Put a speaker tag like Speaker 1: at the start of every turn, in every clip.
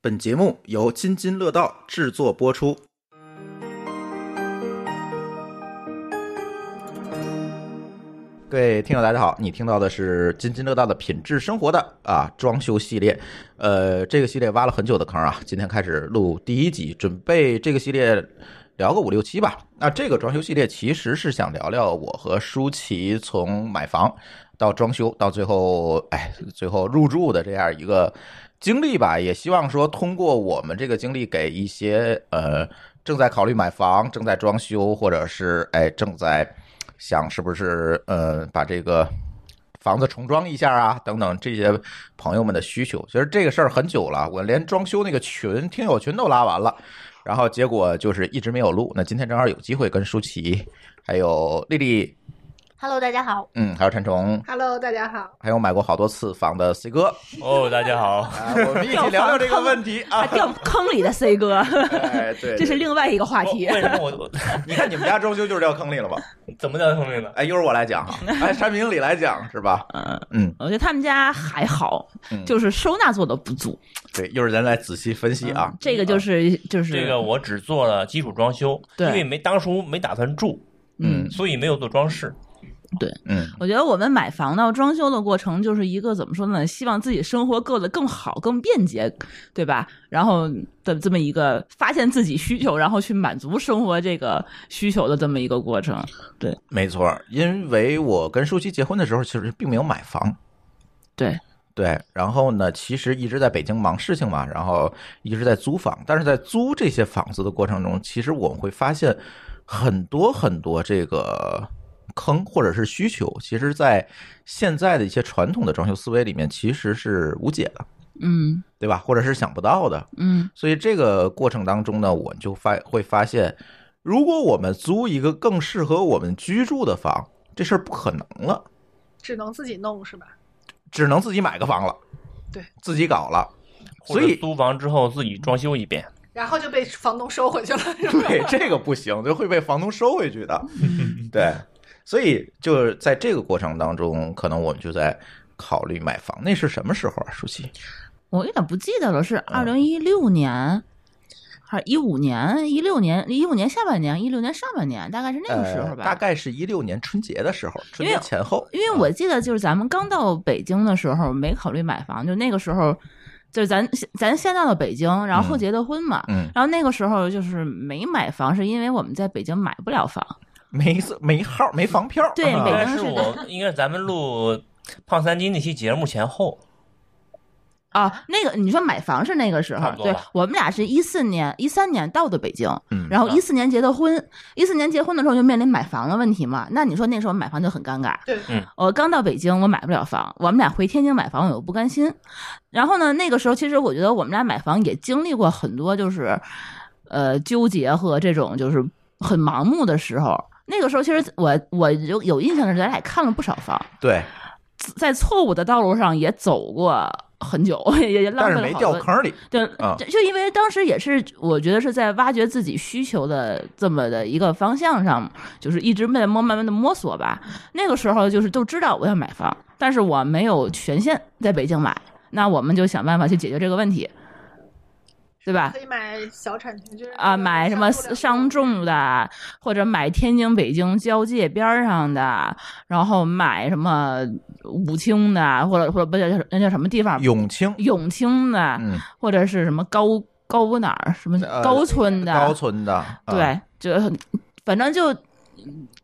Speaker 1: 本节目由津津乐道制作播出。各位听友，大家好！你听到的是津津乐道的品质生活的啊装修系列，呃，这个系列挖了很久的坑啊，今天开始录第一集，准备这个系列聊个五六七吧。那这个装修系列其实是想聊聊我和舒淇从买房到装修到最后，哎，最后入住的这样一个经历吧。也希望说通过我们这个经历，给一些呃正在考虑买房、正在装修，或者是哎正在。想是不是呃把这个房子重装一下啊，等等这些朋友们的需求。其实这个事儿很久了，我连装修那个群、听友群都拉完了，然后结果就是一直没有录。那今天正好有机会跟舒淇、还有丽丽，
Speaker 2: Hello，大家好，
Speaker 1: 嗯，还有陈虫，
Speaker 3: Hello，大家好。
Speaker 1: 还有买过好多次房的 C 哥，
Speaker 4: 哦，大家好，
Speaker 1: 啊，我们一起聊聊这个问题啊
Speaker 2: 还。掉坑里的 C 哥，
Speaker 1: 哎，对，
Speaker 2: 这是另外一个话题
Speaker 4: 我。哦为什么我我
Speaker 1: 你看你们家装修就是掉坑里了吧？
Speaker 4: 怎么叫聪明呢？
Speaker 1: 哎，一会儿我来讲哈。哎，产品经理来讲是吧？
Speaker 2: 嗯，
Speaker 1: 嗯，
Speaker 2: 我觉得他们家还好
Speaker 1: 嗯，
Speaker 2: 就是收纳做的不足。
Speaker 1: 对，一会儿咱来仔细分析啊
Speaker 2: 嗯。这个就是就是
Speaker 4: 这个我只做了基础装修，
Speaker 2: 对
Speaker 4: 因为没当初没打算住，
Speaker 2: 嗯，
Speaker 4: 所以没有做装饰。
Speaker 1: 嗯，
Speaker 2: 我觉得我们买房到装修的过程就是一个怎么说呢？希望自己生活过得更好、更便捷，对吧？然后的这么一个发现自己需求，然后去满足生活这个需求的这么一个过程。
Speaker 1: 没错，因为我跟舒淇结婚的时候，其实并没有买房。
Speaker 2: 对，
Speaker 1: 对，然后呢，其实一直在北京忙事情嘛，然后一直在租房。但是在租这些房子的过程中，其实我们会发现很多很多这个坑或者是需求，其实，在现在的一些传统的装修思维里面，其实是无解的，
Speaker 2: 嗯
Speaker 1: 对吧？或者是想不到的。
Speaker 2: 嗯
Speaker 1: 所以这个过程当中呢，我就发会发现，如果我们租一个更适合我们居住的房，这事儿不可能了，
Speaker 3: 只能自己弄是吧？
Speaker 1: 只能自己买个房了，
Speaker 3: 对，
Speaker 1: 自己搞了。
Speaker 4: 或
Speaker 1: 所
Speaker 4: 者
Speaker 1: 以
Speaker 4: 租房之后自己装修一遍，
Speaker 3: 然后就被房东收回 去了，是吧？
Speaker 1: 对这个不行，就会被房东收回去的。
Speaker 2: 嗯
Speaker 1: 对，所以就是在这个过程当中，可能我们就在考虑买房。那是什么时候啊，舒淇？
Speaker 2: 我有点不记得了，是
Speaker 1: 嗯
Speaker 2: 二零一六年。还是一五年、一六年、一五年下半年、一六年上半年，大概是那个时候
Speaker 1: 呃
Speaker 2: 吧。
Speaker 1: 大概是一六年春节的时候，春
Speaker 2: 因
Speaker 1: 节
Speaker 2: 为
Speaker 1: 前后。
Speaker 2: 因为我记得就是咱们刚到北京的时候没考虑买房，就那个时候，就是咱咱先到了北京，然后后结的婚嘛。
Speaker 1: 嗯，
Speaker 2: 然后那个时候就是没买房，是因为我们在北京买不了房。
Speaker 1: 没没号，没房票。
Speaker 2: 对
Speaker 1: 啊
Speaker 2: 北
Speaker 4: 应该
Speaker 2: 京
Speaker 4: 是
Speaker 2: 是
Speaker 4: 我应该是咱们录胖三斤那期节目前后，
Speaker 2: 啊，那个你说买房是那个时
Speaker 4: 差
Speaker 2: 候
Speaker 4: 不，多
Speaker 2: 对
Speaker 4: 吧
Speaker 2: 我们俩是一四年、一三年到的北京，
Speaker 1: 嗯
Speaker 2: 然后
Speaker 4: 啊
Speaker 2: 一四年结的婚，一四年结婚的时候就面临买房的问题嘛。那你说那时候买房就很尴尬，
Speaker 3: 对，
Speaker 4: 嗯
Speaker 2: 我刚到北京，我买不了房，我们俩回天津买房，我又不甘心。然后呢，那个时候其实我觉得我们俩买房也经历过很多，就是呃纠结和这种就是很盲目的时候。那个时候其实我我有有印象的是，咱俩也看了不少房，
Speaker 1: 对，
Speaker 2: 在错误的道路上也走过很久， 也也浪
Speaker 1: 但
Speaker 2: 费
Speaker 1: 是
Speaker 2: 了
Speaker 1: 没
Speaker 2: 好
Speaker 1: 掉
Speaker 2: 多
Speaker 1: 坑里。
Speaker 2: 对，
Speaker 1: 啊
Speaker 2: 就就因为当时也是，我觉得是在挖掘自己需求的这么的一个方向上，就是一直在摸慢慢的摸索吧。那个时候就是都知道我要买房，但是我没有权限在北京买，那我们就想办法去解决这个问题，对吧
Speaker 3: 可？以买小产权，就是
Speaker 2: 啊，买什么商
Speaker 3: 住
Speaker 2: 住的，或者买天津北京交界边儿上的，然后买什么武清的，或者或者不叫那叫什么地方，
Speaker 1: 永清，
Speaker 2: 永清的，
Speaker 1: 嗯，
Speaker 2: 或者是什么高高哪儿什么
Speaker 1: 呃
Speaker 2: 高村的，
Speaker 1: 高村的，啊，
Speaker 2: 对，就很反正就嗯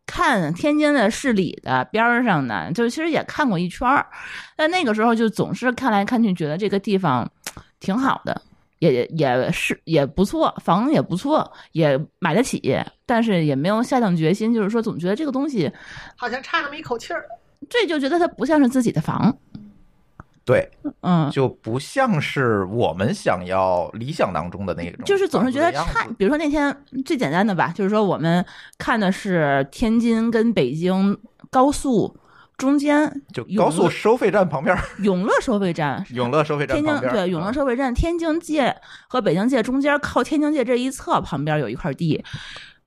Speaker 2: 看天津的市里的边儿上的，就其实也看过一圈儿，但那个时候就总是看来看去，觉得这个地方挺好的。也也是也不错，房子也不错，也买得起，但是也没有下定决心，就是说总觉得这个东西，
Speaker 3: 好像差那么一口气儿。
Speaker 2: 这就觉得它不像是自己的房，
Speaker 1: 对，
Speaker 2: 嗯，
Speaker 1: 就不像是我们想要理想当中的那种房子的样子，
Speaker 2: 就是总是觉得差。比如说那天最简单的吧，就是说我们看的是天津跟北京高速中间，
Speaker 1: 就
Speaker 2: 永
Speaker 1: 高速
Speaker 2: 乐
Speaker 1: 收费站旁边儿，
Speaker 2: 永乐收费站。
Speaker 1: 永乐收费站
Speaker 2: 天津
Speaker 1: 旁边儿，嗯啊
Speaker 2: 对永乐收费站，天津界和北京界中间靠天津界这一侧旁边有一块地，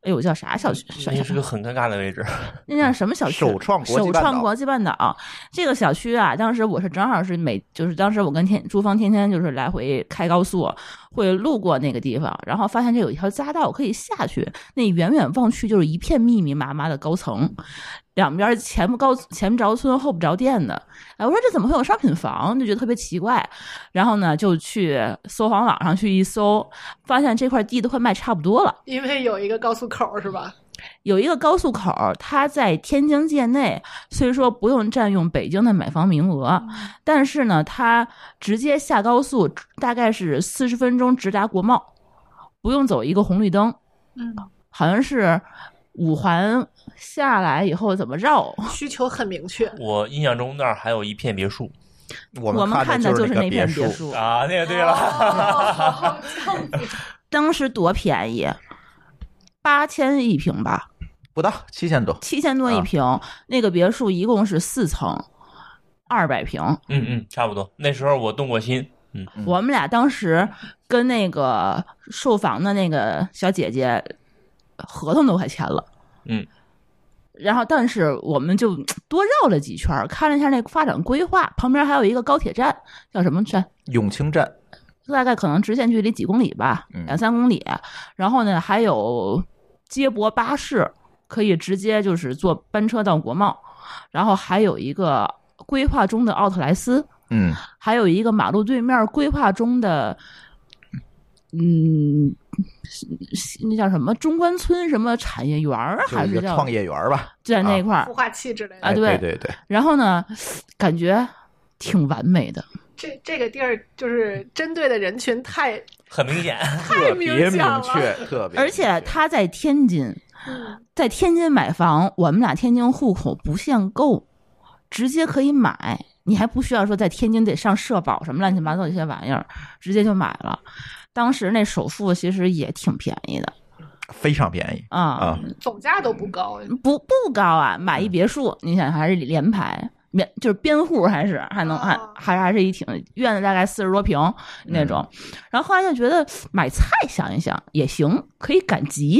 Speaker 2: 哎呦叫啥小区？小
Speaker 4: 那是个很尴尬的位 置。
Speaker 2: 那叫什么小区？啊
Speaker 1: 首创国际
Speaker 2: 首
Speaker 1: 半岛
Speaker 2: 创国际半岛这个小区啊，当时我是正好是每就是当时我跟天朱芳天天就是来回开高速，会路过那个地方，然后发现这有一条匝道可以下去，那远远望去就是一片密密麻麻的高层，两边前不高前不着村后不着店的。哎，我说这怎么会有商品房？就觉得特别奇怪。然后呢，就去搜房网上去一搜，发现这块地都快卖差不多了。
Speaker 3: 因为有一个高速口儿是吧？
Speaker 2: 有一个高速口，它在天津界内，虽说不用占用北京的买房名额，但是呢，它直接下高速，大概是四十分钟直达国贸，不用走一个红绿灯，
Speaker 3: 嗯，
Speaker 2: 好像是五环下来以后怎么绕，
Speaker 3: 需求很明确。
Speaker 4: 我印象中那儿还有一片别墅
Speaker 1: 我
Speaker 2: 我们看
Speaker 1: 的
Speaker 2: 就是那片
Speaker 1: 墅
Speaker 2: 别，墅，
Speaker 4: 啊，那个对
Speaker 3: 哦
Speaker 4: 了，
Speaker 3: 这样子
Speaker 2: 当时多便宜，八千一平吧，
Speaker 1: 不到七千多。
Speaker 2: 七千多一
Speaker 1: 啊
Speaker 2: 平，那个别墅一共是四层，二百平。
Speaker 4: 嗯嗯，差不多。那时候我动过心，嗯，
Speaker 1: 嗯
Speaker 2: 我们俩当时跟那个售房的那个小姐姐合同都快签了，
Speaker 4: 嗯，
Speaker 2: 然后但是我们就多绕了几圈儿，看了一下那个发展规划，旁边还有一个高铁站，叫什么站？
Speaker 1: 永清站，
Speaker 2: 大概可能直线距离几公里吧，
Speaker 1: 嗯
Speaker 2: 两三公里。然后呢，还有接驳巴士，可以直接就是坐班车到国贸。然后还有一个规划中的奥特莱斯，
Speaker 1: 嗯，
Speaker 2: 还有一个马路对面规划中的，嗯，是那叫什么中关村什么产业园儿，
Speaker 1: 就
Speaker 2: 还
Speaker 1: 一
Speaker 2: 是
Speaker 1: 个
Speaker 2: 叫
Speaker 1: 创业啊园儿吧。
Speaker 2: 就在那块儿
Speaker 3: 孵。化器之类的
Speaker 2: 啊。
Speaker 1: 哎
Speaker 2: 对
Speaker 1: 对对对，
Speaker 2: 然后呢，感觉挺完美的。
Speaker 3: 这这个地儿就是针对的人群太，
Speaker 4: 很明显，
Speaker 1: 特
Speaker 3: 明
Speaker 1: 别
Speaker 3: 显
Speaker 1: 明
Speaker 3: 了
Speaker 1: 确，特别明确。
Speaker 2: 而且他在天津，
Speaker 3: 嗯
Speaker 2: 在天津买房，我们俩天津户口不限购，直接可以买，你还不需要说在天津得上社保什么乱七八糟这些玩意儿，直接就买了。当时那首付其实也挺便宜的
Speaker 1: 非常便宜
Speaker 2: 啊，
Speaker 1: 啊，
Speaker 3: 总价都不高，
Speaker 2: 不不高啊，买
Speaker 1: 嗯
Speaker 2: 一别墅，你想还是联排。免就是边户还是还能还
Speaker 3: 哦
Speaker 2: 还是还是一挺院子大概四十多
Speaker 1: 嗯
Speaker 2: 平那种，然后后来就觉得买菜想一想也行，可以赶集，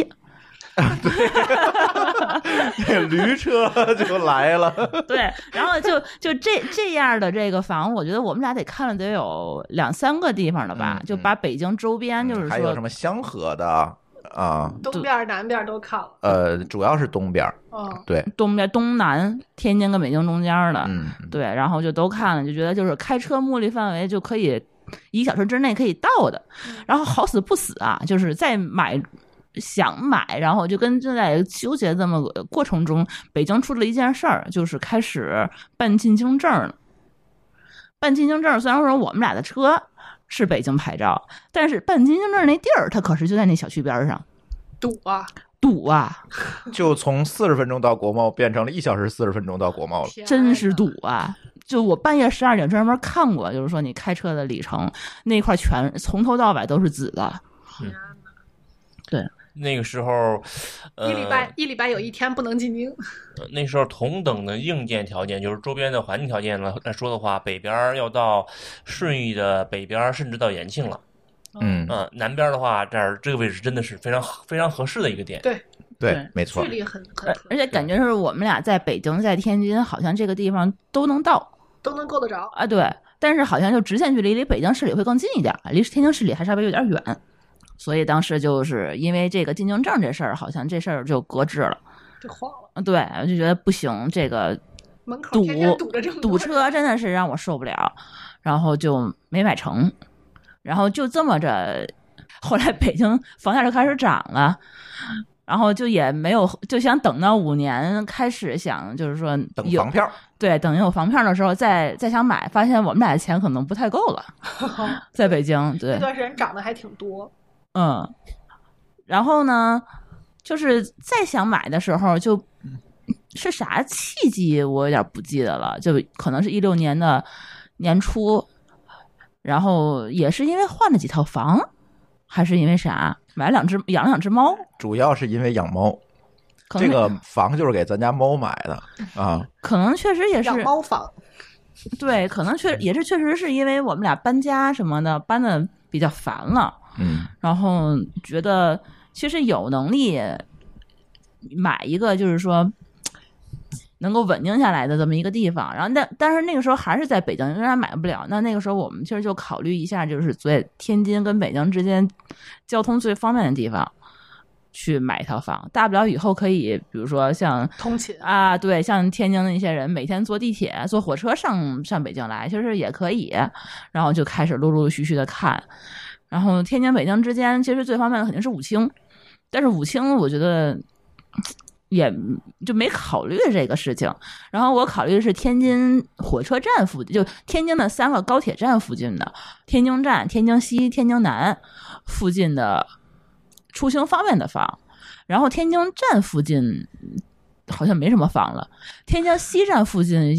Speaker 1: 这驴车就来了。
Speaker 2: 对，然后就就这这样的这个房，我觉得我们俩得看了得有两三个地方了吧，
Speaker 1: 嗯
Speaker 2: 就把北京周边就是
Speaker 1: 还有什
Speaker 2: 说
Speaker 1: 么香河的啊？
Speaker 3: 东边儿南边儿都看了。
Speaker 1: 呃，主要是东边儿，
Speaker 3: 嗯，
Speaker 1: 对，
Speaker 2: 东边、东南、天津跟北京中间的，
Speaker 1: 嗯，
Speaker 2: 对，然后就都看了，就觉得就是开车目力范围就可以一小时之内可以到的，然后好死不死啊，就是在买。想买，然后就跟正在纠结这么个过程中，北京出了一件事儿，就是开始办进京证了。办进京证，虽然说我们俩的车是北京牌照，但是办进京证那地儿，它可是就在那小区边儿上，
Speaker 3: 堵啊！
Speaker 2: 堵啊，
Speaker 1: 就从四十分钟到国贸变成了一小时四十分钟到国贸了。
Speaker 3: 天
Speaker 2: 哦真是
Speaker 3: 呐
Speaker 2: 堵啊！就我半夜十二点专门看过，就是说你开车的里程那块全从头到尾都是紫的，
Speaker 4: 那个时候，呃
Speaker 3: 一礼拜一礼拜有一天不能进京，
Speaker 4: 那时候同等的硬件条件，就是周边的环境条件来来说的话，北边儿要到顺义的北边儿，甚至到延庆了。
Speaker 2: 哦
Speaker 1: 嗯，
Speaker 4: 嗯、南边儿的话，这儿这个位置真的是非常非常合适的一个点。
Speaker 1: 对
Speaker 2: 对，
Speaker 1: 没
Speaker 3: 距
Speaker 1: 错，
Speaker 3: 离很很
Speaker 2: 而
Speaker 3: 合
Speaker 2: 而且感觉是我们俩在北京在天津，好像这个地方都能到
Speaker 3: 都能够得着。
Speaker 2: 啊，对，但是好像就直线距离离北京市里会更近一点，离天津市里还稍微有点远，所以当时就是因为这个进京证这事儿，好像这事儿就搁置了，
Speaker 3: 就慌了，
Speaker 2: 嗯对，我就觉得不行，这个
Speaker 3: 门口
Speaker 2: 堵
Speaker 3: 天天堵着 这么多
Speaker 2: 堵
Speaker 3: 人
Speaker 2: 车真的是让我受不了，然后就没买成，然后就这么着，后来北京房价就开始涨了，然后就也没有就想等到五年开始想就是说
Speaker 1: 等
Speaker 2: 有
Speaker 1: 房票，
Speaker 2: 对等有房票的时候再再想买，发现我们俩的钱可能不太够了，在北京对
Speaker 3: 那段时间涨得还挺多，
Speaker 2: 嗯，然后呢，就是再想买的时候就。是啥契机？我有点不记得了，就可能是一六年的年初，然后也是因为换了几套房，还是因为啥买了两只养了两只猫？
Speaker 1: 主要是因为养猫，
Speaker 2: 可能
Speaker 1: 这个房就是给咱家猫买 的啊。
Speaker 2: 可能确实也是
Speaker 3: 养猫房
Speaker 2: 对，可能确也是确实是因为我们俩搬家什么的搬的比较烦了，
Speaker 1: 嗯，
Speaker 2: 然后觉得其实有能力买一个，就是说能够稳定下来的这么一个地方。然后但但是那个时候还是在北京，仍然买不了。那那个时候我们其实就考虑一下，就是在天津跟北京之间交通最方便的地方。去买一套房，大不了以后可以，比如说像
Speaker 3: 通勤啊，
Speaker 2: 啊，对，像天津的一些人，每天坐地铁、坐火车上上北京来，其实也可以。然后就开始陆陆续续的看，然后天津、北京之间，其实最方便的肯定是武清，但是武清我觉得也就没考虑这个事情。然后我考虑的是天津火车站附近，就天津的三个高铁站附近的天津站、天津西、天津南附近的出行方便的房。然后天津站附近好像没什么房了，天津西站附近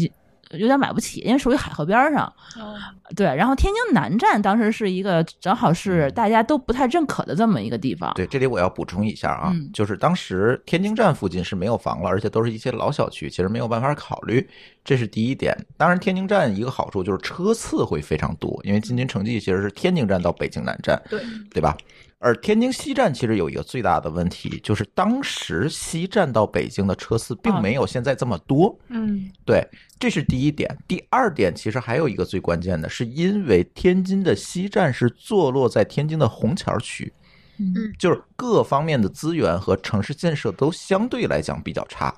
Speaker 2: 有点买不起，因为属于海河边儿上。
Speaker 3: 嗯
Speaker 2: 对，然后天津南站当时是一个正好是大家都不太认可的这么一个地方。
Speaker 1: 嗯对，这里我要补充一下啊，
Speaker 2: 嗯
Speaker 1: 就是当时天津站附近是没有房了，而且都是一些老小区，其实没有办法考虑，这是第一点。当然，天津站一个好处就是车次会非常多，因为京津城际其实是天津站到北京南站，
Speaker 3: 对
Speaker 1: 对吧？而天津西站其实有一个最大的问题，就是当时西站到北京的车次并
Speaker 2: 啊
Speaker 1: 没有现在这么多。
Speaker 3: 嗯，
Speaker 1: 对，这是第一点。第二点，其实还有一个最关键的，是因为天津的西站是坐落在天津的虹桥区，
Speaker 2: 嗯
Speaker 1: 就是各方面的资源和城市建设都相对来讲比较差，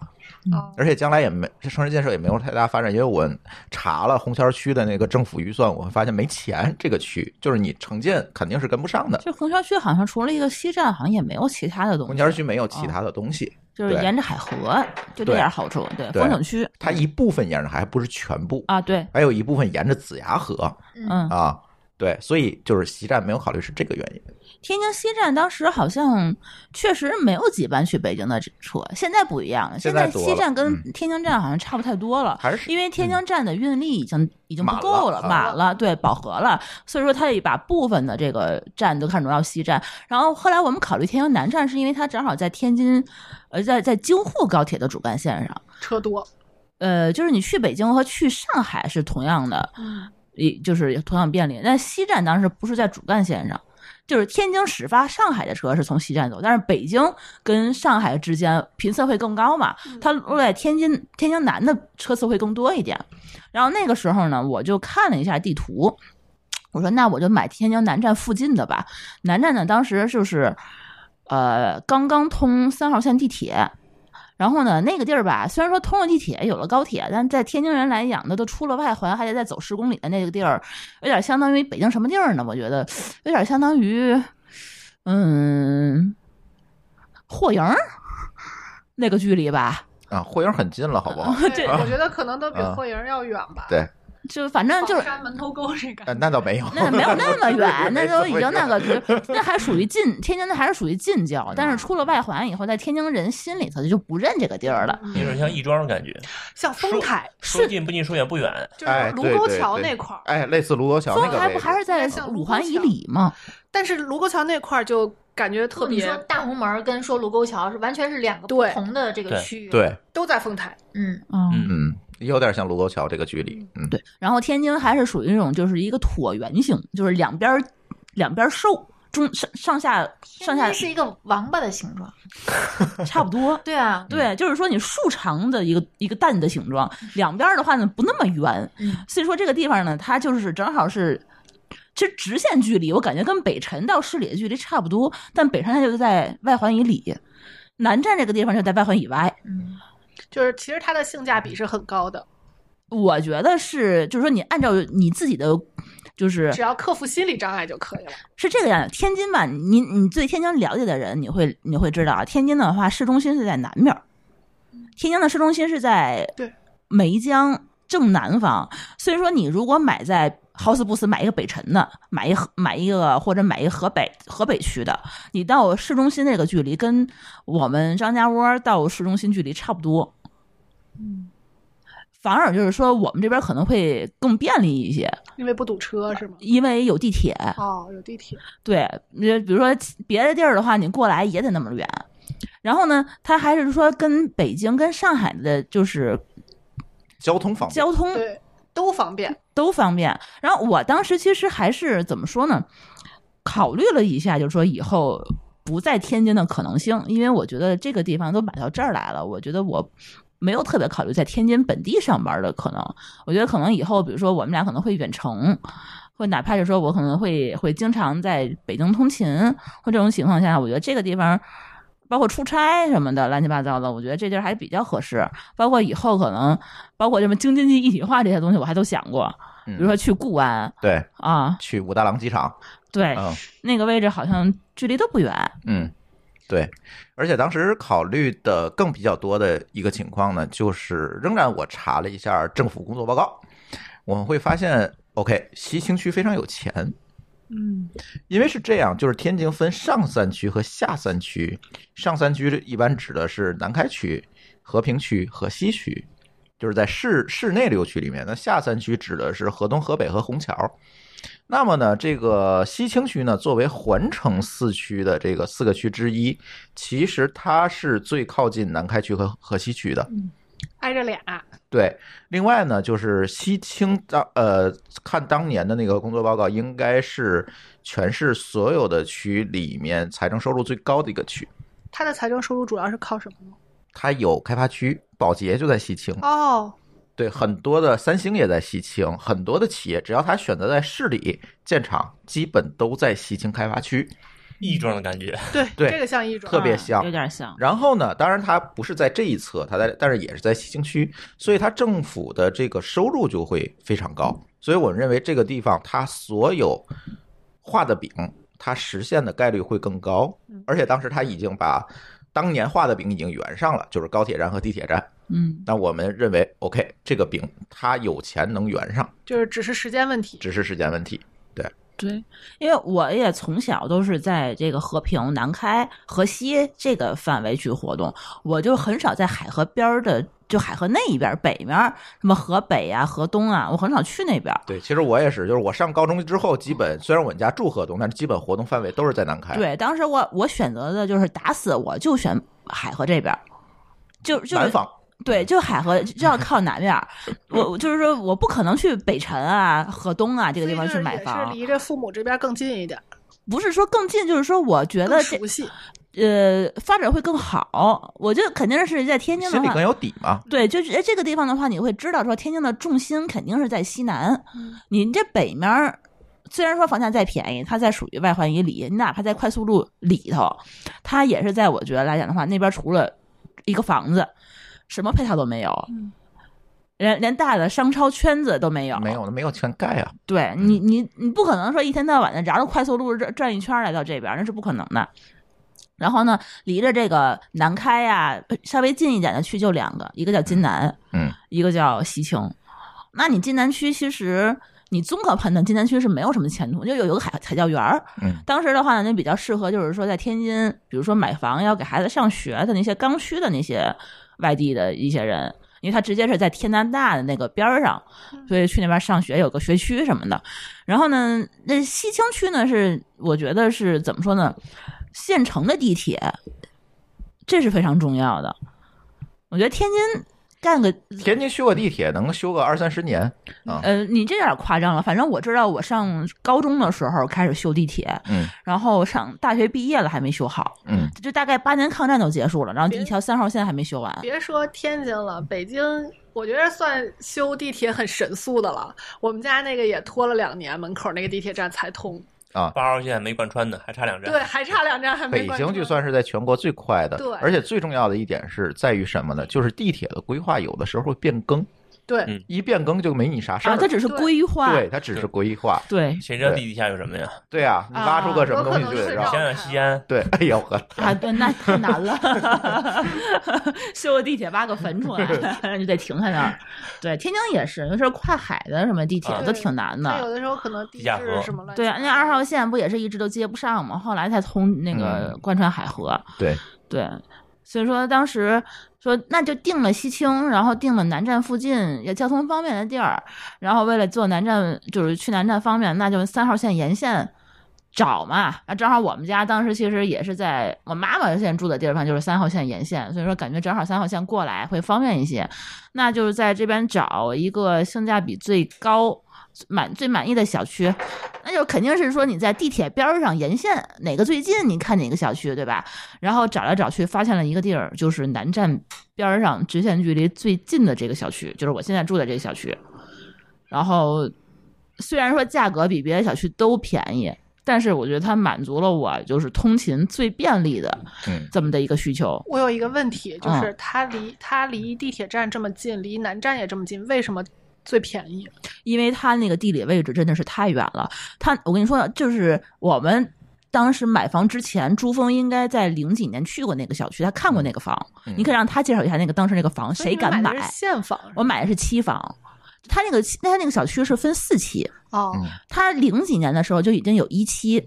Speaker 3: 哦
Speaker 1: 而且将来也没这城市建设也没有太大发展。因为我查了虹桥区的那个政府预算，我会发现没钱，这个区就是你城建肯定是跟不上的。
Speaker 2: 这虹桥区好像除了一个西站，好像也没有其他的东西。哦嗯
Speaker 1: 虹桥区没有其他的东西，
Speaker 2: 就是
Speaker 1: 对
Speaker 2: 沿着海河，就这
Speaker 1: 对
Speaker 2: 点好处。对，
Speaker 1: 对
Speaker 2: 风景区
Speaker 1: 它一部分沿着还不是全部，
Speaker 2: 啊，对，
Speaker 1: 还有一部分沿着子牙河
Speaker 2: 嗯，
Speaker 1: 啊。对，所以就是西站没有考虑是这个原因。
Speaker 2: 天津西站当时好像确实没有几班去北京的车，现在不一样了。
Speaker 1: 现
Speaker 2: 现
Speaker 1: 在
Speaker 2: 在
Speaker 1: 多了嗯
Speaker 2: 西站跟天津站好像差不太多了，
Speaker 1: 还是
Speaker 2: 因为天津站的运力已经已经不够了，
Speaker 1: 满
Speaker 2: 满
Speaker 1: 了
Speaker 2: 了，对，饱和了，所以说他也把部分的这个站都看成要西站。然后后来我们考虑天津南站，是因为它正好在天津，呃，在在京沪高铁的主干线上，
Speaker 3: 车多，
Speaker 2: 呃，就是你去北京和去上海是同样的，
Speaker 3: 嗯
Speaker 2: 也就是同样便利。但西站当时不是在主干线上，就是天津始发上海的车是从西站走，但是北京跟上海之间频次会更高嘛，
Speaker 3: 嗯
Speaker 2: 它落在天津天津南的车次会更多一点。然后那个时候呢，我就看了一下地图，我说那我就买天津南站附近的吧。南站呢，当时就是呃刚刚通三号线地铁。然后呢，那个地儿吧，虽然说通了地铁，有了高铁，但在天津人来讲呢，都出了外环，还得再走十公里的那个地儿，有点相当于北京什么地儿呢？我觉得有点相当于，嗯，霍营儿那个距离吧，
Speaker 1: 啊，霍营很近了，好不 好？
Speaker 3: 对，我觉得可能都比
Speaker 1: 啊
Speaker 3: 霍营要远吧。
Speaker 1: 对
Speaker 2: 就反正 就是
Speaker 3: 山门头沟这个
Speaker 1: 呃，那倒没有，
Speaker 2: 那没有那么远，
Speaker 1: 没
Speaker 2: 那
Speaker 1: 这么
Speaker 2: 都已经那 个，就是那还属于近天津，那还是属于近郊。
Speaker 1: 嗯
Speaker 2: 但是出了外环以后，在天津人心里头就不认这个地儿了。
Speaker 1: 嗯
Speaker 4: 有点像亦庄的感觉，
Speaker 3: 嗯像丰台，
Speaker 4: 说近不近，说远不远。
Speaker 3: 就是卢沟桥那块儿，
Speaker 1: 哎，类似卢沟桥
Speaker 2: 丰
Speaker 1: 那个
Speaker 2: 台
Speaker 1: 位
Speaker 2: 不
Speaker 1: 置
Speaker 2: 还是在
Speaker 3: 像卢沟
Speaker 2: 五环以
Speaker 3: 桥
Speaker 2: 里吗？
Speaker 3: 但是卢沟桥那块儿就感觉特
Speaker 5: 你说
Speaker 3: 别
Speaker 5: 大红门儿跟说卢沟桥是完全是两个不
Speaker 3: 对
Speaker 5: 同的这个
Speaker 4: 对
Speaker 5: 区域。，
Speaker 1: 对，
Speaker 3: 都在丰台，
Speaker 5: 嗯，
Speaker 2: 嗯
Speaker 4: 嗯
Speaker 1: 嗯，有点像卢沟桥这个距离，嗯，
Speaker 2: 对，然后天津还是属于那种就是一个椭圆形，就是两边儿两边儿瘦，中上上下上下
Speaker 5: 天津是一个王八的形状。
Speaker 2: 差不多。
Speaker 5: 对啊，
Speaker 2: 对，就是说你竖长的一个一个蛋的形状，两边儿的话呢不那么圆，
Speaker 5: 嗯
Speaker 2: 所以说这个地方呢，它就是正好是，其实直线距离我感觉跟北辰到市里的距离差不多，但北辰它就在外环以里，南站这个地方就在外环以外。
Speaker 5: 嗯，
Speaker 3: 就是其实它的性价比是很高的，
Speaker 2: 我觉得是，就是说你按照你自己的，就是
Speaker 3: 只要克服心理障碍就可以了。
Speaker 2: 是这个样的。天津吧，你你对天津了解的人，你会你会知道啊，天津的话，市中心是在南面儿，天津的市中心是在
Speaker 3: 对
Speaker 2: 梅江正南方。所以说，你如果买在 House 布斯买一个北辰的，买一河买一个或者买一个河北河北区的，你到市中心那个距离，跟我们张家窝到市中心距离差不多。反而就是说，我们这边可能会更便利一些，
Speaker 3: 因为不堵车是吗？
Speaker 2: 因为有地铁。
Speaker 3: 哦，有地铁，
Speaker 2: 对，你就比如说其别的地儿的话，你过来也得那么远。然后呢，它还是说跟北京、跟上海的，就是
Speaker 1: 交通方面，
Speaker 2: 交通
Speaker 3: 对，都方便。
Speaker 2: 都方便。然后我当时其实还是怎么说呢？考虑了一下，就是说以后不在天津的可能性，因为我觉得这个地方都买到这儿来了，我觉得我没有特别考虑在天津本地上班的可能。我觉得可能以后，比如说我们俩可能会远程，或哪怕是说我可能会会经常在北京通勤，或这种情况下，我觉得这个地方。包括出差什么的，乱七八糟的，我觉得这地儿还比较合适。包括以后可能，包括什么京津冀一体化这些东西，我还都想过，
Speaker 1: 嗯
Speaker 2: 比如说去固安
Speaker 1: 对，
Speaker 2: 啊，
Speaker 1: 去武大郎机场，
Speaker 2: 对，
Speaker 1: 嗯
Speaker 2: 那个位置好像距离都不远。
Speaker 1: 嗯，对，而且当时考虑的更比较多的一个情况呢，就是仍然我查了一下政府工作报告，我们会发现，OK，西青区非常有钱，
Speaker 3: 嗯，
Speaker 1: 因为是这样，就是天津分上三区和下三区，上三区一般指的是南开区、和平区、和西区，就是在市市内六区里面。那下三区指的是河东、河北和虹桥。那么呢，这个西青区呢，作为环城四区的这个四个区之一，其实它是最靠近南开区和和西区的。
Speaker 3: 挨着俩，
Speaker 1: 对，另外呢，就是西青当呃，看当年的那个工作报告，应该是全市所有的区里面财政收入最高的一个区。
Speaker 3: 它的财政收入主要是靠什么呢？
Speaker 1: 它有开发区，保洁就在西青，
Speaker 3: 哦，
Speaker 1: 对，很多的三星也在西青，很多的企业只要它选择在市里建厂，基本都在西青开发区。
Speaker 4: 亦庄的感觉，
Speaker 3: 对，
Speaker 1: 对
Speaker 3: 这个像一种
Speaker 1: 特别
Speaker 2: 啊
Speaker 1: 像
Speaker 2: 有点像。
Speaker 1: 然后呢，当然它不是在这一侧，它在，但是也是在西青区，所以它政府的这个收入就会非常高。所以我们认为这个地方它所有画的饼，它实现的概率会更高。
Speaker 2: 嗯
Speaker 1: 而且当时它已经把当年画的饼已经圆上了，就是高铁站和地铁站。
Speaker 2: 嗯，
Speaker 1: 那我们认为，OK，这个饼它有钱能圆上，
Speaker 3: 就是只是时间问题。
Speaker 1: 只是时间问题。
Speaker 2: 对，因为我也从小都是在这个和平、南开、河西这个范围去活动，我就很少在海河边儿的，就海河那一边儿北面儿，什么河北啊、河东啊，我很少去那边儿。
Speaker 1: 对，其实我也是，就是我上高中之后，基本虽然我们家住河东，但是基本活动范围都是在南开。，
Speaker 2: 对，当时我我选择的就是打死我就选海河这边儿，就就是
Speaker 1: 南方。
Speaker 2: 对，就海河就要靠 南面儿。我我就是说我不可能去北辰啊、河东啊这个地方去买
Speaker 3: 所以就是
Speaker 2: 房
Speaker 3: 也是，离着父母这边更近一点，
Speaker 2: 不是说更近，就是说我觉
Speaker 3: 更
Speaker 2: 得这
Speaker 3: 熟悉。
Speaker 2: 呃发展会更好。我就肯定是在天津
Speaker 1: 心
Speaker 2: 的
Speaker 1: 里更
Speaker 2: 话。
Speaker 1: 有底嘛，
Speaker 2: 对，就是哎这个地方的话，你会知道说天津的重心肯定是在西南。
Speaker 3: 嗯
Speaker 2: 你这北面儿虽然说房价再便宜，它在属于外环以里，你哪怕在快速路里头，它也是在我觉得来讲的话，那边除了一个房子，什么配套都没有，
Speaker 3: 嗯
Speaker 2: 连连大的商超圈子都没有，
Speaker 1: 没有没有全盖啊。
Speaker 2: 对你，你你不可能说一天到晚的绕着快速路转转一圈儿来到这边儿，那是不可能的。然后呢，离着这个南开呀、稍微近一点的区就两个，一个叫金南，
Speaker 1: 嗯，
Speaker 2: 一个叫西青。那你金南区其实你综合判断，金南区是没有什么前途，就有有个海海教园儿。
Speaker 1: 嗯，
Speaker 2: 当时的话呢，那比较适合就是说在天津，比如说买房要给孩子上学的那些刚需的那些外地的一些人，因为他直接是在天南大的那个边儿上，所以去那边上学有个学区什么的。然后呢，那西青区呢是我觉得是怎么说呢，县城的地铁，这是非常重要的。我觉得天津干个
Speaker 1: 天津修个地铁能修个二三十年，啊，
Speaker 2: 呃，你这有点夸张了。反正我知道，我上高中的时候开始修地铁，
Speaker 1: 嗯
Speaker 2: 然后上大学毕业了还没修好，
Speaker 1: 嗯，
Speaker 2: 就大概八年抗战都结束了，然后
Speaker 3: 别
Speaker 2: 一条三号线还没修完。
Speaker 3: 别说天津了，北京我觉得算修地铁很神速的了。我们家那个也拖了两年，门口那个地铁站才通。
Speaker 4: 八号线没贯穿呢，还差
Speaker 2: 啊
Speaker 4: 两站。
Speaker 3: 对，还差两站还没
Speaker 1: 北
Speaker 3: 关
Speaker 1: 京
Speaker 3: 上
Speaker 1: 就算是在全国最快的，
Speaker 3: 对
Speaker 1: 而且最重要的一点是在于什么呢？就是地铁的规划有的时候会变更，
Speaker 3: 对，
Speaker 4: 嗯
Speaker 1: 一变更就没你啥事儿
Speaker 2: 啊，
Speaker 1: 了，
Speaker 2: 它只是
Speaker 3: 对
Speaker 2: 规划，
Speaker 1: 对，它只是规划，
Speaker 2: 对
Speaker 4: 谁知道地底下有什么呀？
Speaker 1: 对啊，你挖出个什么东西就
Speaker 3: 有可能
Speaker 1: 得
Speaker 3: 是
Speaker 1: 让
Speaker 3: 绕
Speaker 4: 想，想西安，
Speaker 1: 对，哎呦呵，
Speaker 2: 啊，对，那太难了， 修个地铁挖个坟出来， 然后就得停 在那儿。对，天津也是，有时候跨海的什么地铁
Speaker 1: 嗯
Speaker 4: 啊
Speaker 2: 都挺难
Speaker 3: 它有
Speaker 2: 的。
Speaker 3: 的时候可能地
Speaker 4: 地下
Speaker 3: 质
Speaker 4: 河
Speaker 3: 什么乱七
Speaker 2: 对
Speaker 3: 八
Speaker 2: 啊
Speaker 3: 糟，的。
Speaker 2: 那二号线不也是一直都接不上吗？后来才通那个
Speaker 1: 嗯
Speaker 2: 贯穿海河。
Speaker 1: 对，
Speaker 2: 对，所以说当时说那就定了西青，然后定了南站附近也交通方便的地儿，然后为了做南站就是去南站方便，那就三号线沿线找嘛。啊，正好我们家当时其实也是在我妈妈现在住的地方，就是三号线沿线，所以说感觉正好三号线过来会方便一些。那就是在这边找一个性价比最高。满最满意的小区，那就肯定是说你在地铁边儿上沿线哪个最近，你看哪个小区，对吧？然后找来找去，发现了一个地儿，就是南站边儿上直线距离最近的这个小区，就是我现在住的这个小区。然后虽然说价格比别的小区都便宜，但是我觉得它满足了我就是通勤最便利的
Speaker 1: 嗯
Speaker 2: 这么的一个需求。
Speaker 3: 我有一个问题，就
Speaker 2: 嗯
Speaker 3: 是它离它离地铁站这么近，离南站也这么近，为什么最便宜？
Speaker 2: 因为它那个地理位置真的是太远了。它，我跟你说，就是我们当时买房之前，朱峰应该在零几年去过那个小区，他看过那个房，
Speaker 1: 嗯
Speaker 2: 你可以让他介绍一下那个当时那个房，
Speaker 3: 所以
Speaker 2: 谁
Speaker 3: 你们
Speaker 2: 敢
Speaker 3: 买？的是现房
Speaker 2: 我买的是期房。他那个他那个小区是分四期，
Speaker 5: 哦，
Speaker 1: 嗯
Speaker 2: 他零几年的时候就已经有一期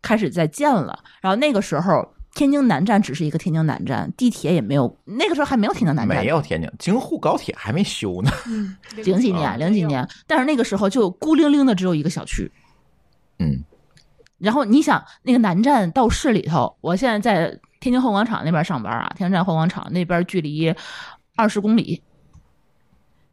Speaker 2: 开始在建了，然后那个时候天津南站只是一个天津南站，地铁也没有，那个时候还没有天津南站，
Speaker 1: 没有天津京沪高铁还没修呢。
Speaker 3: 嗯，
Speaker 2: 零几
Speaker 1: 啊
Speaker 2: 年零几年，但是那个时候就孤零零的只有一个小区，
Speaker 1: 嗯，
Speaker 2: 然后你想，那个南站到市里头，我现在在天津后广场那边上班啊，天津站后广场那边距离二十公里，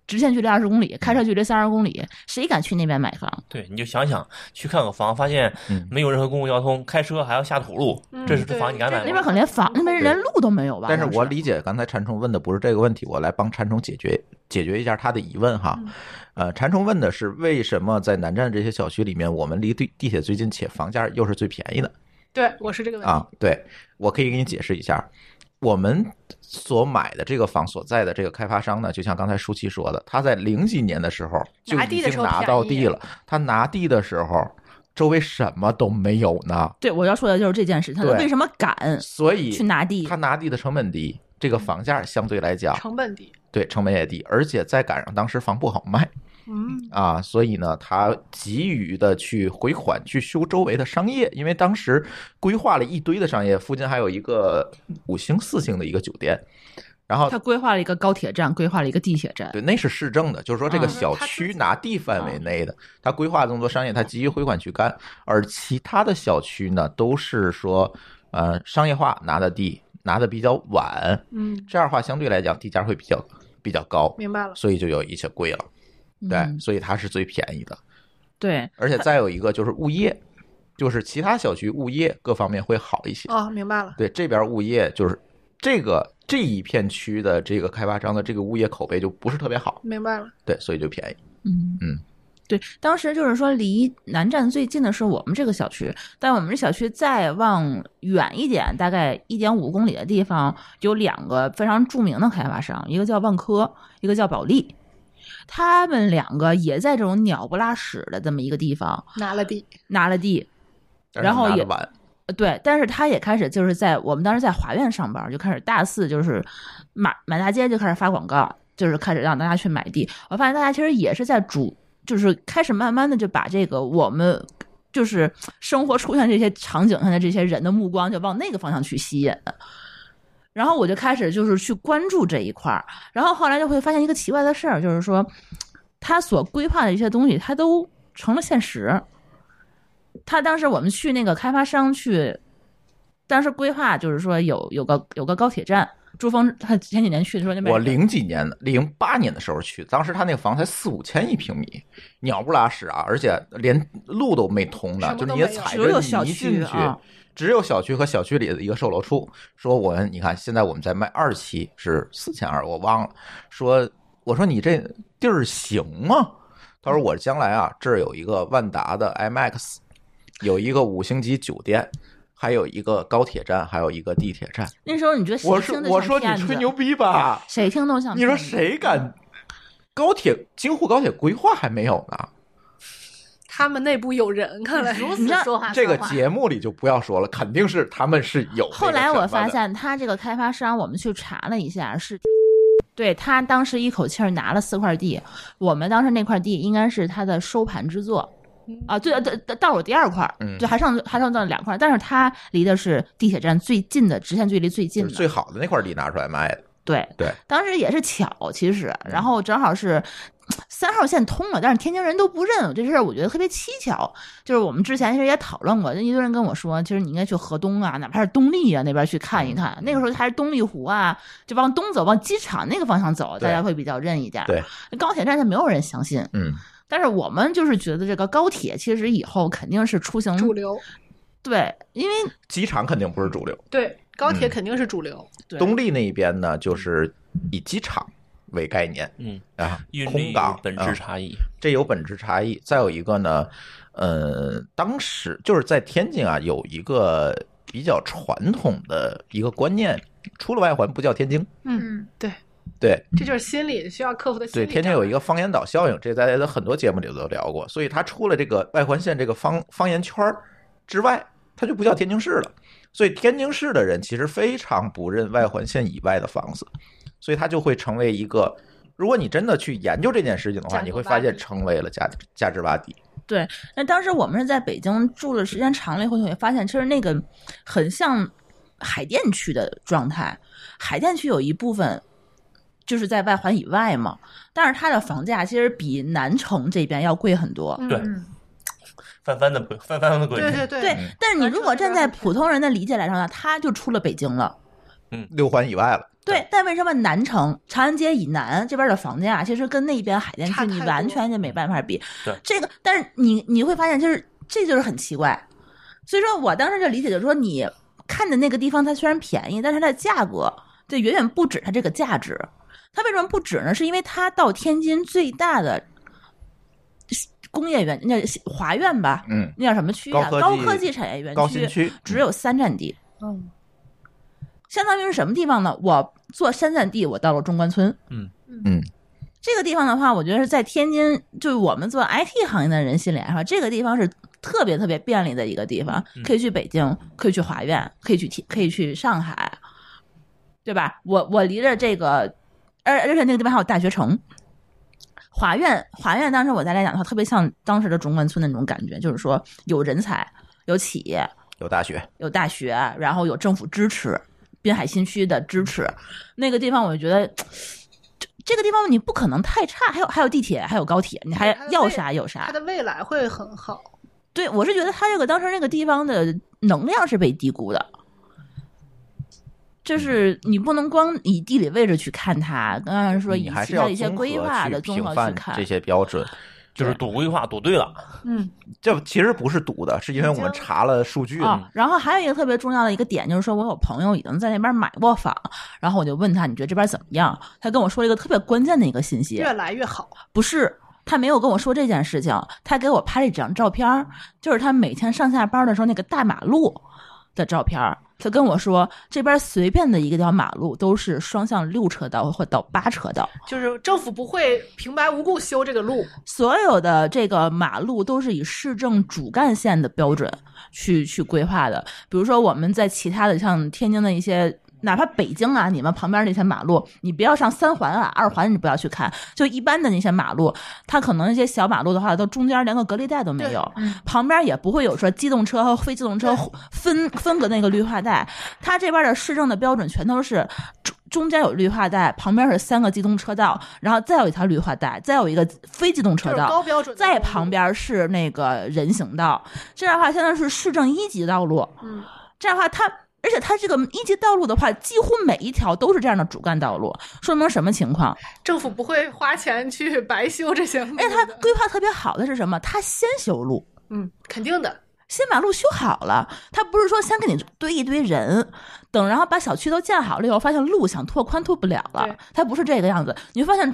Speaker 2: 直线距离二十公里，开车距离三十公里，谁敢去那边买房？
Speaker 4: 对，你就想想去看个房，发现
Speaker 1: 嗯
Speaker 4: 没有任何公共交通，开车还要下土路，
Speaker 3: 嗯
Speaker 4: 这是
Speaker 3: 对
Speaker 4: 房你敢
Speaker 3: 这
Speaker 4: 买吗？
Speaker 3: 个
Speaker 2: 那边可能连房，那边连路都没有吧？
Speaker 1: 但是
Speaker 2: 好像
Speaker 1: 我理解刚才馋虫问的不是这个问题，我来帮馋虫解决解决一下他的疑问哈。
Speaker 3: 嗯
Speaker 1: 呃，馋虫问的是为什么在南站这些小区里面，我们离地地铁最近且房价又是最便宜的？
Speaker 3: 对我是这个问题。
Speaker 1: 啊，对，我可以给你解释一下，我们所买的这个房所在的这个开发商呢，就像刚才舒淇说的，他在零几年的时候就
Speaker 3: 拿
Speaker 1: 已
Speaker 3: 地的时
Speaker 1: 经
Speaker 3: 候
Speaker 1: 拿
Speaker 3: 便
Speaker 1: 到
Speaker 3: 宜
Speaker 1: 地了，他拿地的时候周围什么都没有呢，
Speaker 2: 对我要说的就是这件事，他
Speaker 1: 对
Speaker 2: 为什么敢
Speaker 1: 所以
Speaker 2: 去拿地
Speaker 1: 他？拿地的成本低，这个房价相对来讲
Speaker 3: 成本低，
Speaker 1: 对成本也低，而且再赶上当时房不好卖
Speaker 3: 嗯，
Speaker 1: 啊，所以呢，他急于的去回款去修周围的商业，因为当时规划了一堆的商业，附近还有一个五星四星的一个酒店，然后
Speaker 2: 他规划了一个高铁站，规划了一个地铁站。
Speaker 1: 对，那是市政的，就是说这个
Speaker 2: 嗯
Speaker 1: 小
Speaker 3: 啊他自
Speaker 1: 区
Speaker 3: 己啊
Speaker 1: 拿地范围内的，他规划这么多商业，他急于回款去干，而其他的小区呢，都是说呃商业化拿的地拿的比较晚，
Speaker 3: 嗯，
Speaker 1: 这样的话相对来讲地价会比较比较高，
Speaker 3: 明白了。
Speaker 1: 所以就有一些贵了，对，
Speaker 2: 嗯
Speaker 1: 所以它是最便宜的，
Speaker 2: 对，
Speaker 1: 而且再有一个就是物业，就是其他小区物业各方面会好一些，
Speaker 3: 哦，明白了。
Speaker 1: 对，这边物业就是这个这一片区的这个开发商的这个物业口碑就不是特别好，
Speaker 3: 明白了，
Speaker 1: 对，所以就便宜。
Speaker 2: 嗯
Speaker 1: 嗯，
Speaker 2: 对，当时就是说离南站最近的是我们这个小区，但我们这小区再往远一点，大概一点五公里的地方，有两个非常著名的开发商，一个叫万科，一个叫保利。他们两个也在这种鸟不拉屎的这么一个地方
Speaker 3: 拿了地，
Speaker 2: 拿了地，
Speaker 1: 但是
Speaker 2: 然后
Speaker 1: 拿得
Speaker 2: 也
Speaker 1: 晚，
Speaker 2: 呃对，但是他也开始就是在我们当时在华苑上班，就开始大肆就是满满大街就开始发广告，就是开始让大家去买地。我发现大家其实也是在主，就是开始慢慢的就把这个我们就是生活出现这些场景上的这些人的目光就往那个方向去吸引。然后我就开始就是去关注这一块儿，然后后来就会发现一个奇怪的事儿，就是说他所规划的一些东西，它都成了现实。他当时我们去那个开发商去，当时规划就是说有有个有个高铁站，珠峰他前几年去的时候那边
Speaker 1: 我零几年的，零八年的时候去，当时他那个房才四五千一平米，鸟不拉屎啊，而且连路都没通
Speaker 3: 什
Speaker 1: 呢，
Speaker 3: 么
Speaker 1: 就是
Speaker 3: 都没
Speaker 1: 你
Speaker 3: 有
Speaker 1: 也踩
Speaker 2: 只有
Speaker 1: 着
Speaker 2: 小
Speaker 1: 泥
Speaker 2: 区
Speaker 1: 进去
Speaker 2: 啊，
Speaker 1: 只有小区和小区里的一个售楼处说我们，你看现在我们在卖二期是四千二，我忘了，说我说你这地儿行吗？他说我将来啊，这儿有一个万达的 IMAX，有一个五星级酒店。还有一个高铁站，还有一个地铁 站。
Speaker 2: 那时候你觉得谁
Speaker 1: 我说
Speaker 2: 听得
Speaker 1: 我
Speaker 2: 像
Speaker 1: 说
Speaker 2: 骗
Speaker 1: 你吹
Speaker 2: 子
Speaker 1: 牛逼吧，
Speaker 2: 谁听都像
Speaker 1: 你说
Speaker 2: 骗子
Speaker 1: 谁敢？高铁京沪高铁规划还没有呢，
Speaker 3: 他们内部有人，看来
Speaker 5: 如
Speaker 2: 你
Speaker 5: 此
Speaker 2: 知道
Speaker 5: 说话
Speaker 1: 嗯这个
Speaker 5: 算话
Speaker 1: 节目里就不要说了，肯定是他们是有那个什么
Speaker 2: 后
Speaker 1: 的。
Speaker 2: 来我发现他这个开发商，我们去查了一下，是对他当时一口气儿拿了四块地，我们当时那块地应该是他的收盘之作。
Speaker 3: 嗯
Speaker 2: 啊，对对，对倒数第二块儿，
Speaker 1: 嗯
Speaker 2: 就还剩还剩到两块儿，但是他离的是地铁站最近的直线距离最近
Speaker 1: 就
Speaker 2: 的，
Speaker 1: 是最好的那块地拿出来卖的，
Speaker 2: 对
Speaker 1: 对，嗯
Speaker 2: 当时也是巧，其实，然后正好是三号线通了，但是天津人都不认这事儿，我觉得特别蹊跷。就是我们之前其实也讨论过，就一堆人跟我说，其实你应该去河东啊，哪怕是东丽啊那边去
Speaker 1: 嗯
Speaker 2: 看一看。那个时候还是东丽湖啊，就往东走，往机场那个方向走，
Speaker 1: 对
Speaker 2: 大家会比较认一点。
Speaker 1: 对，
Speaker 2: 高铁站就没有人相信。
Speaker 1: 嗯，
Speaker 2: 但是我们就是觉得这个高铁其实以后肯定是出行
Speaker 3: 主流，
Speaker 2: 对，因为
Speaker 1: 机场肯定不是主流。
Speaker 3: 对，高铁
Speaker 1: 嗯
Speaker 3: 肯定是主流。
Speaker 2: 对
Speaker 1: 东丽那一边呢，就是以机场为概念
Speaker 4: 嗯，
Speaker 1: 啊
Speaker 4: 运，力
Speaker 1: 空港
Speaker 4: 本
Speaker 1: 啊
Speaker 4: 质差异，
Speaker 1: 这有本质差异。再有一个呢，呃，当时就是在天津啊，有一个比较传统的一个观念，出了外环不叫天津。
Speaker 5: 嗯，
Speaker 1: 对
Speaker 3: 这就是心理需要克服的心
Speaker 1: 对，
Speaker 3: 理障碍。
Speaker 1: 天津有一个方言岛效应，这在很多节目里都聊过，所以它出了这个外环线这个方方言圈儿之外，它就不叫天津市了。所以天津市的人其实非常不认外环线以外的房子，所以它就会成为一个，如果你真的去研究这件事情的话，
Speaker 5: 价值洼地
Speaker 1: 你会发现成为了价价值洼地。
Speaker 2: 那当时我们是在北京住的时间长了以后，你会发现，其实那个很像海淀区的状态。海淀区有一部分就是在外环以外嘛，但是它的房价其实比南城这边要贵很多。
Speaker 3: 嗯
Speaker 4: 对
Speaker 5: 嗯，
Speaker 4: 翻番的滚，翻番的滚，
Speaker 3: 对对对
Speaker 2: 对，但是你如果站
Speaker 3: 南城
Speaker 2: 在
Speaker 3: 这边
Speaker 2: 普通人的理解来上呢，它就出了北京了。
Speaker 1: 六环以外了，
Speaker 2: 对，但为什么南城长安街以南这边的房价，其实跟那边海淀
Speaker 3: 差
Speaker 2: 区你
Speaker 3: 太
Speaker 2: 完
Speaker 3: 多
Speaker 2: 全就没办法比
Speaker 4: 对。
Speaker 2: 这个，但是你你会发现，就是这就是很奇怪。所以说我当时就理解就是说，你看的那个地方它虽然便宜，但是它的价格这远远不止它这个价值。它为什么不止呢？是因为它到天津最大的工业园，那华苑吧，
Speaker 1: 嗯，
Speaker 2: 那叫什么区
Speaker 1: 高
Speaker 2: 啊？
Speaker 1: 科技
Speaker 2: 高科技产业园
Speaker 1: 高新区
Speaker 2: 只有三站地。
Speaker 3: 嗯
Speaker 2: 相当于是什么地方呢？我坐三站地，我到了中关村。
Speaker 4: 嗯
Speaker 1: 嗯，
Speaker 2: 这个地方的话，我觉得是在天津，就是我们做 IT 行业的人心里来说，这个地方是特别特别便利的一个地方，可以去北京，可以去华苑，可以去天，可以去上海，对吧？我我离着这个，而而且那个地方还有大学城。华苑，华苑当时我在来讲的话，特别像当时的中关村那种感觉，就是说有人才，有企业，
Speaker 1: 有大学，
Speaker 2: 有大学，然后有政府支持，滨海新区的支持，那个地方我就觉得。这这个地方你不可能太差，还有还有地铁，还有高铁，你还
Speaker 3: 对还有
Speaker 2: 要
Speaker 3: 那
Speaker 2: 啥有啥
Speaker 3: 它。的未来会很好。
Speaker 2: 对我是觉得他这个当时那个地方的能量是被低估的，就是你不能光以地理位置去看它，刚才说以
Speaker 1: 你还
Speaker 2: 其
Speaker 1: 是
Speaker 2: 他
Speaker 1: 要
Speaker 2: 的一些
Speaker 1: 综合
Speaker 2: 规划
Speaker 1: 去
Speaker 2: 的综
Speaker 1: 评
Speaker 2: 合
Speaker 1: 判
Speaker 2: 去看
Speaker 1: 这。些标准。
Speaker 4: 就是赌规划赌对了，
Speaker 3: 嗯，
Speaker 1: 这其实不是赌的，是因为我们查了数据
Speaker 2: 啊、然后还有一个特别重要的一个点，就是说我有朋友已经在那边买过房，然后我就问他你觉得这边怎么样？他跟我说了一个特别关键的一个信息
Speaker 3: 越，来越好。
Speaker 2: 不是他没有跟我说这件事情，他给我拍了一张照片儿，就是他每天上下班的时候那个大马路的照片儿。他跟我说，这边随便的一个条马路都是双向六车道或到八车道，
Speaker 3: 就是政府不会平白无故修这个路，
Speaker 2: 所有的这个马路都是以市政主干线的标准去去规划的。比如说我们在其他的像天津的一些。哪怕北京啊，你们旁边那些马路，你不要上三环啊、二环，你不要去看。就一般的那些马路，它可能一些小马路的话，都中间连个隔离带都没有
Speaker 5: 对嗯，
Speaker 2: 旁边也不会有说机动车和非机动车分分隔那个绿化带。它这边的市政的标准全都是中中间有绿化带，旁边是三个机动车道，然后再有一条绿化带，再有一个非机动
Speaker 3: 这
Speaker 2: 车
Speaker 3: 种
Speaker 2: 道，
Speaker 3: 高标准。
Speaker 2: 在旁，边是那个人行道，这样的话相当于是市政一级道路。
Speaker 3: 嗯，
Speaker 2: 这样的话它，而且它这个一级道路的话，几乎每一条都是这样的主干道路，说明什么情况？
Speaker 3: 政府不会花钱去白修这些路的。
Speaker 2: 而且它规划特别好的是什么？它先修路。
Speaker 3: 嗯，肯定的，
Speaker 2: 先把路修好了，它不是说先给你堆一堆人，等然后把小区都建好了以后，发现路想拓宽拓不了了
Speaker 3: 对，
Speaker 2: 它不是这个样子。你会发现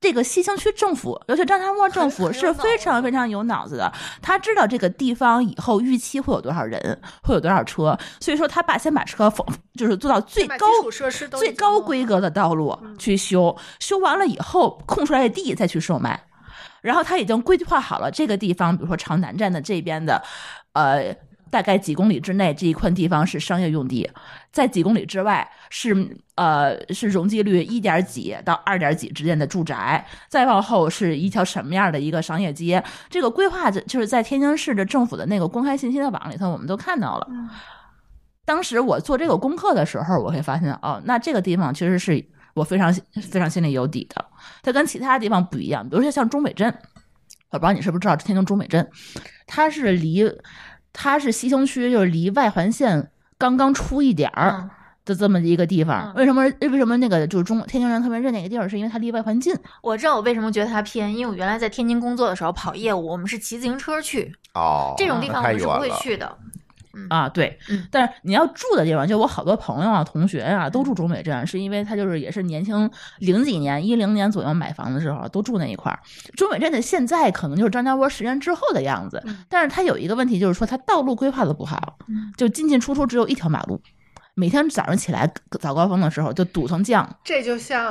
Speaker 2: 这个西青区政府，尤其张家窝政府
Speaker 3: 很很有
Speaker 2: 是非
Speaker 3: 脑
Speaker 2: 常
Speaker 3: 子
Speaker 2: 非常有脑子的，他知道这个地方以后预期会有多少人，会有多少车，所以说他把先把车缝就是做到最
Speaker 3: 先把
Speaker 2: 高
Speaker 3: 基础设施都已
Speaker 2: 最
Speaker 3: 经
Speaker 2: 高
Speaker 3: 弄好嗯
Speaker 2: 规格的道路去修，修完了以后空出来的地再去售卖。然后他已经规划好了这个地方，比如说朝南站的这边的，呃，大概几公里之内这一块地方是商业用地，在几公里之外是呃是容积率一点几到二点几之间的住宅，再往后是一条什么样的一个商业街。这个规划就就是在天津市的政府的那个公开信息的网里头，我们都看到了。
Speaker 5: 嗯
Speaker 2: 当时我做这个功课的时候，我会发现哦，那这个地方其实是我非常非常心里有底的，它跟其他地方不一样。比如说像中北镇，我不知道你是不是知道天津中北镇，它是离它是西城区，就是离外环线刚刚出一点儿。
Speaker 5: 嗯
Speaker 2: 的这么一个地方
Speaker 5: 嗯。
Speaker 2: 为什么为什么那个就是中天津人特别认那个地儿，是因为它离外环近。
Speaker 5: 我知道我为什么觉得它偏，因为我原来在天津工作的时候跑业务，我们是骑自行车去，
Speaker 1: 哦，
Speaker 5: 这种地方我
Speaker 1: 那太
Speaker 5: 们是
Speaker 1: 远
Speaker 5: 不会
Speaker 1: 了。
Speaker 5: 去的。
Speaker 2: 啊，对，
Speaker 5: 嗯
Speaker 2: 但是你要住的地方，就我好多朋友啊、同学啊，都住中北镇，是因为他就是也是年轻零几年、一零年左右买房的时候都住那一块儿。中北镇的现在可能就是张家窝十年之后的样子，
Speaker 5: 嗯
Speaker 2: 但是它有一个问题，就是说它道路规划的不好，
Speaker 5: 嗯
Speaker 2: 就进进出出只有一条马路，每天早上起来早高峰的时候就堵成酱，
Speaker 3: 这就像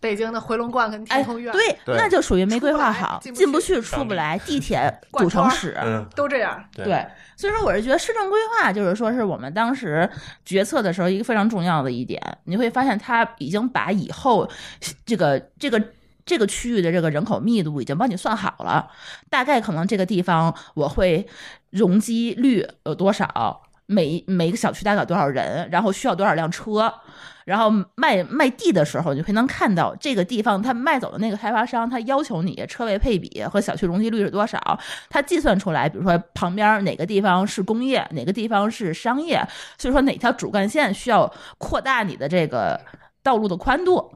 Speaker 3: 北京的回龙观跟天
Speaker 2: 哎，
Speaker 3: 通苑，，
Speaker 2: 对，
Speaker 1: 对
Speaker 2: 那就属于没
Speaker 3: 出
Speaker 2: 规
Speaker 3: 不
Speaker 2: 划
Speaker 3: 来
Speaker 2: 好，
Speaker 3: 进不
Speaker 2: 进不
Speaker 3: 去
Speaker 2: 去、出
Speaker 4: 上
Speaker 2: 不
Speaker 4: 力
Speaker 2: 来，地铁
Speaker 3: 拐
Speaker 2: 堵成
Speaker 3: 弯儿
Speaker 2: 屎，
Speaker 4: 嗯，
Speaker 3: 都这样。
Speaker 4: 对
Speaker 2: 对，所以说我是觉得市政规划就是说是我们当时决策的时候一个非常重要的一点，你会发现它已经把以后这个这个。这个区域的这个人口密度已经帮你算好了，大概可能这个地方我会容积率有多少，每每个小区大概有多少人，然后需要多少辆车，然后卖卖地的时候，你会能看到这个地方它卖走的那个开发商，他要求你车位配比和小区容积率是多少，它计算出来，比如说旁边哪个地方是工业，哪个地方是商业，所以说哪条主干线需要扩大你的这个道路的宽度。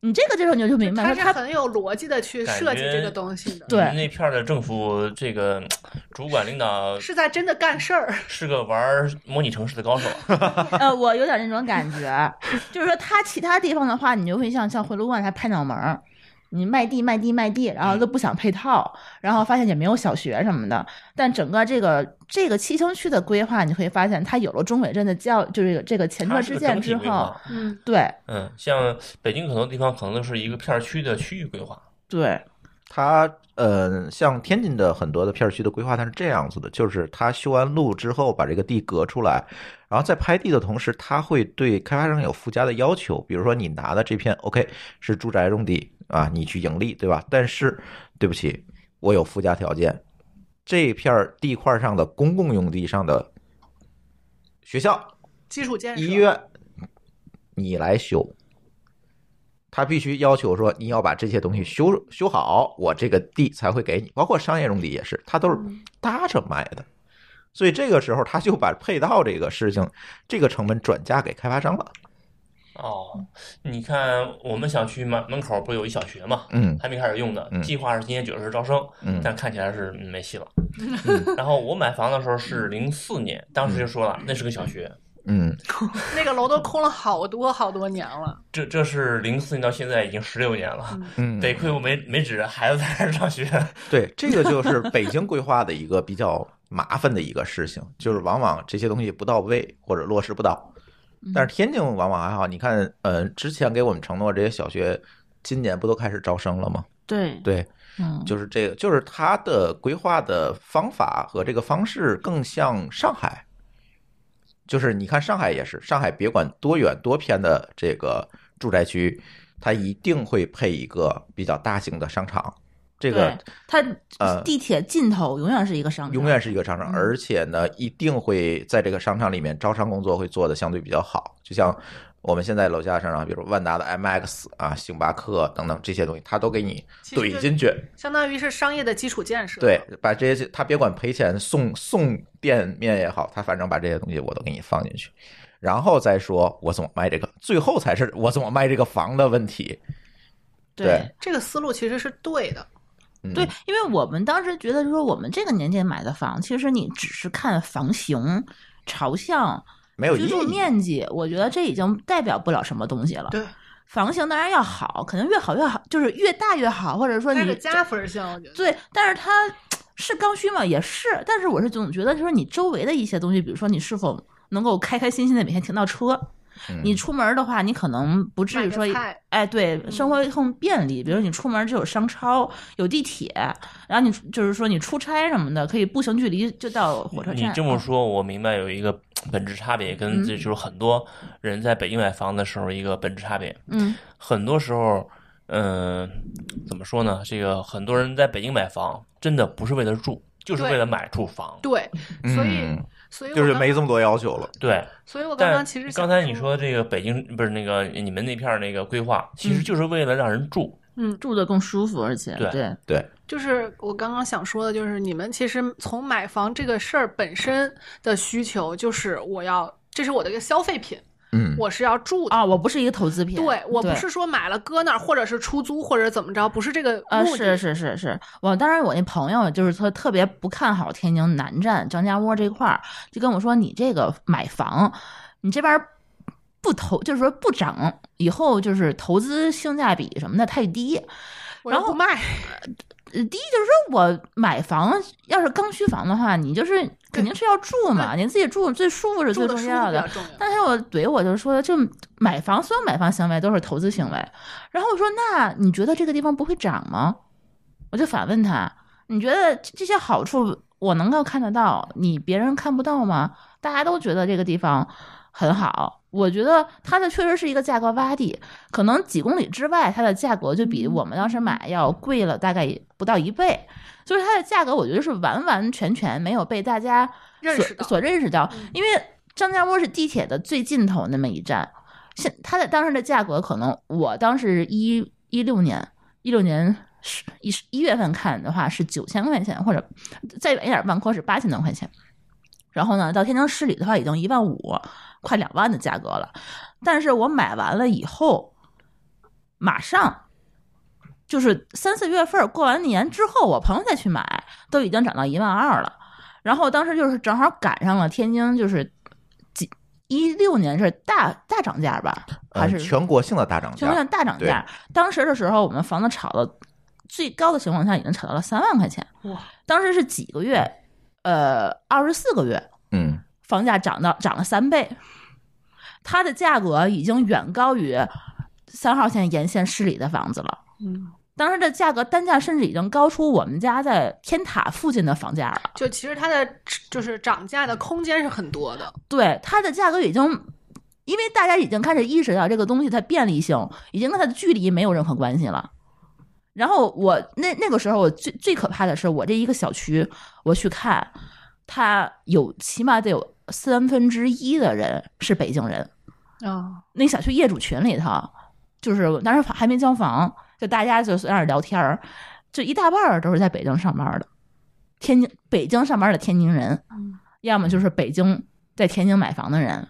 Speaker 2: 你这个这时候你就明白
Speaker 3: 它
Speaker 2: 说
Speaker 3: 是
Speaker 2: 它
Speaker 3: 很有逻辑的去
Speaker 4: 感
Speaker 3: 设计这
Speaker 4: 觉
Speaker 3: 个东西的，
Speaker 2: 对
Speaker 4: 你们那片儿的政府这个主管领导
Speaker 3: 是在真的干事儿。
Speaker 2: 嗯
Speaker 4: 是个玩儿模拟城市的高手，
Speaker 2: 呃，我有点那种感觉， 就是说它其他地方的话，你就会像像回龙观它拍脑门儿。你卖地卖地卖地，然后都不想配套，然后发现也没有小学什么的。但整个这个这个七星区的规划，你会发现它有了中北镇的教，就是这个前车
Speaker 4: 它是
Speaker 2: 之
Speaker 4: 个
Speaker 2: 鉴
Speaker 4: 整体
Speaker 2: 之
Speaker 4: 规
Speaker 2: 后
Speaker 4: 划，。
Speaker 3: 嗯，
Speaker 2: 对
Speaker 4: 嗯，像北京很多地方可能是一个片儿区的区域规划，
Speaker 2: 对，
Speaker 1: 它呃，像天津的很多的片儿区的规划，它是这样子的，就是它修完路之后，把这个地隔出来，然后在拍地的同时，它会对开发商有附加的要求，比如说你拿的这片 OK 是住宅用地啊，你去盈利，对吧？但是对不起，我有附加条件，这片儿地块上的公共用地上的学校、
Speaker 3: 基础建设，
Speaker 1: 医院，你来修。他必须要求说，你要把这些东西修修好，我这个地才会给你。包括商业用地也是，它都是搭着卖的，所以这个时候他就把配套这个事情，这个成本转嫁给开发商了。
Speaker 4: 哦，你看我们小区门门口不有一小学嘛，
Speaker 1: 嗯
Speaker 4: 还没开始用呢
Speaker 1: 嗯，
Speaker 4: 计划是今年九月十招生，
Speaker 1: 嗯
Speaker 4: 但看起来是嗯没戏 了
Speaker 1: 嗯。
Speaker 4: 然后我买房的时候是零四年，当时就说了那是个小学，
Speaker 1: 嗯，
Speaker 3: 那个楼都空了好多好多年了。
Speaker 4: 这这是零四年到现在已经十六年了，
Speaker 1: 嗯
Speaker 4: 得亏我没没指着孩子在这儿上学。
Speaker 1: 对，这个就是北京规划的一个比较麻烦的一个事情，就是往往这些东西不到位或者落实不到。
Speaker 2: 嗯
Speaker 1: 但是天津往往还好，你看，呃，之前给我们承诺这些小学，今年不都开始招生了吗？
Speaker 2: 对，
Speaker 1: 对，
Speaker 2: 嗯，
Speaker 1: 就是这个，就是它的规划的方法和这个方式更像上海。就是你看上海也是，上海别管多远多偏的这个住宅区，它一定会配一个比较大型的商场。这个
Speaker 2: 对它
Speaker 1: 呃
Speaker 2: 地铁尽头永远是一个商场，
Speaker 1: 永远是一个商场，
Speaker 2: 嗯
Speaker 1: 而且呢，一定会在这个商场里面招商工作会做的相对比较好。就像我们现在楼下的商场，比如万达的 MX 啊、星巴克等等这些东西，它都给你
Speaker 3: 其实
Speaker 1: 怼
Speaker 3: 就
Speaker 1: 进去，
Speaker 3: 相当于是商业的基础建设。
Speaker 1: 对，，把这些他别管赔钱送送店面也好，他反正把这些东西我都给你放进去，然后再说我怎么卖这个，最后才是我怎么卖这个房的问题。对
Speaker 2: 对
Speaker 3: 这个思路其实是对的。
Speaker 1: 嗯、
Speaker 2: 对，因为我们当时觉得说，我们这个年纪买的房，其实你只是看房型、朝向、
Speaker 1: 没有
Speaker 2: 居
Speaker 1: 意
Speaker 2: 住
Speaker 1: 义。
Speaker 2: 面积，我觉得这已经代表不了什么东西了。
Speaker 3: 对，
Speaker 2: 房型当然要好，可能越好越好，就是越大越好，或者说
Speaker 3: 它
Speaker 2: 你
Speaker 3: 是个加分项，我觉得。
Speaker 2: 对，但是它是刚需嘛，也是。但是我是总觉得，就是你周围的一些东西，比如说你是否能够开开心心的每天停到车，
Speaker 1: 嗯
Speaker 2: 你出门的话，你可能不至于说
Speaker 3: 买个菜，嗯
Speaker 2: 哎，对，生活更便利。比如你出门就有商超，有地铁，然后你就是说你出差什么的，可以步行距离就到火车
Speaker 4: 你
Speaker 2: 站。
Speaker 4: 这么说，我明白有一个本质差别，跟
Speaker 2: 嗯
Speaker 4: 这就是很多人在北京买房的时候一个本质差别。
Speaker 2: 嗯，
Speaker 4: 很多时候，嗯、怎么说呢？这个很多人在北京买房，真的不是为了住，就是
Speaker 3: 对
Speaker 4: 为了买住房。
Speaker 3: 对，所以
Speaker 1: 嗯
Speaker 3: 所以我
Speaker 1: 就是
Speaker 3: 刚
Speaker 1: 没这么多要求了。
Speaker 4: 对，
Speaker 3: 所以我刚
Speaker 4: 但
Speaker 3: 刚其实想
Speaker 4: 刚才你，说这个北京不是那个你们那片儿那个规划，其实就是为了让人住。
Speaker 3: 嗯，
Speaker 2: 住的更舒服，而且
Speaker 4: 对
Speaker 2: 对
Speaker 1: 对，
Speaker 3: 就是我刚刚想说的，就是你们其实从买房这个事儿本身的需求，就是我要，这是我的一个消费品，
Speaker 1: 嗯，
Speaker 3: 我是要住的。
Speaker 2: 啊、我不是一个投资品，
Speaker 3: 对我不是说买了搁那儿，或者是出租，或者怎么着，不是这个
Speaker 2: 呃，
Speaker 3: 目
Speaker 2: 是
Speaker 3: 的。
Speaker 2: 是是是，我当然我那朋友就是他特别不看好天津南站张家窝这块儿，就跟我说你这个买房，你这边儿不投，就是说不涨，以后就是投资性价比什么的太低。
Speaker 3: 我又
Speaker 2: 然后
Speaker 3: 不卖，
Speaker 2: 呃，第一就是说我买房要是刚需房的话，你就是肯定是要住嘛，你自己住最舒服是
Speaker 3: 住
Speaker 2: 最
Speaker 3: 的
Speaker 2: 重
Speaker 3: 舒服比
Speaker 2: 要的
Speaker 3: 较。重要。
Speaker 2: 但他又怼我，就是说，就买房，所有买房行为都是投资行为。然后我说，那你觉得这个地方不会涨吗？我就反问他，你觉得这这些好处我能够看得到，你别人看不到吗？大家都觉得这个地方很好，我觉得它的确实是一个价格洼地，可能几公里之外它的价格就比我们当时买要贵了大概不到一倍，就是它的价格我觉得是完完全全没有被大家
Speaker 3: 认
Speaker 2: 所
Speaker 3: 识到
Speaker 2: 所认识到
Speaker 3: 嗯，
Speaker 2: 因为张家窝是地铁的最尽头那么一站，现它的当时的价格可能我当时一一六年一六年十一十一月份看的话是九千块钱，或者再远一点，万科是八千多块钱。然后呢，到天津市里的话，已经一万五，快两万的价格了。但是我买完了以后，马上就是三四月份儿过完年之后，我朋友再去买，都已经涨到一万二了。然后当时就是正好赶上了天津就是几一六年是大大涨价吧，还是
Speaker 1: 呃全国性的大涨
Speaker 2: 全国
Speaker 1: 价
Speaker 2: 性，大涨价。当时的时候，我们房子炒到最高的情况下已经炒到了三万块钱。
Speaker 3: 哇！
Speaker 2: 当时是几个月？呃，二十四个月，
Speaker 1: 嗯，
Speaker 2: 房价涨到涨了三倍，它的价格已经远高于三号线沿线市里的房子了。
Speaker 3: 嗯，
Speaker 2: 当时的价格单价甚至已经高出我们家在天塔附近的房价了。
Speaker 3: 就其实它的就是涨价的空间是很多的。
Speaker 2: 对，它的价格已经，因为大家已经开始意识到这个东西它便利性已经跟它的距离没有任何关系了。然后我那那个时候，我最最可怕的是，我这一个小区，我去看，它有起码得有三分之一的人是北京人。
Speaker 3: 啊，
Speaker 2: 那小区业主群里头，就是我当时还没交房，就大家就在那儿聊天儿，就一大半儿都是在北京上班的，天津北京上班的天津人，要么就是北京在天津买房的人。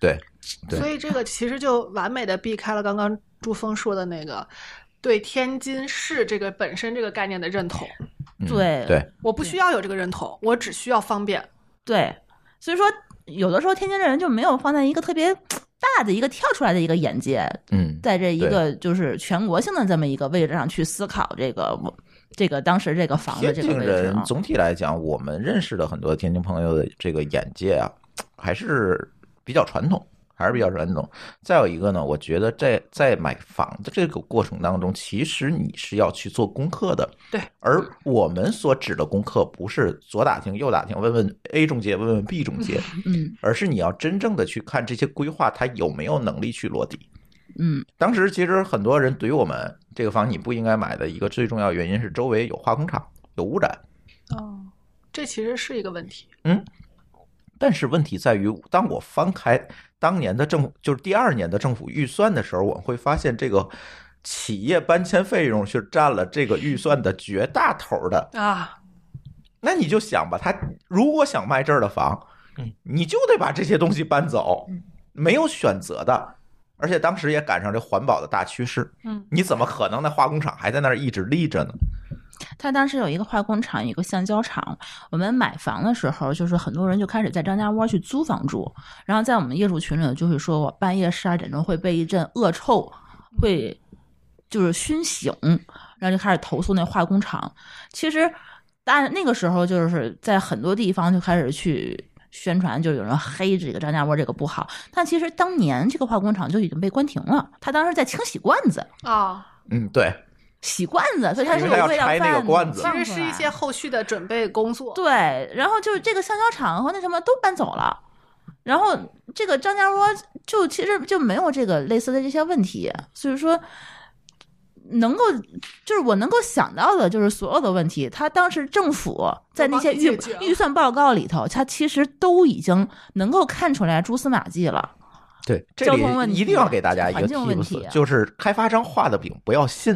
Speaker 1: 对，对
Speaker 3: 所以这个其实就完美的避开了刚刚朱峰说的那个对天津市这个本身这个概念的认同。
Speaker 1: 嗯
Speaker 2: 对
Speaker 1: 对，
Speaker 3: 我不需要有这个认同，我只需要方便。
Speaker 2: 对，所以说有的时候天津人就没有放在一个特别大的一个跳出来的一个眼界，
Speaker 1: 嗯，
Speaker 2: 在这一个就是全国性的这么一个位置上去思考这个这个当时这个房子
Speaker 1: 天
Speaker 2: 这个
Speaker 1: 津
Speaker 2: 位置
Speaker 1: 人
Speaker 2: 啊。
Speaker 1: 总体来讲，我们认识的很多天津朋友的这个眼界啊，还是比较传统，还是比较传统。再有一个呢，我觉得在在买房的这个过程当中，其实你是要去做功课的。
Speaker 3: 对，
Speaker 1: 而我们所指的功课，不是左打听右打听，问问 A 中介，问问 B 中 介，
Speaker 2: 嗯
Speaker 1: 而是你要真正的去看这些规划，它有没有能力去落地。
Speaker 2: 嗯，
Speaker 1: 当时其实很多人怼我们这个房你不应该买的一个最重要原因是周围有化工厂、有污染。
Speaker 3: 哦，这其实是一个问题。
Speaker 1: 但是问题在于，当我翻开当年的政府，就是第二年的政府预算的时候，我会发现这个企业搬迁费用是占了这个预算的绝大头的。
Speaker 3: 啊，
Speaker 1: 那你就想吧，他如果想卖这儿的房
Speaker 4: 嗯，
Speaker 1: 你就得把这些东西搬走，没有选择的。而且当时也赶上这环保的大趋势，
Speaker 3: 嗯，
Speaker 1: 你怎么可能那化工厂还在那儿一直立着呢？
Speaker 2: 他当时有一个化工厂，有一个橡胶厂。我们买房的时候，就是很多人就开始在张家窝去租房住，然后在我们业主群里，就是说我半夜十二点钟会被一阵恶臭
Speaker 1: 嗯
Speaker 2: 会就是熏醒，然后就开始投诉那化工厂。其实，但那个时候就是在很多地方就开始去。宣传就有人黑这个张家窝这个不好，但其实当年这个化工厂就已经被关停了，他当时在清洗罐子，
Speaker 3: 啊，
Speaker 1: 嗯，对，
Speaker 2: 洗罐子，所以它
Speaker 1: 因
Speaker 2: 是
Speaker 1: 为
Speaker 2: 有
Speaker 1: 它要
Speaker 2: 味道
Speaker 1: 拆那个
Speaker 2: 饭的
Speaker 1: 罐子
Speaker 3: 其
Speaker 2: 放
Speaker 3: 实
Speaker 2: 出
Speaker 3: 是一
Speaker 2: 来
Speaker 3: 些后续的准备工作。
Speaker 2: 对，然后就是这个橡胶厂和那什么都搬走了，然后这个张家窝就其实就没有这个类似的这些问题，所以说能够就是我能够想到的，就是所有的问题，他当时政府在那些
Speaker 3: 都
Speaker 2: 预
Speaker 3: 帮你解决了
Speaker 2: 预算报告里头，他其实都已经能够看出来蛛丝马迹了。
Speaker 1: 对，这
Speaker 2: 交
Speaker 1: 里
Speaker 2: 通问
Speaker 1: 一
Speaker 2: 题
Speaker 1: 定要给大家一个
Speaker 2: 环境问题啊
Speaker 1: tips，就是开发商画的饼不要信。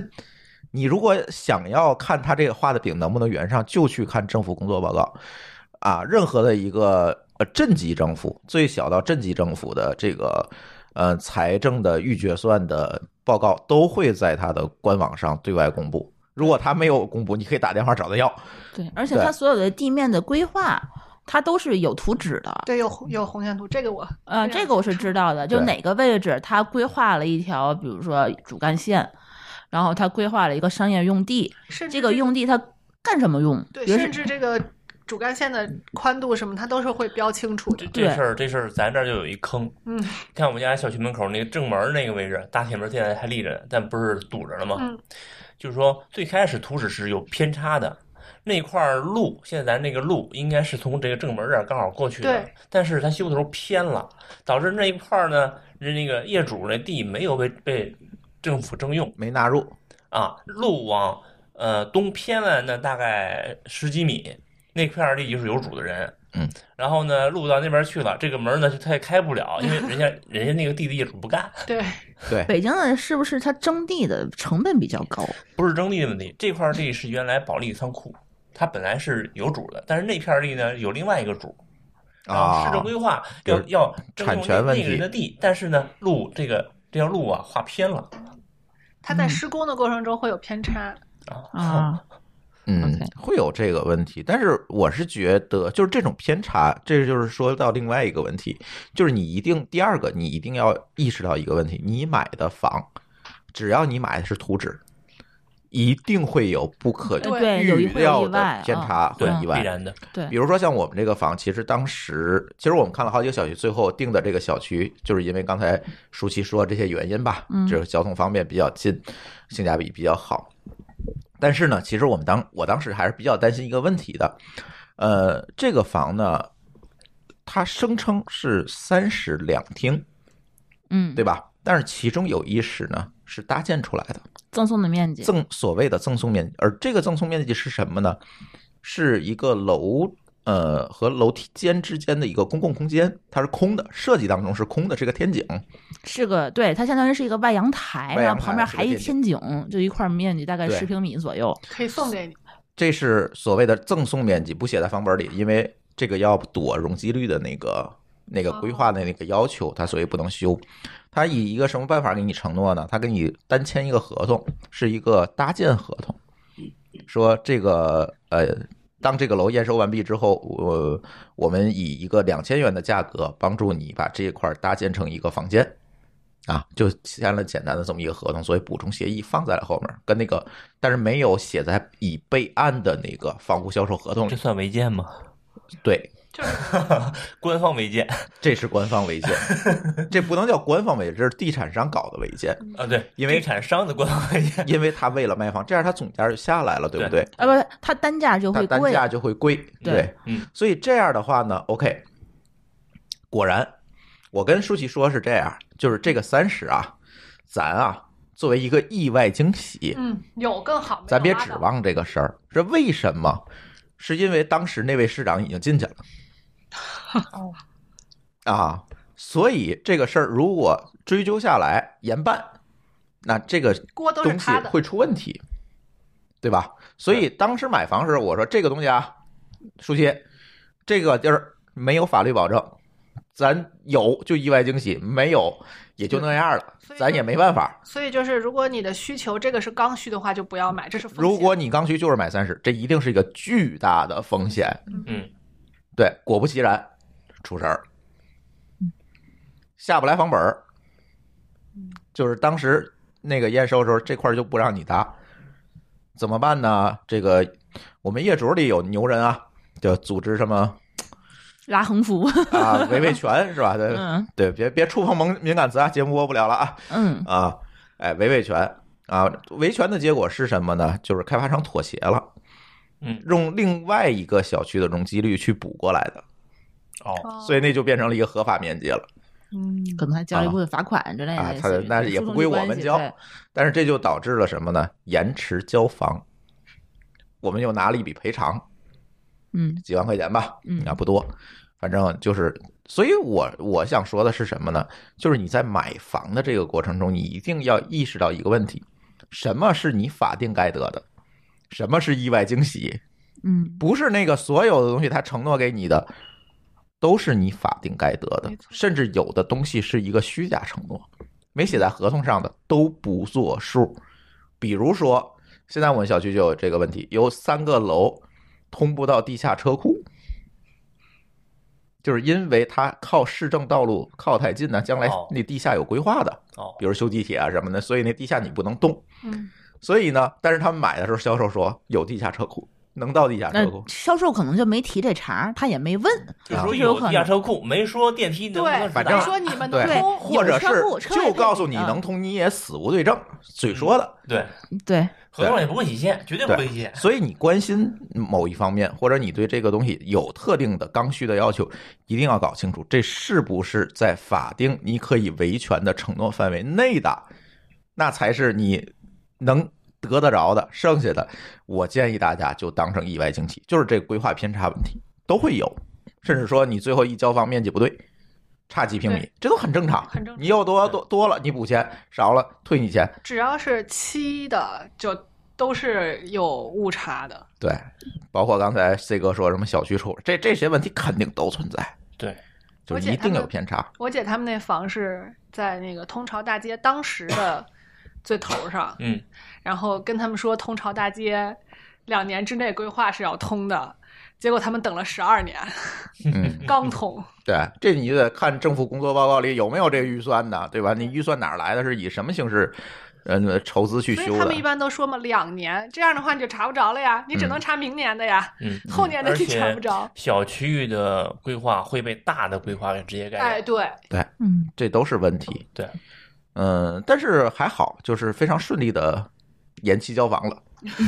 Speaker 1: 你如果想要看他这个画的饼能不能圆上，就去看政府工作报告啊，任何的一个。呃镇级政府，最小到镇级政府的这个呃财政的预决算的报告都会在它的官网上对外公布。如果他没有公布，你可以打电话找他要。
Speaker 2: 对，而且
Speaker 1: 对
Speaker 2: 它所有的地面的规划，它都是有图纸的。
Speaker 3: 对，有红有红线图，这个我
Speaker 2: 呃，
Speaker 3: 非常
Speaker 2: 这个我是知道的，就
Speaker 1: 对
Speaker 2: 哪个位置它规划了一条，比如说主干线，然后它规划了一个商业用地，
Speaker 3: 甚至
Speaker 2: 这个用地它干什么用？
Speaker 3: 对，
Speaker 2: 比如
Speaker 3: 甚至这个主干线的宽度什么，它都是会标清楚的。
Speaker 2: 对
Speaker 4: 这事儿，这事儿，咱这儿就有一坑。
Speaker 3: 嗯
Speaker 4: 你看我们家小区门口那个正门儿那个位置，大铁门现在还立着，呢，但不是堵着了吗？
Speaker 3: 嗯，
Speaker 4: 就是说最开始图纸是有偏差的，那块儿路现在咱那个路应该是从这个正门这儿刚好过去的
Speaker 3: 对，
Speaker 4: 但是他修的时候偏了，导致那一块儿呢，人那个业主那地没有被被政府征用
Speaker 1: 没纳入，
Speaker 4: 啊，路往呃东偏了那大概十几米，那片儿地就是有主的人。
Speaker 1: 嗯，
Speaker 4: 然后呢，路到那边去了，这个门呢他也开不了，因为人家人家那个地的业主不干，
Speaker 3: 对，
Speaker 1: 对，
Speaker 2: 北京的是不是它征地的成本比较高？
Speaker 4: 不是征地的问题，这块地是原来保利仓库，它本来是有主的，但是那片地呢有另外一个主，然后市
Speaker 1: 啊
Speaker 4: 政，规划
Speaker 1: 就
Speaker 4: 要
Speaker 1: 是
Speaker 4: 要征
Speaker 1: 产
Speaker 4: 用
Speaker 1: 权
Speaker 4: 那
Speaker 1: 问
Speaker 4: 那个人
Speaker 1: 题
Speaker 4: 的地，但是呢，路这个这条路啊划偏了
Speaker 3: 它在
Speaker 2: 嗯
Speaker 3: 施工的过程中会有偏差。
Speaker 2: 啊，
Speaker 1: 嗯
Speaker 2: OK，
Speaker 1: 会有这个问题，但是我是觉得，就是这种偏差，这就是说到另外一个问题，就是你一定第二个，你一定要意识到一个问题，你买的房，只要你买的是图纸，一定会有不可
Speaker 3: 对
Speaker 2: 呃对有
Speaker 1: 预
Speaker 2: 一会有
Speaker 1: 料
Speaker 2: 意外
Speaker 1: 的偏
Speaker 2: 啊
Speaker 1: 差和
Speaker 4: 对，
Speaker 1: 意
Speaker 4: 必
Speaker 1: 外，
Speaker 4: 然的，
Speaker 2: 对
Speaker 1: 比，如说像我们这个房，其实当时其实我们看了好几个小区，最后定的这个小区，就是因为刚才舒淇说这些原因吧，
Speaker 2: 嗯
Speaker 1: 就是交通方便比较近，性价比比较好。但是呢，其实我们当我当时还是比较担心一个问题的，呃，这个房呢，它声称是三室两厅，
Speaker 2: 嗯，
Speaker 1: 对吧？但是其中有一室呢是搭建出来的，
Speaker 2: 赠送的面积，
Speaker 1: 赠所谓的赠送面积，而这个赠送面积是什么呢？是一个楼呃和楼梯间之间的一个公共空间，它是空的，设计当中是空的，是个天井。
Speaker 2: 是个对，它相当于是一个外阳台，
Speaker 1: 外
Speaker 2: 然
Speaker 1: 阳
Speaker 2: 后
Speaker 1: 台
Speaker 2: 旁边
Speaker 1: 是个
Speaker 2: 还一
Speaker 1: 电梯
Speaker 2: 天井，就一块面积大概
Speaker 1: 对
Speaker 2: 十平米左右。
Speaker 3: 可以送给你，
Speaker 1: 这是所谓的赠送面积，不写在房本里，因为这个要躲容积率的那个那个规划的那个要求，它所以不能修。它以一个什么办法给你承诺呢？它给你单签一个合同，是一个搭建合同，说这个呃，当这个楼验收完毕之后，我、我们以一个两千元的价格帮助你把这一块搭建成一个房间。啊，就签了简单的这么一个合同，所以补充协议放在了后面，跟那个但是没有写在已备案的那个房屋销售合同
Speaker 4: 这
Speaker 1: 里。
Speaker 4: 算违建吗？
Speaker 1: 对，
Speaker 3: 就是
Speaker 4: 官方违建
Speaker 1: 这是官方违建，这不能叫官方违建，这是地产商搞的违建，
Speaker 4: 啊，对，
Speaker 1: 因为
Speaker 4: 地产商的官方违 建，
Speaker 1: 因为他为了卖房，这样他总价就下来了，对不对？
Speaker 2: 啊，不是，它单价就
Speaker 1: 它
Speaker 2: 会
Speaker 1: 单
Speaker 2: 贵，
Speaker 1: 价就会贵。
Speaker 2: 对
Speaker 4: 嗯，
Speaker 1: 所以这样的话呢，OK，果然，我跟舒淇说是这样，就是这个三十啊，咱啊作为一个意外惊喜，
Speaker 3: 嗯，有更好，没有
Speaker 1: 咱别
Speaker 3: 拉倒
Speaker 1: 指望这个事儿，是为什么？是因为当时那位市长已经进 去了，啊，所以这个事儿如果追究下来严办，那这个
Speaker 3: 锅都是
Speaker 1: 东西
Speaker 3: 他的，
Speaker 1: 会出问题，对吧？所以当时买房时，我说这个东西啊，舒淇，这个地儿没有法律保证，咱有就意外惊喜，没有也就那样了
Speaker 3: 所，以
Speaker 1: 咱
Speaker 3: 就
Speaker 1: 也没办法。
Speaker 3: 所以就是如果你的需求这个是刚需的话，就不要买，这是风险
Speaker 1: 如果你刚需就是买三十，这一定是一个巨大的风险。
Speaker 4: 嗯，
Speaker 1: 对，果不其然，出事儿了，下不来房本儿，就是当时那个验收的时候，这块儿就不让你搭，怎么办呢？这个我们业主里有牛人啊，就组织什么
Speaker 2: 拉横幅，
Speaker 1: 啊维维权是吧？对、
Speaker 2: 嗯
Speaker 1: 对，别别触碰敏敏感词啊，节目播不了了啊。
Speaker 2: 嗯，
Speaker 1: 啊，哎，维维权啊，维权的结果是什么呢？就是开发商妥协了，
Speaker 4: 嗯
Speaker 1: 用另外一个小区的容积率去补过来的，
Speaker 4: 哦，
Speaker 3: 哦
Speaker 1: 所以那就变成了一个合法面积了。
Speaker 3: 嗯，
Speaker 2: 可能还交一部分罚款之类的，
Speaker 1: 啊
Speaker 2: 类
Speaker 1: 他
Speaker 2: 似于
Speaker 1: 那
Speaker 2: 这
Speaker 1: 也
Speaker 2: 种
Speaker 1: 不
Speaker 2: 诉
Speaker 1: 归
Speaker 2: 讼的
Speaker 1: 我
Speaker 2: 关
Speaker 1: 们
Speaker 2: 系
Speaker 1: 交
Speaker 2: 对
Speaker 1: 但是这就导致了什么呢？延迟交房，我们又拿了一笔赔偿，
Speaker 2: 嗯
Speaker 1: 几万块钱吧，
Speaker 2: 嗯
Speaker 1: 啊，不多，反正就是。所以我我想说的是什么呢？就是你在买房的这个过程中，你一定要意识到一个问题：什么是你法定该得的，什么是意外惊喜，
Speaker 2: 嗯
Speaker 1: 不是那个所有的东西他承诺给你的都是你法定该得的
Speaker 3: 没错，
Speaker 1: 甚至有的东西是一个虚假承诺，没写在合同上的都不作数。比如说，现在我们小区就有这个问题，有三个楼通不到地下车库，就是因为它靠市政道路靠太近呢，将来
Speaker 4: 哦
Speaker 1: 那地下有规划的，
Speaker 4: 哦，
Speaker 1: 比如修地铁啊什么的，所以那地下你不能动。
Speaker 3: 嗯，
Speaker 1: 所以呢，但是他们买的时候，销售说有地下车库，能到地下车
Speaker 2: 那
Speaker 1: 库。
Speaker 2: 销售可能就没提这茬儿，他也没问。
Speaker 4: 就
Speaker 1: 啊
Speaker 4: 说
Speaker 2: 这有
Speaker 4: 有
Speaker 2: 可
Speaker 4: 地下
Speaker 2: 能
Speaker 4: 车库，没说电梯能不能
Speaker 3: 对，
Speaker 4: 直
Speaker 1: 反
Speaker 4: 达
Speaker 1: 正
Speaker 3: 说你们能
Speaker 1: 对
Speaker 3: 通，
Speaker 1: 或者是
Speaker 2: 有车库车位嗯
Speaker 1: 就告诉你能通，你也死无对证，嘴说的。
Speaker 4: 对
Speaker 2: 对，
Speaker 4: 合同上也不会体现，绝对不会体现。
Speaker 1: 所以你关心某一方面，或者你对这个东西有特定的刚需的要求，一定要搞清楚这是不是在法定你可以维权的承诺范围内的，那才是你能得得着的。剩下的，我建议大家就当成意外惊喜，就是这个规划偏差问题都会有，
Speaker 3: 嗯
Speaker 1: 甚至说你最后一交房面积不对。差几平米
Speaker 3: 对，
Speaker 1: 这都很正常。
Speaker 3: 很正常
Speaker 1: 你又多多多了，你补钱；少了，退你钱。
Speaker 3: 只要是期的，就都是有误差的。
Speaker 1: 对，包括刚才 C 哥说什么小区抽，这这些问题肯定都存在，
Speaker 4: 对，
Speaker 1: 就
Speaker 3: 而
Speaker 1: 是
Speaker 3: 且
Speaker 1: 一定
Speaker 3: 他
Speaker 1: 有
Speaker 3: 们
Speaker 1: 偏 差。
Speaker 3: 我姐他们那房是在那个通朝大街当时的最头上，
Speaker 4: 嗯，
Speaker 3: 然后跟他们说通朝大街两年之内规划是要通的，结果他们等了十二年，
Speaker 1: 嗯，
Speaker 3: 刚通。
Speaker 1: 对，这你就得看政府工作报告里有没有这个预算呢，对吧？你预算哪儿来的？是以什么形式，呃，筹资去
Speaker 3: 所
Speaker 1: 修
Speaker 3: 以他
Speaker 1: 的
Speaker 3: 们一？般都说嘛，两年这样的话你就查不着了呀，你只能查明年的呀，
Speaker 4: 嗯，
Speaker 3: 后年的
Speaker 4: 而
Speaker 3: 你
Speaker 4: 且
Speaker 3: 查不着。
Speaker 4: 小区域的规划会被大的规划给直接盖掉。
Speaker 3: 哎，对，
Speaker 2: 嗯，
Speaker 1: 这都是问题。
Speaker 4: 对，
Speaker 1: 嗯，但是还好，就是非常顺利的延期交房了，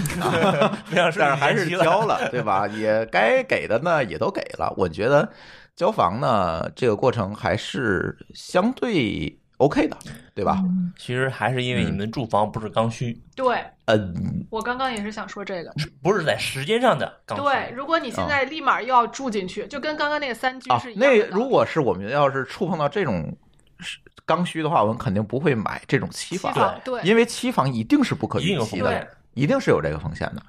Speaker 4: 非常顺
Speaker 1: 但
Speaker 4: 利
Speaker 1: 是还是
Speaker 4: 延期了
Speaker 1: 交了，对吧？ 也该给的呢也都给了。我觉得交房呢这个过程还是相对 OK 的，对吧？
Speaker 4: 其实还是因为你们住房不是刚需，
Speaker 3: 对
Speaker 1: 嗯，
Speaker 3: 我刚刚也是想说这个。
Speaker 4: 不是在时间上的刚需。
Speaker 3: 对，如果你现在立马又要住进去，就跟刚刚那个三居
Speaker 1: 啊
Speaker 3: 是一，
Speaker 1: 嗯
Speaker 3: 样
Speaker 1: 那
Speaker 3: 的。
Speaker 1: 如果是我们要是触碰到这种是刚需的话，我们肯定不会买这种期
Speaker 3: 期
Speaker 1: 房，
Speaker 3: 房对，
Speaker 1: 因为期房一定是不可
Speaker 4: 一定
Speaker 1: 预
Speaker 4: 有
Speaker 1: 期
Speaker 4: 风
Speaker 1: 的
Speaker 4: 险，
Speaker 1: 一定是有这个风险的，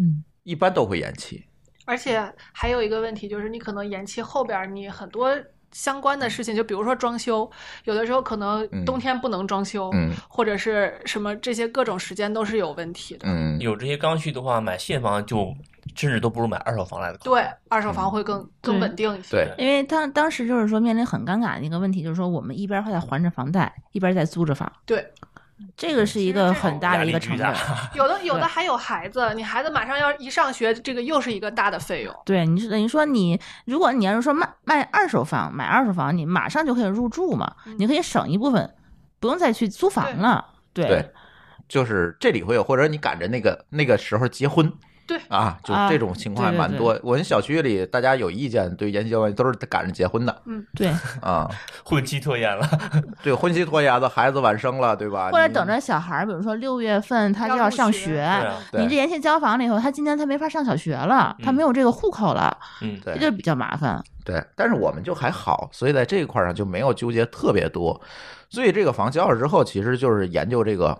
Speaker 2: 嗯，
Speaker 1: 一般都会延期。
Speaker 3: 而且还有一个问题就是，你可能延期后边儿你很多相关的事情，就比如说装修，有的时候可能
Speaker 1: 嗯
Speaker 3: 冬天不能装修，
Speaker 1: 嗯
Speaker 3: 或者是什么这些各种时间都是有问题的。
Speaker 1: 嗯，
Speaker 4: 有这些刚需的话，买现房就甚至都不如买二手房来的靠谱。
Speaker 3: 对，二手房会更更稳定一些。
Speaker 1: 嗯对，
Speaker 2: 因为当当时就是说面临很尴尬的一个问题，就是说我们一边儿在还着房贷，一边儿在租着房，
Speaker 3: 对，
Speaker 2: 这个是一个很大的一个成
Speaker 4: 压
Speaker 2: 本
Speaker 4: 力。巨大
Speaker 3: 有的有的还有孩子，你孩子马上要一上学，这个又是一个大的费用。
Speaker 2: 对，你是等于说你，如果你要是说卖卖二手房，买二手房，你马上就可以入住嘛，你可以省一部分，不用再去租房了。对
Speaker 1: 对就是这里会有，或者你赶着那个那个时候结婚，
Speaker 3: 对
Speaker 1: 啊，就
Speaker 2: 啊
Speaker 1: 这种情况还
Speaker 2: 对对
Speaker 1: 蛮多。我们小区里大家有意见，对延期交房都是赶着结婚的
Speaker 2: 对
Speaker 1: 啊，
Speaker 4: 婚期拖延了，
Speaker 1: 对婚期拖延了，孩子晚生了，对吧？
Speaker 2: 或者
Speaker 1: 你
Speaker 2: 等着小孩儿，比如说六月份他就
Speaker 3: 要入
Speaker 2: 上
Speaker 3: 学
Speaker 2: 学，
Speaker 4: 对啊，
Speaker 1: 对
Speaker 2: 你这延期交房了以后，他今年他没法上小学了，他
Speaker 4: 嗯
Speaker 2: 没有这个户口了，
Speaker 4: 嗯，
Speaker 1: 对
Speaker 2: 这就比较麻烦。
Speaker 1: 对，但是我们就还好，所以在这一块儿上就没有纠结特别多。所以这个房交了之后，其实就是研究这个，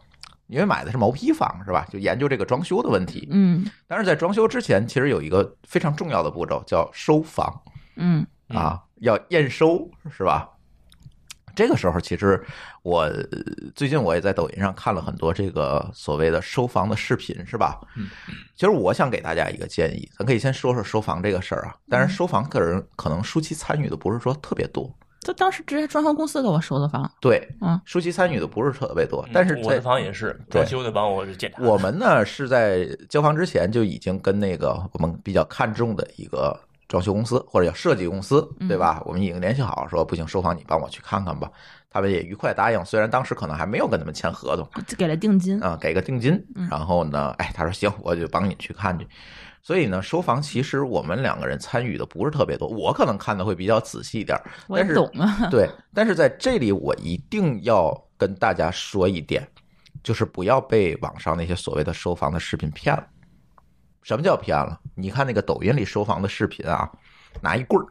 Speaker 1: 因为买的是毛坯房是吧？就研究这个装修的问题。
Speaker 2: 嗯
Speaker 1: 但是在装修之前，其实有一个非常重要的步骤叫收房
Speaker 2: 嗯，
Speaker 4: 嗯
Speaker 1: 啊，要验收是吧？这个时候，其实我呃最近我也在抖音上看了很多这个所谓的收房的视频，是吧？
Speaker 4: 嗯，
Speaker 1: 其实我想给大家一个建议，咱可以先说说收房这个事儿啊。但是收房个人可能舒淇参与的不是说特别多，
Speaker 2: 就当时直接装修公司给我收的房，
Speaker 1: 对，
Speaker 2: 嗯，
Speaker 1: 舒淇参与的不是特别多，但是
Speaker 4: 嗯我
Speaker 1: 在
Speaker 4: 的房也是
Speaker 1: 对
Speaker 4: 装修的，帮我检查。
Speaker 1: 我们呢是在交房之前就已经跟那个我们比较看重的一个装修公司或者叫设计公司，对吧？我们已经联系好，说不行，收房你帮我去看看吧。他们也愉快答应，虽然当时可能还没有跟他们签合同
Speaker 2: 就给了定金。
Speaker 1: 啊、给个定金。然后呢，哎，他说行，我就帮你去看去。所以呢，收房其实我们两个人参与的不是特别多，我可能看的会比较仔细一点儿，
Speaker 2: 我也
Speaker 1: 但是
Speaker 2: 懂啊，
Speaker 1: 对，但是在这里我一定要跟大家说一点，就是不要被网上那些所谓的收房的视频骗了。什么叫骗了？你看那个抖音里收房的视频啊，拿一棍儿，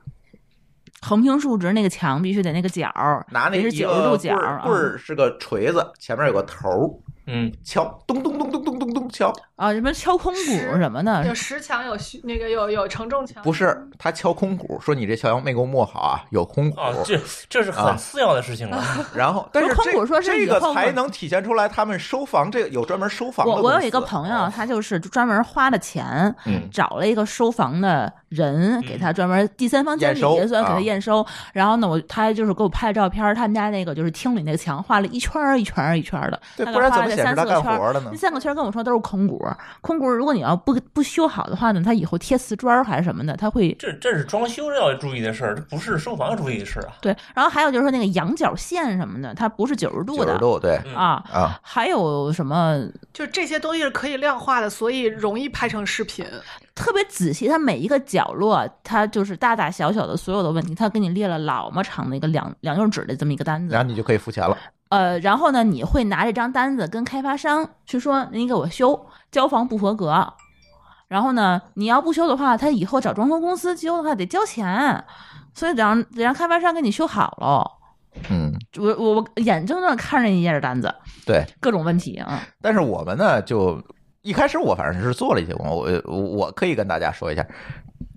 Speaker 2: 横平竖直那个墙必须得那个角儿，
Speaker 1: 拿那
Speaker 2: 得
Speaker 1: 一
Speaker 2: 是
Speaker 1: 个
Speaker 2: 九十度角
Speaker 1: 棍
Speaker 2: 儿
Speaker 1: 儿，
Speaker 2: 啊
Speaker 1: 棍儿是个锤子，前面有个头儿，
Speaker 4: 嗯，
Speaker 1: 敲，咚咚咚咚咚咚咚，敲，
Speaker 2: 啊，什么敲空鼓
Speaker 3: 是
Speaker 2: 什么的
Speaker 3: 有，石墙，有虚那个有有承重墙，
Speaker 1: 嗯不是他敲空鼓，说你这桥梁没够磨好啊，有空鼓。
Speaker 4: 啊，这这是
Speaker 1: 啊
Speaker 4: 很次要的事情了。
Speaker 1: 然后，但是
Speaker 2: 空
Speaker 1: 这
Speaker 2: 鼓说是
Speaker 1: 这
Speaker 2: 以
Speaker 1: 个
Speaker 2: 后
Speaker 1: 才
Speaker 2: 我
Speaker 1: 能体现出来他们收房这个有专门收房的
Speaker 2: 我我有
Speaker 1: 公
Speaker 2: 一个
Speaker 1: 司
Speaker 2: 朋友
Speaker 1: 啊，
Speaker 2: 他就是专门花了钱，
Speaker 1: 嗯
Speaker 2: 找了一个收房的人，给他专门第三方监理
Speaker 1: 验收
Speaker 2: 也算给
Speaker 1: 啊
Speaker 2: 他验收。然后呢，我他就是给我拍照片儿，他们家那个就是厅里那个墙画了一圈儿一圈儿一圈儿的，
Speaker 1: 对，
Speaker 2: 大
Speaker 1: 不
Speaker 2: 概
Speaker 1: 然
Speaker 2: 画
Speaker 1: 怎么
Speaker 2: 了这
Speaker 1: 显示
Speaker 2: 三
Speaker 1: 他
Speaker 2: 四个
Speaker 1: 干
Speaker 2: 圈儿。
Speaker 1: 活的呢
Speaker 2: 那？三个圈儿跟我说都是空鼓，空鼓如果你要不不修好的话呢，它以后贴瓷砖儿还是什么的，它会
Speaker 4: 这这是装修要注意的事儿，这不是收房要注意的事儿啊。
Speaker 2: 对。然后还有就是说那个仰角线什么的，它不是九十度
Speaker 1: 九
Speaker 2: 的
Speaker 1: 十度，对
Speaker 4: 嗯
Speaker 2: 啊。
Speaker 1: 啊，
Speaker 2: 还有什么
Speaker 3: 就这些东西是可以量化的，所以容易拍成视频。
Speaker 2: 特别仔细，它每一个角落，它就是大大小小的所有的问题，它给你列了老么长的一个两两页纸的这么一个单
Speaker 1: 然
Speaker 2: 子。
Speaker 1: 后你就可以付钱了。
Speaker 2: 呃，然后呢，你会拿这张单子跟开发商去说，你给我修，交房不合格。然后呢，你要不修的话，他以后找装修公司修的话得交钱，所以得让得让开发商给你修好了。
Speaker 1: 嗯，
Speaker 2: 我我我眼睁睁地看着一页单子，
Speaker 1: 对。
Speaker 2: 各种问题啊，
Speaker 1: 但是我们呢，就一开始我反正是做了一些工作，我我我可以跟大家说一下，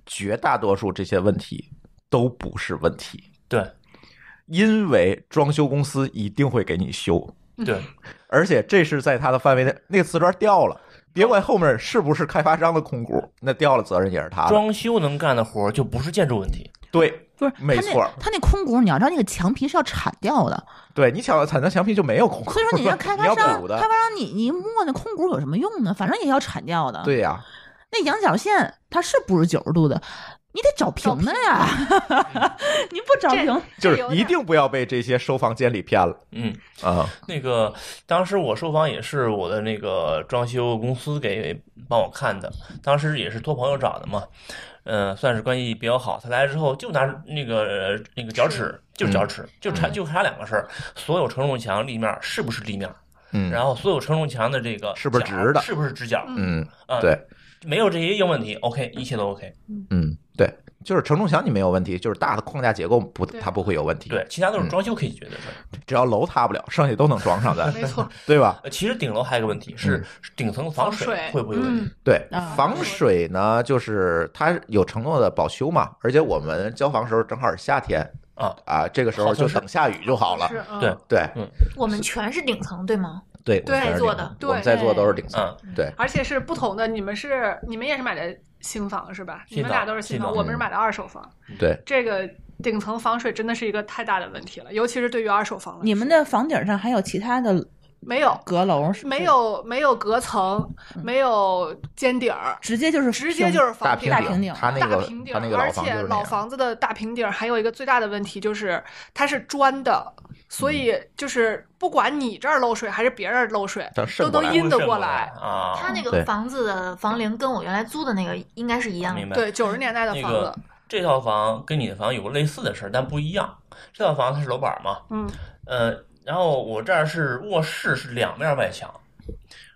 Speaker 1: 绝大多数这些问题都不是问题，
Speaker 4: 对
Speaker 1: 因为装修公司一定会给你修，
Speaker 4: 对，
Speaker 1: 而且这是在他的范围内，那个瓷砖掉了。别管后面是不是开发商的控股，那掉了责任也是他的。
Speaker 4: 装修能干的活儿就不是建筑问题。
Speaker 1: 对，
Speaker 2: 不是
Speaker 1: 没错儿
Speaker 2: 他那空鼓，你要知道那个墙皮是要铲掉的，
Speaker 1: 对你抢产能墙皮就没有控股，
Speaker 2: 所以说你让开发
Speaker 1: 你要
Speaker 2: 商，
Speaker 1: 补
Speaker 2: 开
Speaker 1: 的
Speaker 2: 发，商你你摸那空鼓有什么用呢？反正也要铲掉的。，
Speaker 1: 对呀、
Speaker 2: 那仰角线它是不是九十度的？你得找平的呀， 你不找
Speaker 3: 这
Speaker 2: 平，
Speaker 1: 就
Speaker 3: 这
Speaker 1: 是
Speaker 3: 有
Speaker 1: 一
Speaker 3: 点
Speaker 1: 定不要被这些收房监理骗了
Speaker 4: 嗯，
Speaker 1: 啊、
Speaker 4: 那个当时我收房也是我的那个装修公司给帮我看的，当时也是托朋友找的嘛，嗯、算是关系比较好。他来之后就拿那个、呃那个脚尺，就是脚
Speaker 1: 嗯
Speaker 4: 尺，就查就查两个事儿，所有承重墙立面是不是立面，
Speaker 1: 嗯，
Speaker 4: 然后所有承重墙的这个
Speaker 1: 是不是
Speaker 4: 角
Speaker 1: 直的
Speaker 4: 是不是直角，
Speaker 1: 嗯，
Speaker 4: 啊
Speaker 1: 对，
Speaker 4: 没有这些硬问题，OK，一切都 OK。
Speaker 1: 嗯，对，就是承重墙你没有问题，就是大的框架结构不，
Speaker 3: 对
Speaker 1: 它不会有问题。
Speaker 4: 对，，其他都
Speaker 1: 嗯
Speaker 4: 是装修可以解决的事儿。
Speaker 1: 只要楼塌不了，剩下都能装上的，
Speaker 3: 没错，
Speaker 1: 对吧？
Speaker 4: 呃，其实顶楼还有一个问题是顶层防
Speaker 3: 防
Speaker 4: 水
Speaker 3: 水
Speaker 4: 会不会有问题？
Speaker 3: 嗯，
Speaker 1: 对
Speaker 2: 啊，
Speaker 1: 防水呢，就是它有承诺的保修嘛，而且我们交房时候正好是夏天
Speaker 4: 啊
Speaker 1: 啊，这个时候
Speaker 4: 好像
Speaker 1: 就是等下雨就好了
Speaker 3: 是。，嗯
Speaker 4: 对
Speaker 1: 对
Speaker 5: 我们全是顶层，对吗？
Speaker 1: 对，
Speaker 3: 对
Speaker 1: 我们全是
Speaker 5: 做
Speaker 1: 顶
Speaker 5: 的
Speaker 1: 我们在座都是顶层
Speaker 4: 嗯。
Speaker 1: 对，
Speaker 3: 而且是不同的。你们是你们也是买的新房是吧？
Speaker 4: 新
Speaker 3: 你
Speaker 4: 房
Speaker 3: 们俩都是新
Speaker 4: 新
Speaker 3: 房，
Speaker 4: 房
Speaker 1: 嗯
Speaker 3: 我们是买的二手房。
Speaker 1: 对，
Speaker 3: 这个顶层防水真的是一个太大的问题了，尤其是对于二手房来说。
Speaker 2: 你们的房顶上还有其他的
Speaker 3: 没有
Speaker 2: 阁楼是不是
Speaker 3: 没有没有隔层，没有尖顶儿，
Speaker 2: 直接就是
Speaker 3: 直接就是
Speaker 1: 大
Speaker 3: 房
Speaker 1: 平
Speaker 3: 顶。
Speaker 2: 大平顶
Speaker 1: 它那
Speaker 3: 大
Speaker 1: 个
Speaker 3: 平顶
Speaker 1: 它
Speaker 3: 儿，
Speaker 1: 那个
Speaker 3: 而
Speaker 1: 老房就
Speaker 3: 且
Speaker 1: 是那
Speaker 3: 老
Speaker 1: 样。
Speaker 3: 房子的大平顶儿还有一个最大的问题就是它是砖的，
Speaker 1: 嗯
Speaker 3: 所以就是不管你这儿漏水还是别人儿漏水
Speaker 1: 它，渗过
Speaker 3: 都都
Speaker 1: 来
Speaker 3: 阴得
Speaker 4: 渗
Speaker 3: 过
Speaker 4: 来
Speaker 3: 来。
Speaker 4: 啊！
Speaker 5: 它那
Speaker 1: 哦对
Speaker 5: 个房子的房龄跟我原来租的那个应该是一样的
Speaker 4: 明。白
Speaker 3: 对，九十年代的
Speaker 4: 那
Speaker 3: 房子
Speaker 4: 个，这套房跟你的房有个类似的事儿，但不一样。这套房它是楼板嘛，
Speaker 3: 嗯，
Speaker 4: 呃，然后我这儿是卧室是两面外墙，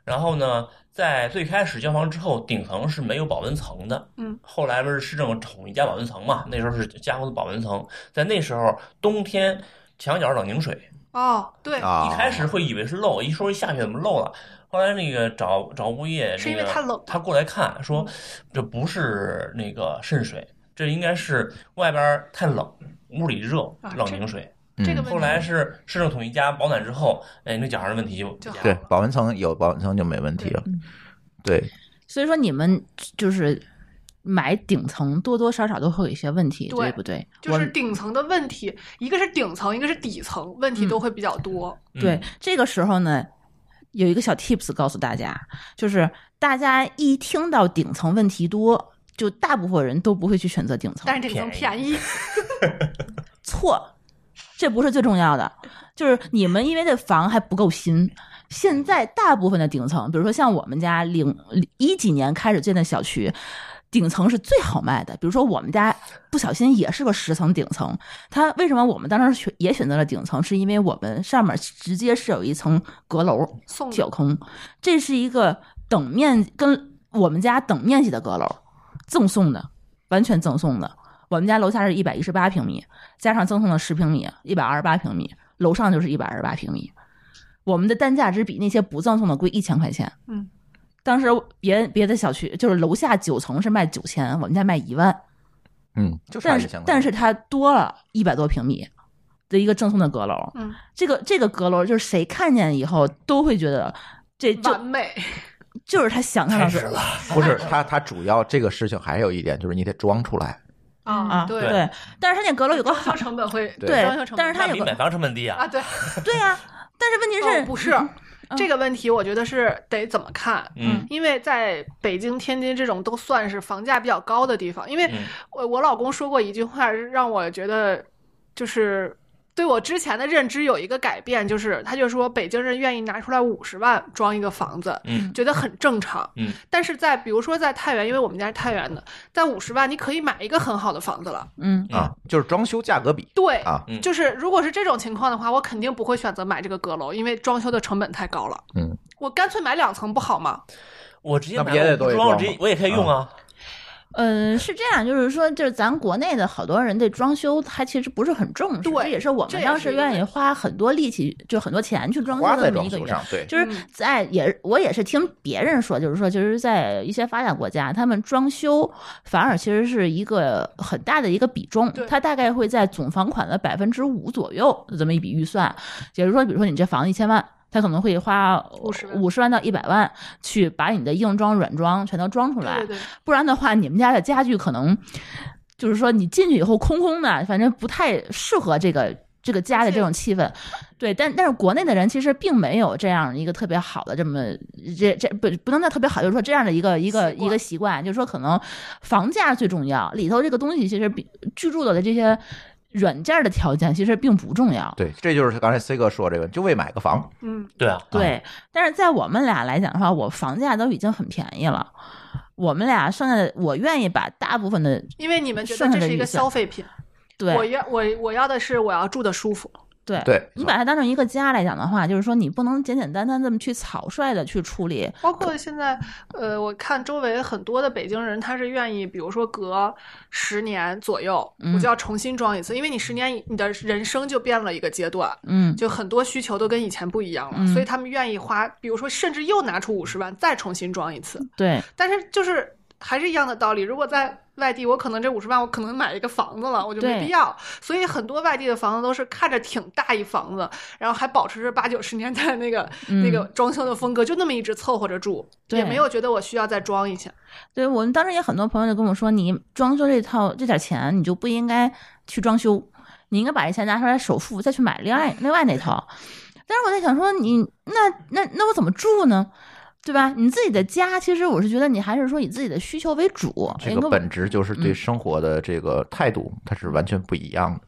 Speaker 4: 然后呢，在最开始交房之后，顶层是没有保温层的，
Speaker 3: 嗯，
Speaker 4: 后来不是市政府统一加保温层嘛，那时候是加固的保温层，在那时候冬天墙角冷凝水，
Speaker 3: 哦，对，
Speaker 1: 啊，
Speaker 4: 一开始会以为是漏，一说一下雪怎么漏了，后来那个找找物业，
Speaker 3: 是因
Speaker 4: 那
Speaker 3: 为
Speaker 4: 个
Speaker 3: 太冷嗯
Speaker 4: 他过来看说这不是那个渗水，这应该是外边儿太冷，屋里热
Speaker 3: 啊，
Speaker 4: 冷
Speaker 3: 这
Speaker 4: 凝水。
Speaker 3: 这个
Speaker 1: 嗯
Speaker 3: 问
Speaker 4: 后来是市政统一加保暖之后，哎，那脚上的问题就
Speaker 3: 就
Speaker 4: 不见
Speaker 1: 对
Speaker 4: 了。
Speaker 1: 保温层有保温层就没问题了
Speaker 2: 嗯。
Speaker 1: 对，
Speaker 2: 所以说你们就是买顶层多多少少都会有一些问题，
Speaker 3: 对
Speaker 2: 对不对？
Speaker 3: 就
Speaker 2: 我
Speaker 3: 是顶层的问题，一个是顶层，一个是底层，问题
Speaker 2: 嗯
Speaker 3: 都会比较多。
Speaker 4: 嗯
Speaker 2: 对，，这个时候呢，有一个小 tips 告诉大家，就是大家一听到顶层问题多，就大部分人都不会去选择顶层。
Speaker 3: 但是顶层
Speaker 4: 便
Speaker 3: 便宜，
Speaker 2: 错，这不是最重要的，就是你们因为这房还不够新。现在大部分的顶层，比如说像我们家零一几年开始建的小区，顶层是最好卖的。比如说我们家不小心也是个十层顶层，它为什么我们当时选也选择了顶层，是因为我们上面直接是有一层阁楼，
Speaker 3: 送
Speaker 2: 九空，这是一个等面跟我们家等面积的阁楼，赠送的，完全赠送的。我们家楼下是一百一十八平米，加上赠送的十平米，一百二十八平米，楼上就是一百二十八平米。我们的单价只比那些不赠送的贵一千块钱。
Speaker 3: 嗯，
Speaker 2: 当时别别的小区就是楼下九层是卖九千，我们家卖一万，
Speaker 1: 嗯，就差
Speaker 2: 但
Speaker 1: 一
Speaker 2: 是
Speaker 1: 千块。
Speaker 2: 但是它多了一百多平米的一个正宗的阁楼，
Speaker 3: 嗯，
Speaker 2: 这个这个阁楼就是谁看见以后都会觉得这就
Speaker 3: 完美，
Speaker 2: 就是他想象
Speaker 4: 开
Speaker 2: 的
Speaker 4: 始
Speaker 2: 是
Speaker 4: 了，
Speaker 1: 不是他，他主要这个事情还有一点就是你得装出来，
Speaker 2: 啊，
Speaker 3: 嗯对
Speaker 2: 对，但是他那阁楼有个好
Speaker 3: 装修成本会
Speaker 1: 对
Speaker 2: 对
Speaker 3: 装修成本
Speaker 2: 但是
Speaker 4: 那
Speaker 2: 它有
Speaker 4: 比
Speaker 2: 个
Speaker 4: 买房成本低啊
Speaker 3: 啊，。对，
Speaker 2: 对啊，但是问题是、嗯
Speaker 3: 哦不是这个问题？我觉得是得怎么看，
Speaker 4: 嗯
Speaker 3: 因为在北京、天津这种都算是房价比较高的地方，因为
Speaker 4: 嗯
Speaker 3: 我我老公说过一句话，让我觉得就是对我之前的认知有一个改变，就是他就说北京人愿意拿出来五十万装一个房子，
Speaker 4: 嗯
Speaker 3: 觉得很正常。
Speaker 4: 嗯，
Speaker 3: 但是在比如说在太原，因为我们家是太原的，在五十万你可以买一个很好的房子了。
Speaker 2: 嗯
Speaker 1: 啊，就是装修价格比
Speaker 3: 对，
Speaker 1: 啊，
Speaker 4: 嗯
Speaker 3: 就是如果是这种情况的话，我肯定不会选择买这个阁楼，因为装修的成本太高了。
Speaker 1: 嗯，
Speaker 3: 我干脆买两层不好吗？
Speaker 4: 我直接
Speaker 1: 那
Speaker 4: 买
Speaker 1: 不也得
Speaker 4: 我不
Speaker 1: 多一
Speaker 4: 装，我
Speaker 1: 装嗯
Speaker 4: 直接
Speaker 1: 吗
Speaker 4: 我也可以用啊。
Speaker 2: 呃是这样，就是说就是咱国内的好多人对装修他其实不是很重视，
Speaker 3: 对
Speaker 2: 这也是我
Speaker 3: 这
Speaker 2: 们
Speaker 3: 也
Speaker 2: 当
Speaker 3: 是
Speaker 2: 时
Speaker 3: 一个
Speaker 2: 愿意花很多力气就很多钱去装修
Speaker 1: 花在
Speaker 2: 的这么
Speaker 1: 装
Speaker 2: 一
Speaker 1: 修
Speaker 2: 个原因
Speaker 1: 上，对，
Speaker 2: 就是
Speaker 3: 嗯
Speaker 2: 在也我也是听别人说，就是说就是在一些发达国家，他们装修反而其实是一个很大的一个比重
Speaker 3: 对，
Speaker 2: 它大概会在总房款的百分之五左右的这么一笔预算，也就是说，比如说你这房子一千万。它可能会花
Speaker 3: 50万
Speaker 2: 五十万到一百万去把你的硬装、软装全都装出来，
Speaker 3: 对对对，
Speaker 2: 不然的话，你们家的家具可能就是说你进去以后空空的，反正不太适合这个这个家的这种气氛。对，但但是国内的人其实并没有这样一个特别好的这么这这不不能叫特别好，就是说这样的一个一个
Speaker 3: 习惯
Speaker 2: 一个习惯，就是说可能房价最重要，里头这个东西其实比居住的这些软件的条件其实并不重要。
Speaker 1: 对，这就是刚才 C 哥说这个，就为买个房，
Speaker 3: 嗯，
Speaker 4: 对啊，
Speaker 2: 对，但是在我们俩来讲的话，我房价都已经很便宜了。我们俩剩下的，我愿意把大部分的
Speaker 3: 因为你们觉得
Speaker 2: 剩下
Speaker 3: 这
Speaker 2: 的
Speaker 3: 是一个
Speaker 2: 预算
Speaker 3: 消费品，
Speaker 2: 对
Speaker 3: 我要我我要的是我要住的舒服。
Speaker 2: 对
Speaker 1: 对
Speaker 2: 哎你把它当成一个家来讲的话，就是说你不能简简单单这么去草率的去处理。
Speaker 3: 包括现在，呃，我看周围很多的北京人，他是愿意，比如说隔十年左右，
Speaker 2: 嗯
Speaker 3: 我就要重新装一次，因为你十年以你的人生就变了一个阶段，
Speaker 2: 嗯，
Speaker 3: 就很多需求都跟以前不一样了，
Speaker 2: 嗯
Speaker 3: 所以他们愿意花，比如说甚至又拿出五十万再重新装一次。
Speaker 2: 对
Speaker 3: 但是就是还是一样的道理，如果在外地，我可能这五十万我可能买一个房子了，我就没
Speaker 2: 对
Speaker 3: 必要。所以很多外地的房子都是看着挺大一房子，然后还保持着八九十年代那个、
Speaker 2: 嗯
Speaker 3: 那个装修的风格，就那么一直凑合着住，
Speaker 2: 对
Speaker 3: 也没有觉得我需要再装一下。
Speaker 2: 对，我们当时也很多朋友就跟我说，你装修这套这点钱，你就不应该去装修，你应该把这钱拿出来首付，再去买另外另外那套。但是我在想说你，那那那我怎么住呢？对吧？你自己的家，其实我是觉得你还是说以自己的需求为主。
Speaker 1: 这
Speaker 2: 因为
Speaker 1: 个本质就是
Speaker 2: 嗯
Speaker 1: 对生活的这个态度，它是完全不一样的。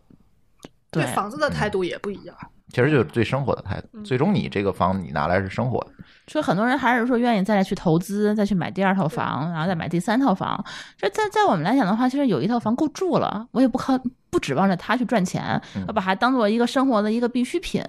Speaker 2: 对嗯
Speaker 3: 房子的态度也不一样。
Speaker 1: 其实就是对生活的态度。
Speaker 3: 嗯
Speaker 1: 最终你这个房你拿来是生活的，
Speaker 2: 所以很多人还是说愿意再来去投资，再去买第二套房，然后再买第三套房。这在在我们来讲的话，其实有一套房够住了，我也不靠不指望着它去赚钱
Speaker 1: 嗯，
Speaker 2: 要把它当做一个生活的一个必需品，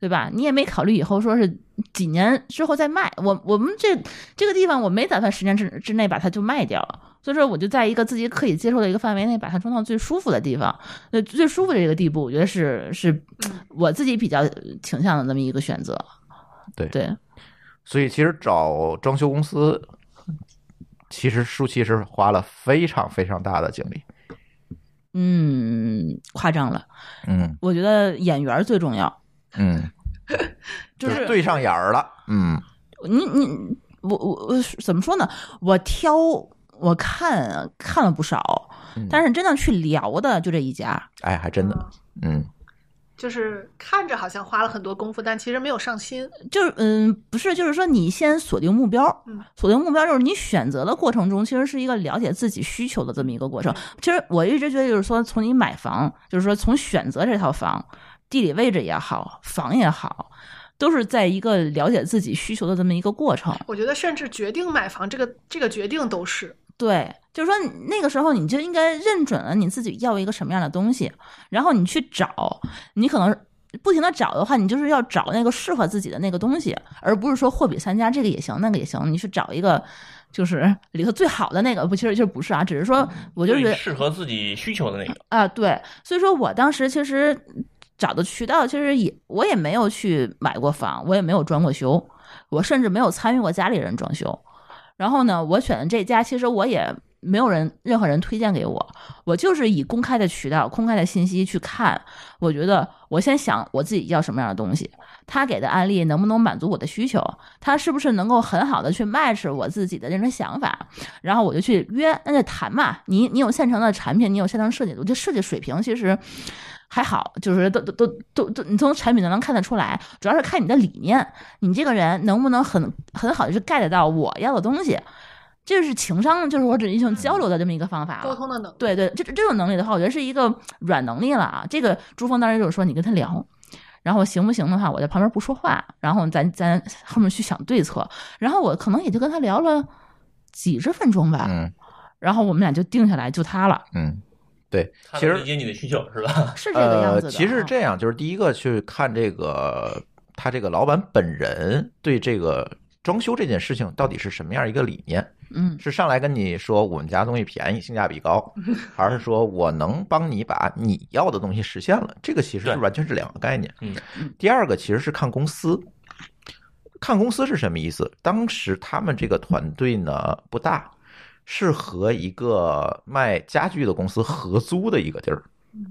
Speaker 2: 对吧？你也没考虑以后说是几年之后再卖。我我们这这个地方我没打算十年之之内把它就卖掉所以说我就在一个自己可以接受的一个范围内，把它装到最舒服的地方，那最舒服的这个地步，我觉得是是我自己比较倾向的这么一个选择。
Speaker 1: 对
Speaker 2: 对，
Speaker 1: 所以其实找装修公司，其实舒淇是花了非常非常大的精力。
Speaker 2: 嗯，夸张了。
Speaker 1: 嗯
Speaker 2: 我觉得演员儿最重要，
Speaker 1: 嗯，
Speaker 2: 就
Speaker 1: 就是
Speaker 2: 是
Speaker 1: 对上眼儿了。嗯，
Speaker 2: 你你我我我怎么说呢？我挑我看看了不少，
Speaker 1: 嗯
Speaker 2: 但是真正去聊的就这一家。
Speaker 1: 哎，还真的，嗯，
Speaker 3: 就是看着好像花了很多功夫，但其实没有上心。
Speaker 2: 就是嗯，不是，就是说你先锁定目标
Speaker 3: 嗯，
Speaker 2: 锁定目标就是你选择的过程中，其实是一个了解自己需求的这么一个过程。其实我一直觉得，就是说从你买房，就是说从选择这套房，地理位置也好，房也好，都是在一个了解自己需求的这么一个过程。
Speaker 3: 我觉得甚至决定买房这个这个决定都是，
Speaker 2: 对，就是说你那个时候你就应该认准了你自己要一个什么样的东西，然后你去找，你可能不停的找的话，你就是要找那个适合自己的那个东西，而不是说货比三家，这个也行，那个也行，你去找一个就是 里头最好的那个，不，其实就不是啊，只是说我就觉
Speaker 4: 最
Speaker 2: 得
Speaker 4: 适合自己需求的那个。
Speaker 2: 啊，对，所以说我当时其实找的渠道，其实也我也没有去买过房，我也没有装过修，我甚至没有参与过家里人装修。然后呢，我选的这家其实我也没有人任何人推荐给我，我就是以公开的渠道、公开的信息去看。我觉得我先想我自己要什么样的东西，他给的案例能不能满足我的需求，他是不是能够很好的去 match 我自己的这种想法，然后我就去约，那就谈嘛。你你有现成的产品，你有现成设计，我觉得设计水平其实。还好，就是都都都都都，你从产品都能看得出来，主要是看你的理念，你这个人能不能很很好的去 get 到我要的东西，这是情商，就是我只一种交流的这么一个方法
Speaker 3: 沟
Speaker 2: 了。
Speaker 3: 通的能力。
Speaker 2: 对对，这这种能力的话，我觉得是一个软能力了啊。这个朱峰当时就是说，你跟他聊，然后行不行的话，我在旁边不说话，然后咱咱后面去想对策。然后我可能也就跟他聊了几十分钟吧，
Speaker 1: 嗯
Speaker 2: 然后我们俩就定下来，就他了，
Speaker 1: 嗯，对，
Speaker 4: 他
Speaker 1: 其
Speaker 4: 能
Speaker 1: 实
Speaker 4: 理解你的需求是吧？
Speaker 2: 是这个样子的
Speaker 1: 呃。
Speaker 2: 啊。
Speaker 1: 其实是这样，就是第一个去看这个他这个老板本人对这个装修这件事情到底是什么样一个理念，
Speaker 2: 嗯，
Speaker 1: 是上来跟你说我们家东西便宜，性价比 高，还是说我能帮你把你要的东西实现了？这个其实是
Speaker 4: 对
Speaker 1: 完全是两个概念。
Speaker 4: 嗯
Speaker 2: 嗯，
Speaker 1: 第二个其实是看公司。看公司是什么意思？当时他们这个团队呢不大，是和一个卖家具的公司合租的一个地儿。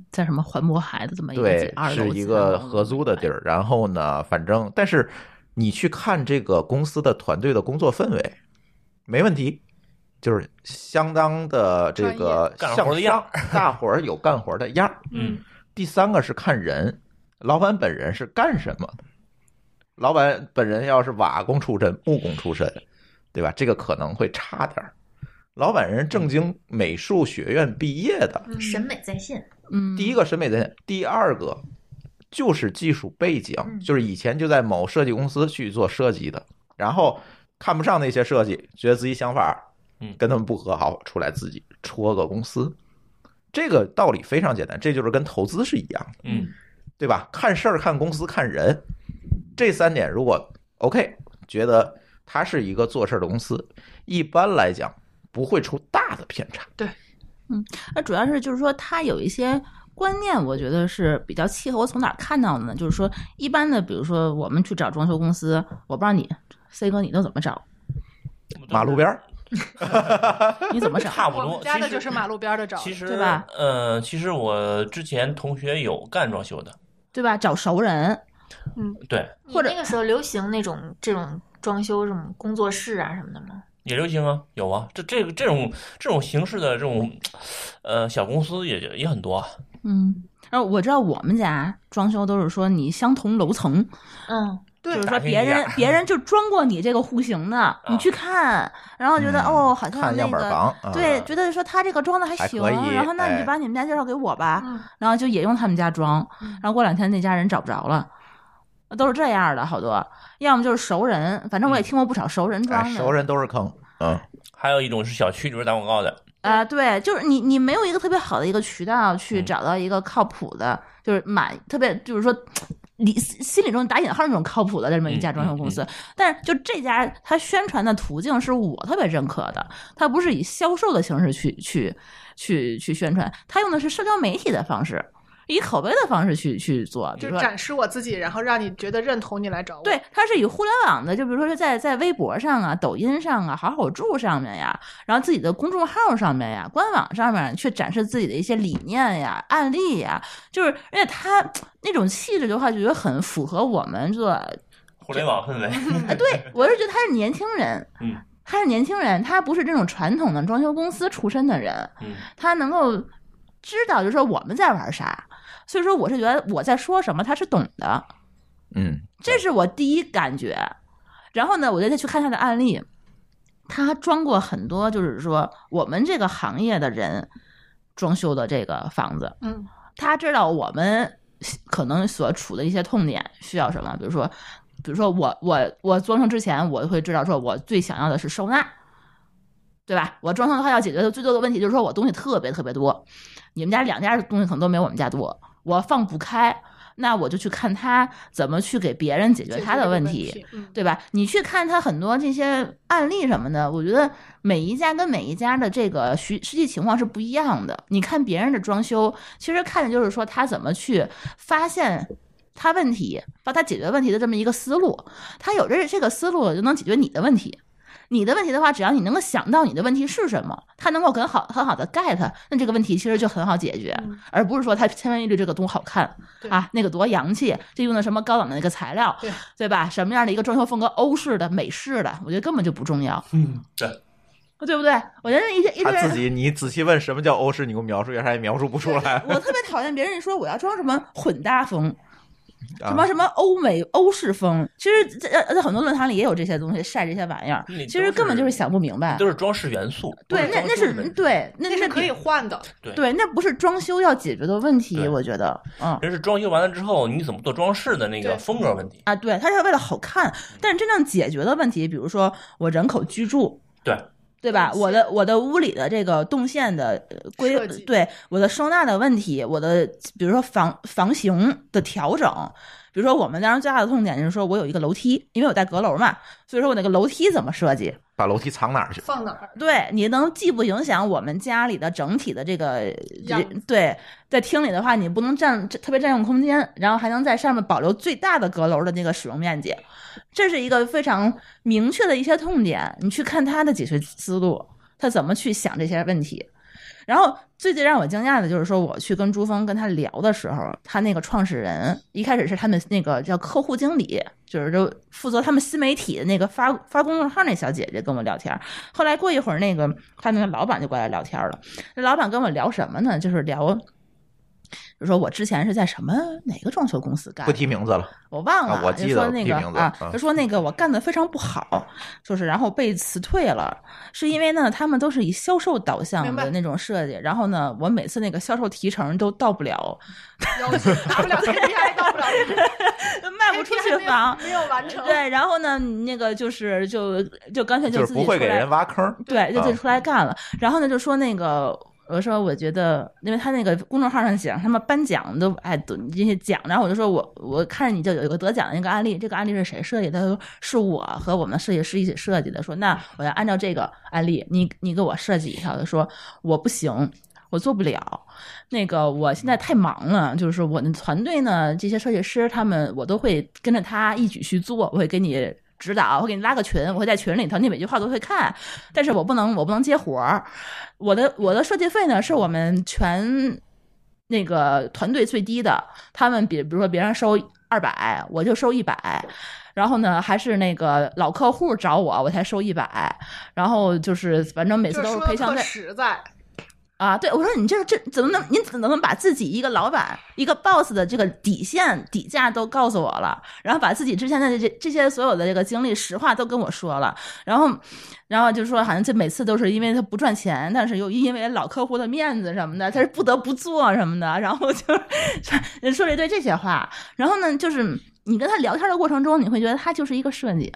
Speaker 2: 在什么环渤海的这么一个
Speaker 1: 对
Speaker 2: 几，二楼
Speaker 1: 是
Speaker 2: 几
Speaker 1: 一
Speaker 2: 三
Speaker 1: 个
Speaker 2: 楼
Speaker 1: 合租的地儿。然后呢，反正但是你去看这个公司的团队的工作氛围，没问题，就是相当的这个
Speaker 4: 专业干活的样儿
Speaker 1: 向上，大伙儿有干活的样儿。
Speaker 4: 嗯，
Speaker 1: 第三个是看人，老板本人是干什么的。老板本人要是瓦工出身、木工出身，对吧？这个可能会差点儿。老板人正经美术学院毕业的，
Speaker 3: 嗯
Speaker 5: 审美在线，
Speaker 2: 嗯，
Speaker 1: 第一个审美在线，第二个就是技术背景，
Speaker 5: 嗯
Speaker 1: 就是以前就在某设计公司去做设计的，然后看不上那些设计，觉得自己想法
Speaker 4: 嗯
Speaker 1: 跟他们不合，好出来自己戳个公司。这个道理非常简单，这就是跟投资是一样的，
Speaker 4: 嗯，
Speaker 1: 对吧？看事儿、看公司、看人，这三点如果 OK，觉得它是一个做事儿的公司，一般来讲不会出大的偏差。
Speaker 2: 那主要是就是说，他有一些观念，我觉得是比较契合。我从哪儿看到的呢？就是说，一般的，比如说我们去找装修公司，我不知道你 C 哥你都怎么找，
Speaker 1: 马路边儿，
Speaker 2: 你怎么找？
Speaker 4: 差不
Speaker 3: 我
Speaker 4: 多
Speaker 3: 们。家的
Speaker 4: 其实
Speaker 3: 就是马路边儿的找的，
Speaker 4: 其实
Speaker 2: 对吧？
Speaker 4: 呃，其实我之前同学有干装修的，
Speaker 2: 对吧？找熟人，
Speaker 4: 对，
Speaker 5: 你
Speaker 2: 或者
Speaker 5: 那个时候流行那种这种装修什么工作室啊什么的吗？
Speaker 4: 也流行啊，有啊，这这个这种这种形式的这种，呃，小公司也也很多啊。
Speaker 2: 嗯。然后我知道我们家装修都是说你相同楼层，
Speaker 5: 嗯，
Speaker 3: 对
Speaker 2: 就是
Speaker 4: 打
Speaker 2: 说
Speaker 4: 听
Speaker 2: 别
Speaker 4: 一下 哦
Speaker 2: 人别人就装过你这个户型的，你去看，然后觉得
Speaker 1: 嗯
Speaker 2: 哦，好像
Speaker 1: 看
Speaker 2: 那
Speaker 1: 样板
Speaker 2: 个
Speaker 1: 房，啊
Speaker 2: 对，觉得说他这个装的还
Speaker 1: 还
Speaker 2: 行，
Speaker 1: 可以
Speaker 2: 然后那
Speaker 1: 哎
Speaker 2: 你把你们家介绍给我吧，
Speaker 3: 嗯
Speaker 2: 然后就也用他们家装
Speaker 3: 嗯，
Speaker 2: 然后过两天那家人找不着了，都是这样的，好多，要么就是熟人，反正我也
Speaker 4: 嗯
Speaker 2: 听过不少熟人装
Speaker 1: 哎，
Speaker 2: 的，
Speaker 1: 熟人都是坑，嗯，
Speaker 4: 还有一种是小区里边打广告的，
Speaker 2: 啊、对，就是你你没有一个特别好的一个渠道去
Speaker 4: 嗯
Speaker 2: 找到一个靠谱的，就是满特别就是说。你心里中打引号那种靠谱的这么一家装修公司，但是就这家它宣传的途径是我特别认可的，它不是以销售的形式去去去去宣传，它用的是社交媒体的方式，以口碑的方式去去做，比
Speaker 3: 就
Speaker 2: 如说
Speaker 3: 展示我自己，然后让你觉得认同你来找我。
Speaker 2: 对，它是以互联网的，就比如说是在在微博上啊、抖音上啊、好好住上面呀，然后自己的公众号上面呀、官网上面去展示自己的一些理念呀、案例呀，就是而且它那种气质的话，觉得很符合我们做，
Speaker 4: 互联网氛 围。
Speaker 2: 呃，对我是觉得他是年轻人，
Speaker 4: 嗯。
Speaker 2: 他是年轻人，他不是这种传统的装修公司出身的人，
Speaker 4: 嗯，
Speaker 2: 他能够知道，就是说我们在玩啥，所以说我是觉得我在说什么，他是懂的。
Speaker 1: 嗯，
Speaker 2: 这是我第一感觉。然后呢，我就再去看他的案例，他装过很多，就是说我们这个行业的人装修的这个房子，
Speaker 3: 嗯，
Speaker 2: 他知道我们可能所处的一些痛点需要什么，比如说，比如说我我我装修之前，我会知道说我最想要的是收纳，对吧？我装修的话要解决的最多的问题就是说我东西特别特别多，你们家两家东西可能都没有我们家多，我放不开，那我就去看他怎么去给别人解
Speaker 3: 解
Speaker 2: 决
Speaker 3: 决
Speaker 2: 他
Speaker 3: 这
Speaker 2: 的
Speaker 3: 个
Speaker 2: 问
Speaker 3: 问
Speaker 2: 题。，
Speaker 3: 嗯，
Speaker 2: 对吧？你去看他很多这些案例什么的，我觉得每一家跟每一家的这个实实际情况是不一样的。你看别人的装修，其实看的就是说他怎么去发现他问题，帮他解决问题的这么一个思路。他有这这个思路，就能解决你的问题。你的问题的话，只要你能够想到你的问题是什么，他能够很好很好的 get，那这个问题其实就很好解决，
Speaker 3: 嗯
Speaker 2: 而不是说他千篇一律这个多好看
Speaker 3: 对
Speaker 2: 啊，那个多洋气，这用的什么高档的那个材料，
Speaker 3: 对
Speaker 2: 吧？什么样的一个装修风格，欧式的、美式的，我觉得根本就不重要，
Speaker 4: 嗯， 对，
Speaker 2: 对不对？我觉得一些一些
Speaker 1: 他
Speaker 2: 人
Speaker 1: 自己，你仔细问什么叫欧式，你给我描述一下，他也描述不出来。
Speaker 2: 我特别讨厌别人说我要装什么混搭风，什么
Speaker 1: 啊
Speaker 2: 什么欧美欧式风。其实在呃在在很多论坛里也有这些东西晒这些玩意儿
Speaker 4: 那都，
Speaker 2: 其实根本就是想不明白
Speaker 4: 都。是装饰元素，
Speaker 2: 对，
Speaker 4: 不
Speaker 2: 那那
Speaker 4: 装修
Speaker 2: 是
Speaker 4: 的问题
Speaker 2: 对，那
Speaker 3: 那
Speaker 2: 那
Speaker 3: 是可以
Speaker 2: 比
Speaker 3: 换的，
Speaker 2: 对，那不是装修要解决的问题，
Speaker 4: 对
Speaker 2: 我觉得，嗯。
Speaker 4: 人是装修完了之后你怎么做装饰的那个
Speaker 3: 对
Speaker 4: 风格问题，
Speaker 2: 啊，对，它是为了好看，但是真正解决的问题，比如说我人口居住，
Speaker 4: 对
Speaker 2: 对吧？
Speaker 3: 动线
Speaker 2: 我的我的屋里的这个动线的呃规
Speaker 3: 设计，
Speaker 2: 对我的收纳的问题，我的比如说房房型的调整，比如说我们当时最大的痛点就是说我有一个楼梯，因为我带阁楼嘛，所以说我那个楼梯怎么设计？
Speaker 1: 把楼梯藏哪儿去？
Speaker 3: 放哪 儿？
Speaker 2: 对，你能既不影响我们家里的整体的这个
Speaker 3: 样
Speaker 2: 这对，在厅里的话，你不能占这特别占用空间，然后还能在上面保留最大的阁楼的那个使用面积，这是一个非常明确的一些痛点。你去看他的解决思路，他怎么去想这些问题。然后最最让我惊讶的就是说，我去跟朱峰跟他聊的时候，他那个创始人一开始是他们那个叫客户经理，就是就负责他们新媒体的那个发发公众号那小姐姐跟我聊天儿。后来过一会儿，那个他那个老板就过来聊天儿了。那老板跟我聊什么呢？就是聊，就说我之前是在什么哪个装修公司干
Speaker 1: 不
Speaker 2: 的，
Speaker 1: 提名字了，
Speaker 2: 我忘了，
Speaker 1: 啊我
Speaker 2: 就
Speaker 1: 记
Speaker 2: 说
Speaker 1: 得
Speaker 2: 那
Speaker 1: 地
Speaker 2: 个
Speaker 1: 名字
Speaker 2: 啊
Speaker 1: 啊，
Speaker 2: 就说那个我干的非常不好，就是然后被辞退了，是因为呢他们都是以销售导向
Speaker 3: 明白
Speaker 2: 的那种设计，然后呢我每次那个销售提成都到不了，
Speaker 3: 要求达不了 KPI，到不 了这个
Speaker 2: 卖不出
Speaker 3: KPI
Speaker 2: 去
Speaker 3: 没有
Speaker 2: 房。
Speaker 3: 没有完成，
Speaker 2: 对，然后呢，那个就是就就干脆
Speaker 1: 就
Speaker 2: 自
Speaker 1: 是
Speaker 2: 己
Speaker 1: 不会
Speaker 2: 出
Speaker 1: 给
Speaker 2: 来
Speaker 1: 人挖坑。
Speaker 2: 对，就
Speaker 1: 啊
Speaker 2: 自己出来干了。然后呢，就说那个，我说我觉得，因为他那个公众号上写他们颁奖都哎都这些奖，然后我就说我我看着你就有一个得奖的那个案例，这个案例是谁设计的？他说是我和我们设计师一起设计的。说那我要按照这个案例，你你给我设计一条。他说我不行。我做不了，那个我现在太忙了，就是我的团队呢，这些设计师他们我都会跟着他一起去做，我会给你指导，我会给你拉个群，我会在群里头，你每句话都会看，但是我不能，我不能接活儿。我的我的设计费呢，是我们全那个团队最低的，他们比比如说别人收二百，我就收一百。然后呢，还是那个老客户找我，我才收一百。然后就是，反正每
Speaker 3: 就
Speaker 2: 次
Speaker 3: 是
Speaker 2: 都是
Speaker 3: 说
Speaker 2: 赔偿
Speaker 3: 特
Speaker 2: 费
Speaker 3: 实在，
Speaker 2: 啊。对，我说你这个这怎么能，你怎么能把自己一个老板、一个 boss 的这个底线、底价都告诉我了，然后把自己之前的这这些所有的这个经历、实话都跟我说了，然后，然后就说好像这每次都是因为他不赚钱，但是又因为老客户的面子什么的，他是不得不做什么的，然后就 说说了一堆这些话。然后呢，就是你跟他聊天的过程中，你会觉得他就是一个设计。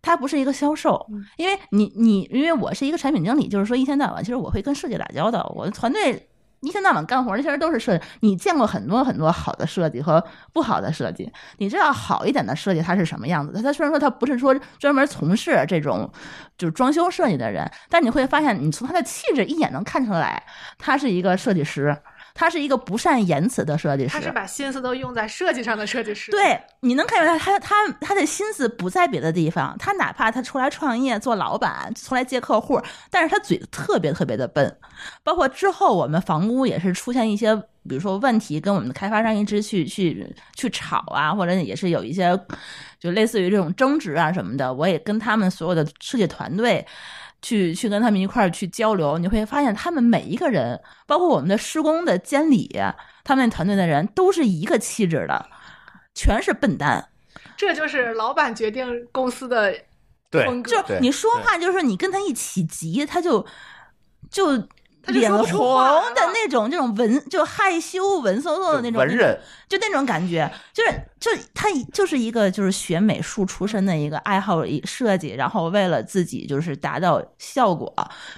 Speaker 2: 他不是一个销售，
Speaker 3: 嗯
Speaker 2: 因为你你因为我是一个产品经理，就是说一天到晚，其实我会跟设计打交道，我的团队一天到晚干活，那些人都是设计。你见过很多很多好的设计和不好的设计，你知道好一点的设计它是什么样子的。他虽然说他不是说专门从事这种就是装修设计的人，但你会发现，你从他的气质一眼能看出来，他是一个设计师，他是一个不善言辞的设计师。
Speaker 3: 他是把心思都用在设计上的设计师，，
Speaker 2: 对，你能看出来他他他的心思不在别的地方，他哪怕他出来创业做老板，出来接客户，但是他嘴特别特别的笨。包括之后我们房屋也是出现一些，比如说问题，跟我们的开发商一直去去去吵啊，或者也是有一些就类似于这种争执啊什么的，我也跟他们所有的设计团队。去去跟他们一块儿去交流，你会发现他们每一个人，包括我们的施工的监理，他们团队的人都是一个气质的，全是笨蛋。
Speaker 3: 这就是老板决定公司的
Speaker 1: 对
Speaker 3: 风格，
Speaker 2: 就
Speaker 1: 对
Speaker 2: 你说话，就是你跟他一起急，他就就
Speaker 3: 他就
Speaker 2: 脸
Speaker 3: 说不
Speaker 2: 红
Speaker 3: 出话来
Speaker 2: 的
Speaker 3: 了
Speaker 2: 那种，这种文就害羞文绉绉的那种
Speaker 1: 文人，
Speaker 2: 就那种感觉，就是就他就是一个就是学美术出身的一个爱好一设计，然后为了自己就是达到效果，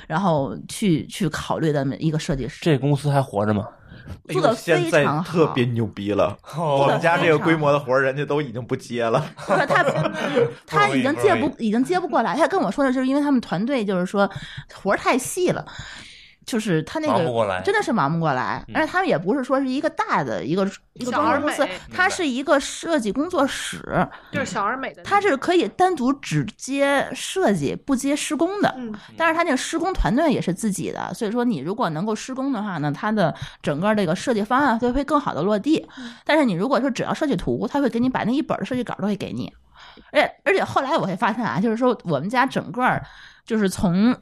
Speaker 2: 然后去去考虑的一个设计师。
Speaker 4: 这公司还活着吗？
Speaker 1: 哎
Speaker 2: 做得
Speaker 1: 呦现
Speaker 2: 非
Speaker 1: 在
Speaker 2: 常
Speaker 1: 特
Speaker 2: 好
Speaker 1: 别牛逼了。
Speaker 4: 哦
Speaker 1: 我
Speaker 2: 做
Speaker 1: 们
Speaker 2: 得
Speaker 1: 家这个
Speaker 2: 非常
Speaker 1: 规模的活儿，人家都已经不接了。
Speaker 2: 不是他，他已经接
Speaker 4: 不
Speaker 2: 不已经接不过来。他跟我说的就是因为他们团队就是说活儿太细了，就是他那
Speaker 4: 忙
Speaker 2: 个
Speaker 4: 不过来
Speaker 2: 真的是忙不过来，
Speaker 4: 嗯
Speaker 2: 而且他们也不是说是一个大的一个一个
Speaker 3: 小
Speaker 2: 装
Speaker 3: 而
Speaker 2: 修公司
Speaker 3: 美，
Speaker 2: 它是一个设计工作室，
Speaker 3: 就是小而美的那种，
Speaker 2: 它是可以单独只接设计不接施工的。
Speaker 3: 嗯
Speaker 2: 但是它那个施工团队也是自己的，所以说你如果能够施工的话呢，它的整个这个设计方案就会更好的落地。
Speaker 3: 嗯
Speaker 2: 但是你如果说只要设计图，他会给你把那一本儿的设计稿都会给你。而且而且后来我会发现啊，就是说我们家整个儿就是从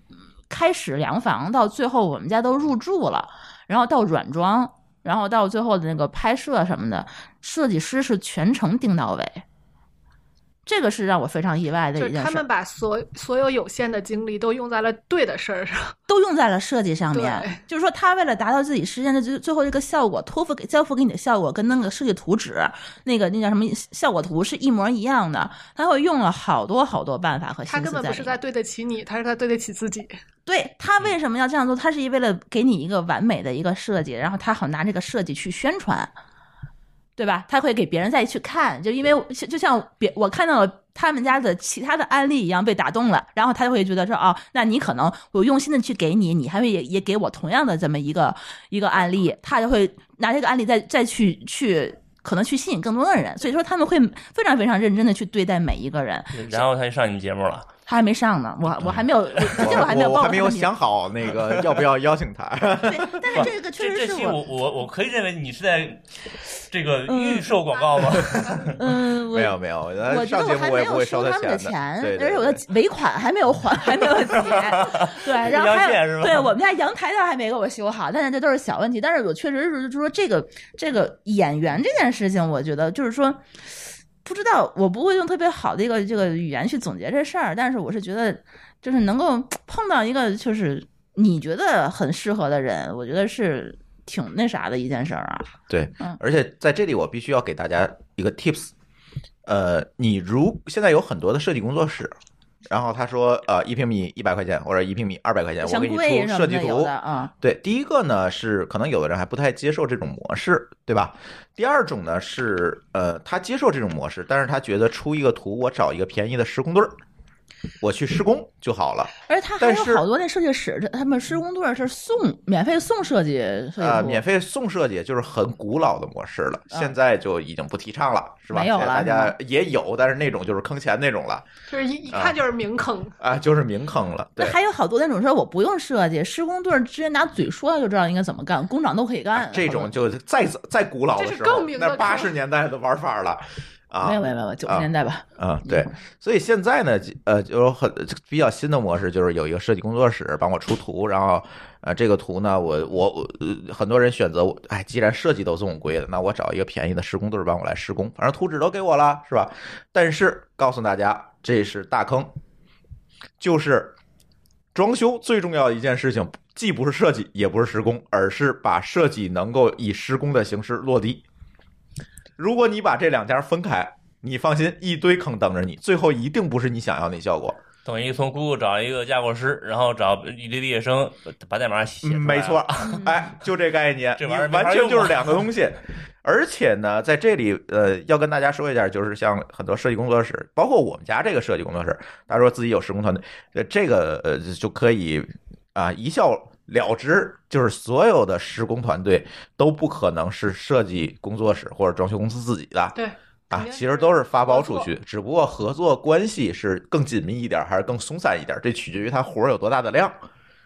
Speaker 2: 开始量房到最后我们家都入住了，然后到软装，然后到最后的那个拍摄什么的，设计师是全程定到位。这个是让我非常意外的
Speaker 3: 就
Speaker 2: 嗯一
Speaker 3: 是
Speaker 2: 件事。
Speaker 3: 他们把所所有有限的精力都用在了对的事儿上，
Speaker 2: 都用在了设计上面
Speaker 3: 对。
Speaker 2: 就是说，他为了达到自己实现的最最后这个效果，托付给交付给你的效果跟那个设计图纸那个那叫什么效果图是一模一样的，他会用了好多好多办法和心
Speaker 3: 他
Speaker 2: 思
Speaker 3: 根本不
Speaker 2: 里
Speaker 3: 是
Speaker 2: 面
Speaker 3: 在对得起你，他是在对得起自己。
Speaker 2: 对他
Speaker 1: 嗯
Speaker 2: 为什么要这样做？他是为了给你一个完美的一个设计，然后他好拿这个设计去宣传，对吧？他会给别人再去看，就因为就就像别我看到了他们家的其他的案例一样被打动了，然后他就会觉得说哦，那你可能我用心的去给你，你还会也也给我同样的这么一个一个案例，他就会拿这个案例再再去去。可能去吸引更多的人，所以说他们会非常非常认真的去对待每一个人。
Speaker 4: 嗯然后他就上你们节目了，
Speaker 2: 他还没上呢，我我还没有，我毕 竟我还没有
Speaker 1: 我
Speaker 2: 报
Speaker 1: 还
Speaker 2: 他
Speaker 1: 没有
Speaker 2: 的名字
Speaker 1: 想好那个要不要邀请他。
Speaker 2: 对，但是这个确
Speaker 4: 这这
Speaker 2: 实是
Speaker 4: 期
Speaker 2: 我，
Speaker 4: 我我我可以认为你是在这个预售广告吗？
Speaker 2: 嗯， 我
Speaker 1: 没有没有，
Speaker 2: 我觉
Speaker 1: 上
Speaker 2: 得
Speaker 1: 节
Speaker 2: 我
Speaker 1: 目
Speaker 2: 还
Speaker 1: 我
Speaker 2: 没
Speaker 1: 也不
Speaker 2: 有
Speaker 1: 会
Speaker 2: 收
Speaker 1: 收
Speaker 2: 他们
Speaker 1: 钱
Speaker 2: 钱，
Speaker 1: 对
Speaker 2: 而且我的尾款还没有还，还没有 结，对，然后
Speaker 4: 阳
Speaker 2: 还
Speaker 4: 线是
Speaker 2: 有
Speaker 4: 吧
Speaker 2: 对我们家阳台倒还没给我修好，但是这都是小问题。但是我确实是就是说这个这个演员这件事情，我觉得就是说。不知道，我不会用特别好的一个这个语言去总结这事儿，但是我是觉得，就是能够碰到一个就是你觉得很适合的人，我觉得是挺那啥的一件事儿啊。
Speaker 1: 对
Speaker 2: 嗯，
Speaker 1: 而且在这里我必须要给大家一个 tips，呃，你如现在有很多的设计工作室，然后他说呃一平米一百块钱或者一平米二百块钱，我
Speaker 2: 像
Speaker 1: 给你
Speaker 2: 贵
Speaker 1: 出
Speaker 2: 什
Speaker 1: 设
Speaker 2: 么
Speaker 1: 计
Speaker 2: 的有
Speaker 1: 图
Speaker 2: 的。啊，
Speaker 1: 对，第一个呢是可能有的人还不太接受这种模式，对吧？第二种呢是呃他接受这种模式，但是他觉得出一个图我找一个便宜的施工队儿，我去施工就好了。
Speaker 2: 而且他还
Speaker 1: 但
Speaker 2: 有
Speaker 1: 是
Speaker 2: 好多那设计师，他们施工队是送免费送设计设计
Speaker 1: 啊，
Speaker 2: 图
Speaker 1: 免费送设计就是很古老的模式了，
Speaker 2: 啊
Speaker 1: 现在就已经不提倡了，是吧？
Speaker 2: 没有
Speaker 1: 现在
Speaker 2: 了
Speaker 1: 大
Speaker 2: 是
Speaker 1: 家也有，但是那种就是坑钱那种了
Speaker 3: 就是一一
Speaker 1: 啊
Speaker 3: 看就是明坑，
Speaker 1: 啊，就是明坑了。对
Speaker 2: 那，还有好多那种说我不用设计，施工队直接拿嘴说就知道应该怎么干，工长都可以干。
Speaker 1: 啊这
Speaker 2: 好
Speaker 1: 种
Speaker 2: 多
Speaker 1: 就再再古老的
Speaker 3: 这是
Speaker 1: 时候
Speaker 3: 更，明的
Speaker 1: 那
Speaker 3: 坑
Speaker 1: 八十年代的玩法了啊
Speaker 2: 没有没有没有九十
Speaker 1: 啊
Speaker 2: 年代吧，
Speaker 1: 啊，对。所以现在呢，呃，就有很比较新的模式，就是有一个设计工作室帮我出图，然后呃，这个图呢，我我我呃很多人选择我，哎，既然设计都这么贵了，那我找一个便宜的施工队帮我来施工，反正图纸都给我了，是吧？但是告诉大家，这是大坑，就是装修最重要的一件事情，既不是设计，也不是施工，而是把设计能够以施工的形式落地。如果你把这两家分开，你放心，一堆坑等着你，最后一定不是你想要那效果。
Speaker 4: 等于从 Google 找一个架构师，然后找一堆毕业生把代码写出来
Speaker 1: 嗯没错，，
Speaker 3: 嗯
Speaker 1: 哎，就这概念，
Speaker 4: 这
Speaker 1: 你
Speaker 4: 玩意儿没
Speaker 1: 完
Speaker 4: 法
Speaker 1: 全
Speaker 4: 用
Speaker 1: 就是
Speaker 4: 啊
Speaker 1: 两个东 西。而且呢，在这里，呃，要跟大家说一下，就是像很多设计工作室，包括我们家这个设计工作室，他说自己有施工团队，呃，这个呃就可以啊、一笑了之，就是所有的施工团队都不可能是设计工作室或者装修公司自己的，
Speaker 3: 对
Speaker 1: 啊
Speaker 3: 肯，定
Speaker 1: 其实都是发包
Speaker 3: 合
Speaker 1: 出
Speaker 3: 作
Speaker 1: 去，只不过合作关系是更紧密一点还是更松散一点，这取决于他活儿有多大的量。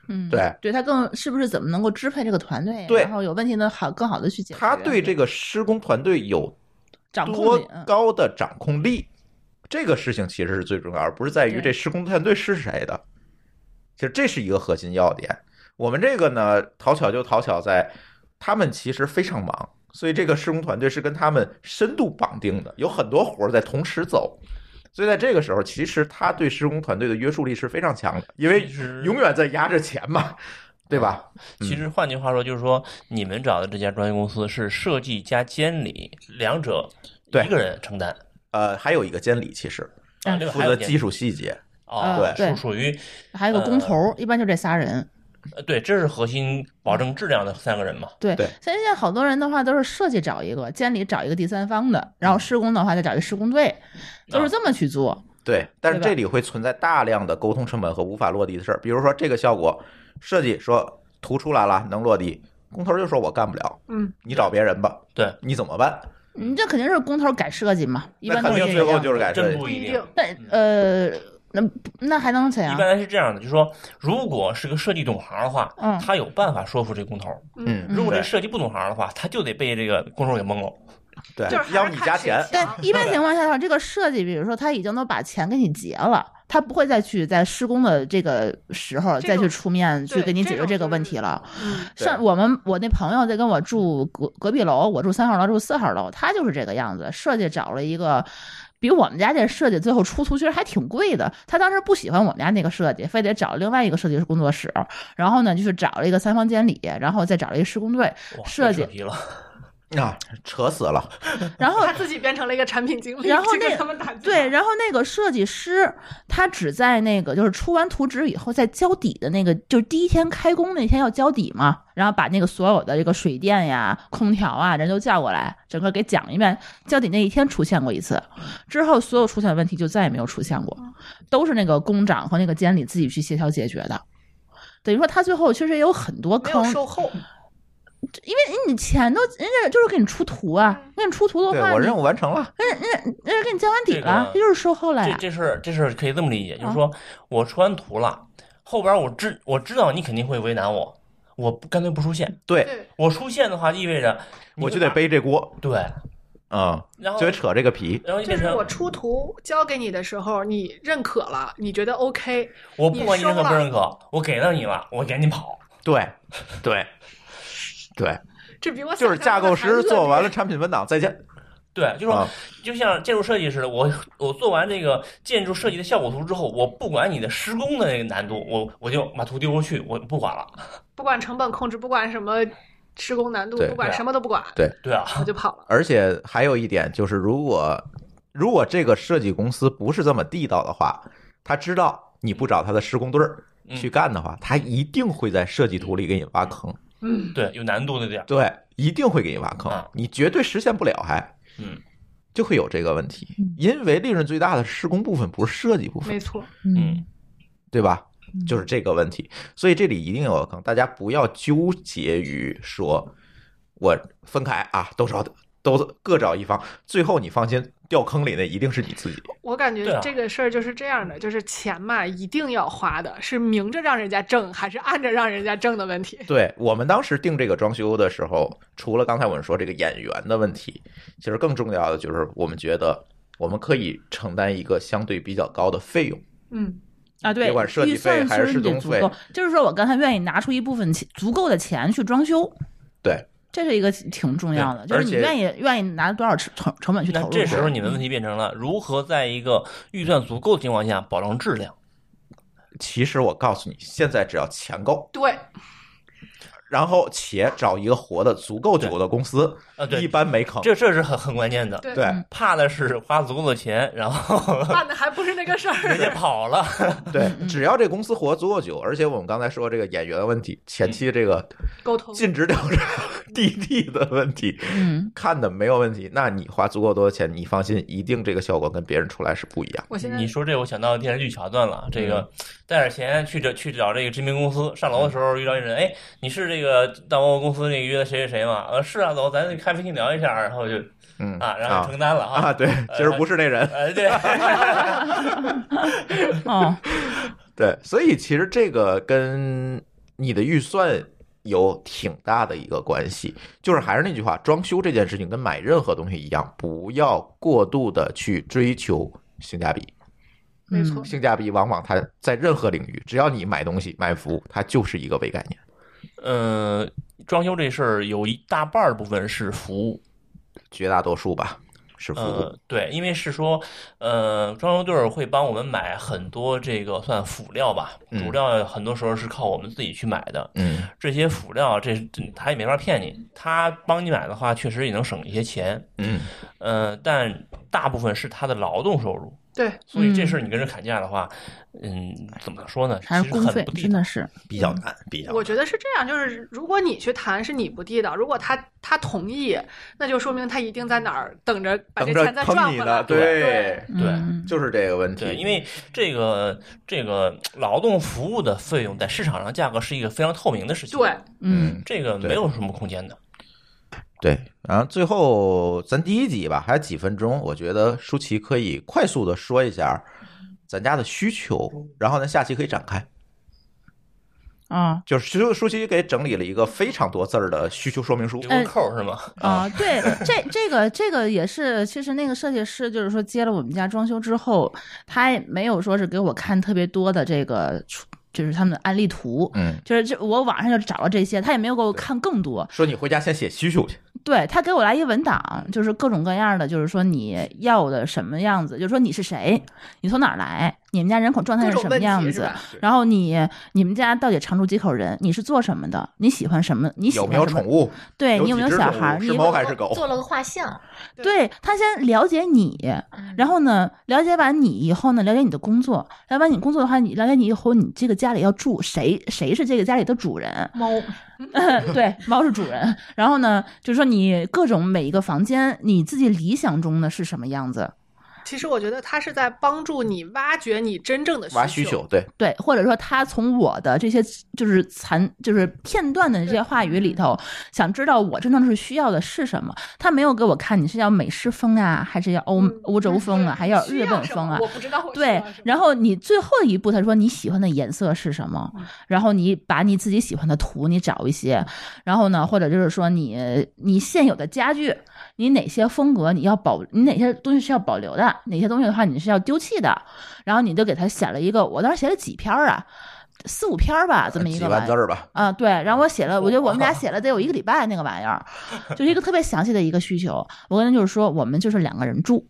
Speaker 2: 嗯，
Speaker 1: 对
Speaker 2: 对他更是不是怎么能够支配这个团队，
Speaker 1: 对
Speaker 2: 然后有问题呢好更好的去解决。
Speaker 1: 他对这个施工团队有
Speaker 2: 掌控
Speaker 1: 多
Speaker 2: 力，嗯
Speaker 1: 高的掌控力，这个事情其实是最重要，而不是在于
Speaker 2: 对
Speaker 1: 这施工团队是谁的。其实这是一个核心要点。我们这个呢，讨巧就讨巧在他们其实非常忙，所以这个施工团队是跟他们深度绑定的，有很多活儿在同时走。所以在这个时候，其实他对施工团队的约束力是非常强的，因为
Speaker 4: 其实
Speaker 1: 永远在压着钱嘛，对吧？嗯
Speaker 4: 其实换句话说，就是说你们找的这家装修公司是设计加监理两者
Speaker 1: 对
Speaker 4: 一个人承担，
Speaker 1: 呃，还有一个监理，其实
Speaker 4: 啊，另外
Speaker 1: 负
Speaker 4: 还有
Speaker 1: 责
Speaker 4: 一点
Speaker 1: 技术细节，
Speaker 4: 哦，
Speaker 2: 对
Speaker 4: 属属于
Speaker 2: 还有个
Speaker 1: 呃
Speaker 2: 工头儿，一般就这仨人。
Speaker 4: 呃对，这是核心保证质量的三个人嘛。
Speaker 2: 对，
Speaker 1: 对
Speaker 2: 所以现在好多人的话都是设计找一个，监理找一个第三方的，
Speaker 1: 嗯
Speaker 2: 然后施工的话再找一个施工队，
Speaker 1: 啊
Speaker 2: 都是这么去做。
Speaker 1: 对，但是
Speaker 2: 对吧
Speaker 1: 这里会存在大量的沟通成本和无法落地的事儿，比如说这个效果设计说。图出来了能落地，工头就说我干不了，
Speaker 3: 嗯，
Speaker 1: 你找别人吧。
Speaker 4: 对，
Speaker 1: 你怎么办？
Speaker 2: 你嗯这肯定是工头改设计嘛，一
Speaker 1: 那
Speaker 2: 般都
Speaker 1: 肯
Speaker 2: 是
Speaker 1: 定最
Speaker 2: 这
Speaker 1: 后
Speaker 2: 样。
Speaker 1: 就是改嗯设
Speaker 4: 真
Speaker 1: 计。
Speaker 4: 不
Speaker 3: 不
Speaker 4: 一
Speaker 3: 一
Speaker 4: 定
Speaker 3: 定。
Speaker 2: 那呃，那那还能怎
Speaker 4: 一
Speaker 2: 样？
Speaker 4: 般是这样的，就是说，如果是个设计懂行的话，
Speaker 2: 嗯
Speaker 4: 他有办法说服这工头；
Speaker 1: 嗯，
Speaker 4: 如果
Speaker 1: 对
Speaker 4: 这个设计不懂行的话，他就得被这个工头给蒙了。
Speaker 1: 对
Speaker 3: 就是还，是
Speaker 1: 要不你
Speaker 3: 看
Speaker 1: 加
Speaker 3: 谁
Speaker 1: 钱，
Speaker 2: 但一般情况下，这个设计，比如说他已经都把钱给你结了，他不会再去在施工的这个时候
Speaker 3: 这
Speaker 2: 再去
Speaker 3: 种
Speaker 2: 出面去
Speaker 3: 对
Speaker 2: 给你解
Speaker 3: 这
Speaker 2: 决
Speaker 3: 种
Speaker 2: 这个
Speaker 3: 就是
Speaker 2: 问题了。
Speaker 3: 嗯
Speaker 1: 对
Speaker 2: 上我们我那朋友在跟我住隔隔壁楼，我住三号楼，住四号楼，他就是这个样子，设计找了一个。比我们家这设计最后出图其实还挺贵的，他当时不喜欢我们家那个设计，非得找另外一个设计师工作室，然后呢就去找了一个三方监理，然后再找了一个施工队，
Speaker 4: 哇，
Speaker 2: 设计
Speaker 4: 太扯皮了，
Speaker 1: 啊，扯死了。
Speaker 2: 然后
Speaker 3: 他自己变成了一个产品经理，
Speaker 2: 然后
Speaker 3: 这
Speaker 2: 那
Speaker 3: 个他们打击
Speaker 2: 对，
Speaker 3: 他
Speaker 2: 然后那个设计师他只在那个就是出完图纸以后，在交底的那个就是第一天开工那天要交底嘛，然后把那个所有的这个水电呀、空调啊人都叫过来，整个给讲一遍。交底那一天出现过一次，之后所有出现的问题就再也没有出现过，
Speaker 3: 哦
Speaker 2: 都是那个工长和那个监理自己去协调解决的。等于说他最后其实也有很多
Speaker 3: 没
Speaker 2: 坑
Speaker 3: 有，售后，
Speaker 2: 因为你钱都人家就是给你出图啊，
Speaker 3: 嗯
Speaker 2: 给你出图的
Speaker 1: 对
Speaker 2: 话，
Speaker 1: 我
Speaker 2: 你
Speaker 1: 任务完成了，
Speaker 2: 人家给你交完底
Speaker 4: 这个
Speaker 2: 了，这就是售
Speaker 3: 哎
Speaker 2: 后了
Speaker 4: 这
Speaker 2: 呀。
Speaker 4: 这事儿这事儿可以这么理解，
Speaker 3: 啊
Speaker 4: 就是说我出完图了，后边我知我知道你肯定会为难我，我不干脆不出现。
Speaker 1: 对
Speaker 3: 对，
Speaker 4: 我出现的话，意味着你
Speaker 1: 我就
Speaker 4: 会
Speaker 1: 得
Speaker 4: 把哦
Speaker 1: 背这锅，
Speaker 4: 对，
Speaker 1: 嗯，
Speaker 4: 然后
Speaker 1: 就得扯这个皮。
Speaker 4: 然后
Speaker 3: 就
Speaker 4: 就变
Speaker 3: 是
Speaker 4: 成
Speaker 3: 我出图交给你的时候，你认可了，你觉得 OK，
Speaker 4: 我不管你
Speaker 3: 你收
Speaker 4: 认可不
Speaker 3: 了
Speaker 4: 认可，我给到你了，我赶紧跑。
Speaker 1: 对，对，对，
Speaker 3: 这比我想
Speaker 1: 就
Speaker 3: 象
Speaker 1: 是
Speaker 3: 中的
Speaker 1: 架构
Speaker 3: 还恶
Speaker 1: 师做
Speaker 3: 劣
Speaker 1: 完了产品文档再见
Speaker 4: 对，就是说
Speaker 1: 啊，
Speaker 4: 就像建筑设计似的，我我做完这个建筑设计的效果图之后，我不管你的施工的那个难度，我我就把图丢过去，我不管了。
Speaker 3: 不管成本控制，不管什么施工难度，
Speaker 1: 对
Speaker 3: 不管什么都不管，
Speaker 4: 对啊，
Speaker 3: 我就跑了。
Speaker 1: 而且还有一点就是，如果如果这个设计公司不是这么地道的话，他知道你不找他的施工队儿
Speaker 4: 嗯
Speaker 1: 去干的话，他一定会在设计图里给你挖坑，
Speaker 3: 嗯，
Speaker 4: 对，有难度的点儿。
Speaker 1: 对，一定会给你挖坑
Speaker 4: 啊，
Speaker 1: 你绝对实现不了，还
Speaker 4: 嗯，
Speaker 1: 就会有这个问题
Speaker 2: 嗯，
Speaker 1: 因为利润最大的是施工部分，不是设计部分，
Speaker 3: 没错，
Speaker 4: 嗯，
Speaker 1: 对吧？
Speaker 2: 嗯
Speaker 1: 就是这个问题。所以这里一定有个坑，大家不要纠结于说我分开啊，都找都各找一方，最后你放心，掉坑里的一定是你 自己。
Speaker 3: 我感
Speaker 4: 对
Speaker 3: 觉
Speaker 4: 啊
Speaker 3: 这个事儿就是这样的，就是钱嘛，一定要花的，是明着让人家挣还是暗着让人家挣的问题。
Speaker 1: 对我们当时定这个装修的时候，除了刚才我们说这个演员的问题，其实更重要的就是我们觉得。我们可以承担一个相对比较高的费用，
Speaker 3: 嗯，
Speaker 2: 啊，对，
Speaker 1: 别管设计
Speaker 2: 预算
Speaker 1: 费还是
Speaker 2: 其
Speaker 1: 施
Speaker 2: 实你
Speaker 1: 工
Speaker 2: 足
Speaker 1: 费
Speaker 2: 够，就是说我刚才愿意拿出一部分钱足够的钱去装修，
Speaker 1: 对，
Speaker 2: 这是一个挺重要的，
Speaker 1: 对
Speaker 2: 就是你
Speaker 1: 而且
Speaker 2: 愿意愿意拿多少成成成本去投
Speaker 4: 那
Speaker 2: 入。
Speaker 4: 这时候你的问题变成了如何在一个预算足够的情况下保证质量。
Speaker 1: 其实我告诉你，现在只要钱够，
Speaker 3: 对，
Speaker 1: 然后且找一个活的足够久的公司，
Speaker 4: 啊，
Speaker 1: 一
Speaker 4: 对，
Speaker 1: 般没坑。
Speaker 4: 这这是很很关键的。
Speaker 3: 对
Speaker 1: 对，
Speaker 4: 怕的是花足够的钱，然后
Speaker 3: 办的还不是那个事
Speaker 4: 人家
Speaker 3: 儿。
Speaker 4: 跑了。
Speaker 1: 对
Speaker 2: 嗯，
Speaker 1: 只要这公司活足够久，而且我们刚才说这个演员问题，前期这个
Speaker 2: 嗯
Speaker 3: 沟通，
Speaker 1: 尽职调 查 DD 的问题
Speaker 2: 嗯，
Speaker 1: 看的没有问题，那你花足够多的钱，你放心，一定这个效果跟别人出来是不一样。
Speaker 3: 我现在
Speaker 4: 你说这，我想到电视剧桥段了。这个带点钱去找去找这个知名公司，上楼的时候遇到一人，哎，你是这个到我公司那个约的谁谁谁吗？呃，是啊，走，咱咖啡厅聊一下，然后就
Speaker 1: 嗯
Speaker 4: 啊，然后承担了
Speaker 1: 啊，
Speaker 4: 啊。
Speaker 1: 对，其实不是那人，
Speaker 4: 呃，对，
Speaker 2: 哦，
Speaker 1: 对，所以其实这个跟你的预算有挺大的一个关系。就是还是那句话，装修这件事情跟买任何东西一样，不要过度的去追求性价比。
Speaker 3: 没错
Speaker 2: 嗯，
Speaker 1: 性价比往往它在任何领域，只要你买东西、买服务，它就是一个伪概念。
Speaker 4: 嗯，装修这事儿有一大半儿部分是服务，
Speaker 1: 绝大多数吧是服务，
Speaker 4: 呃，对，因为是说，呃，装修队儿会帮我们买很多这个算辅料吧，
Speaker 1: 嗯
Speaker 4: 主料很多时候是靠我们自己去买的。
Speaker 1: 嗯，
Speaker 4: 这些辅料，这这他也没法骗你，他帮你买的话，确实也能省一些钱，
Speaker 1: 嗯，
Speaker 4: 呃，但大部分是他的劳动收入，
Speaker 3: 对，
Speaker 4: 所以这事儿你跟人砍价的话，嗯，怎么说呢？其
Speaker 2: 嗯还是
Speaker 4: 实
Speaker 2: 公费
Speaker 4: 很不，地
Speaker 2: 真
Speaker 4: 道
Speaker 2: 的。是
Speaker 1: 比较难，比较难
Speaker 3: 嗯我觉得是这样，就是如果你去谈是你不地道，如果他他同意，那就说明他一定在哪儿等着把这
Speaker 1: 等着
Speaker 3: 钱再赚
Speaker 1: 坑
Speaker 3: 回
Speaker 1: 你
Speaker 3: 来。
Speaker 1: 呢，
Speaker 3: 对，
Speaker 4: 对
Speaker 2: 嗯
Speaker 1: 就是这个问题，
Speaker 4: 对，因为这个这个劳动服务的费用在市场上价格是一个非常透明的事情。
Speaker 3: 对，
Speaker 2: 嗯，
Speaker 4: 这个没有什么空间的。
Speaker 1: 对，然后最后咱第一集吧，还有几分钟，我觉得舒淇可以快速的说一下咱家的需求，然后呢下期可以展开。
Speaker 2: 啊
Speaker 1: 就是舒舒淇给整理了一个非常多字儿的需求说明书
Speaker 4: 留，个扣儿是吗？
Speaker 2: 啊，对，这这个这个也是，其实那个设计师就是说接了我们家装修之后，他也没有说是给我看特别多的这个，就是他们的案例图。
Speaker 1: 嗯，
Speaker 2: 就是这，我网上就找了这些，他也没有给我看更多，
Speaker 1: 说你回家先写需求去，
Speaker 2: 对他给我来一文档，就是各种各样的，就是说你要的什么样子，就是说你是谁，你从哪儿来，你们家人口状态
Speaker 3: 各
Speaker 2: 是
Speaker 3: 种
Speaker 2: 什么
Speaker 3: 问题
Speaker 2: 样
Speaker 3: 是
Speaker 2: 子
Speaker 3: 吧，
Speaker 2: 然后你你们家到底常住几口人，你是做什么的，你喜欢什么，你喜
Speaker 1: 有
Speaker 2: 欢
Speaker 1: 没有
Speaker 2: 什
Speaker 1: 宠
Speaker 2: 么，
Speaker 1: 物，
Speaker 2: 对
Speaker 1: 有
Speaker 2: 你有
Speaker 1: 几
Speaker 2: 没有
Speaker 1: 只
Speaker 2: 小
Speaker 1: 宠物
Speaker 2: 孩儿，
Speaker 1: 是
Speaker 2: 你
Speaker 1: 猫还是狗
Speaker 5: 做了个画像，
Speaker 2: 对他先了解你，
Speaker 5: À,
Speaker 2: 然后呢，了解完你以后呢，了解你的工作，了解完你工作的话，你了解你以后，你这个家里要住谁，谁是这个家里的主人，
Speaker 5: 猫，
Speaker 2: 对，猫是主人。然后呢，就是说你各种每一个房间，你自己理想中的是什么样子？
Speaker 3: 其实我觉得他是在帮助你挖掘你真正的
Speaker 1: 挖需
Speaker 3: 求
Speaker 1: 求，。对，
Speaker 2: 对，或者说他从我的这些就是残就是片段的这些话语里
Speaker 3: 嗯
Speaker 2: 头，想知道我真正是需要的是什么。他没有给我看你是要美式风啊，还是要欧
Speaker 3: 嗯
Speaker 2: 欧洲风啊，还要
Speaker 3: 需
Speaker 2: 日本
Speaker 3: 什
Speaker 2: 风
Speaker 3: 么
Speaker 2: 啊？
Speaker 3: 我不知道我需
Speaker 2: 对
Speaker 3: 要什么，
Speaker 2: 然后你最后一步，他说你喜欢的颜色是什
Speaker 3: 嗯
Speaker 2: 么，然后你把你自己喜欢的图你找一些，然后呢，或者就是说你你现有的家具，你哪些风格你要保，你哪些东西是要保留的，哪些东西的话你是要丢弃的，然后你就给他写了一个，我当时写了几篇儿啊，四五篇儿吧，这么一
Speaker 1: 几
Speaker 2: 个
Speaker 1: 万
Speaker 2: 玩意
Speaker 1: 字
Speaker 2: 儿。
Speaker 1: 儿吧，
Speaker 2: 啊，对，然后我写了，我觉得我们俩写了得有一个礼拜那个玩意 儿，就是一个特别详细的一个需求。我跟他就是说，我们就是两个人住，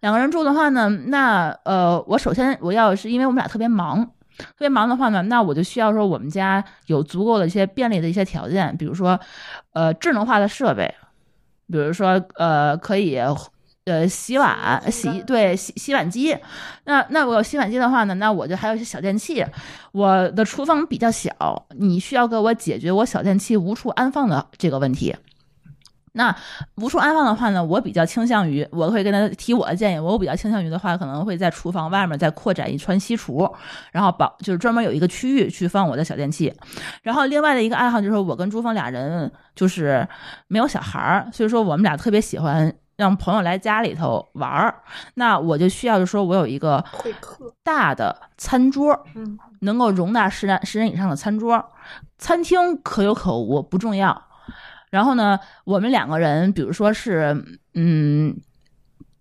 Speaker 2: 两个人住的话呢，那呃，我首先我要是因为我们俩特别忙，特别忙的话呢，那我就需要说我们家有足够的一些便利的一些条件，比如说呃智能化的设备，比如说呃可以。呃，洗碗、
Speaker 3: 洗衣机
Speaker 2: 洗对洗洗碗机，那那我有洗碗机的话呢，那我就还有一些小电器，我的厨房比较小，你需要给我解决我小电器无处安放的这个问题。那无处安放的话呢，我比较倾向于，我会跟他提我的建议。我比较倾向于的话，可能会在厨房外面再扩展一串西厨，然后保就是专门有一个区域去放我的小电器。然后另外的一个爱好就是，我跟朱峰俩人就是没有小孩儿，所以说我们俩特别喜欢让朋友来家里头玩儿。那我就需要就说我有一个
Speaker 3: 会客，
Speaker 2: 大的餐桌，
Speaker 3: 嗯，
Speaker 2: 能够容纳十人十人以上的餐桌，餐厅可有可无不重要。然后呢，我们两个人，比如说是，嗯，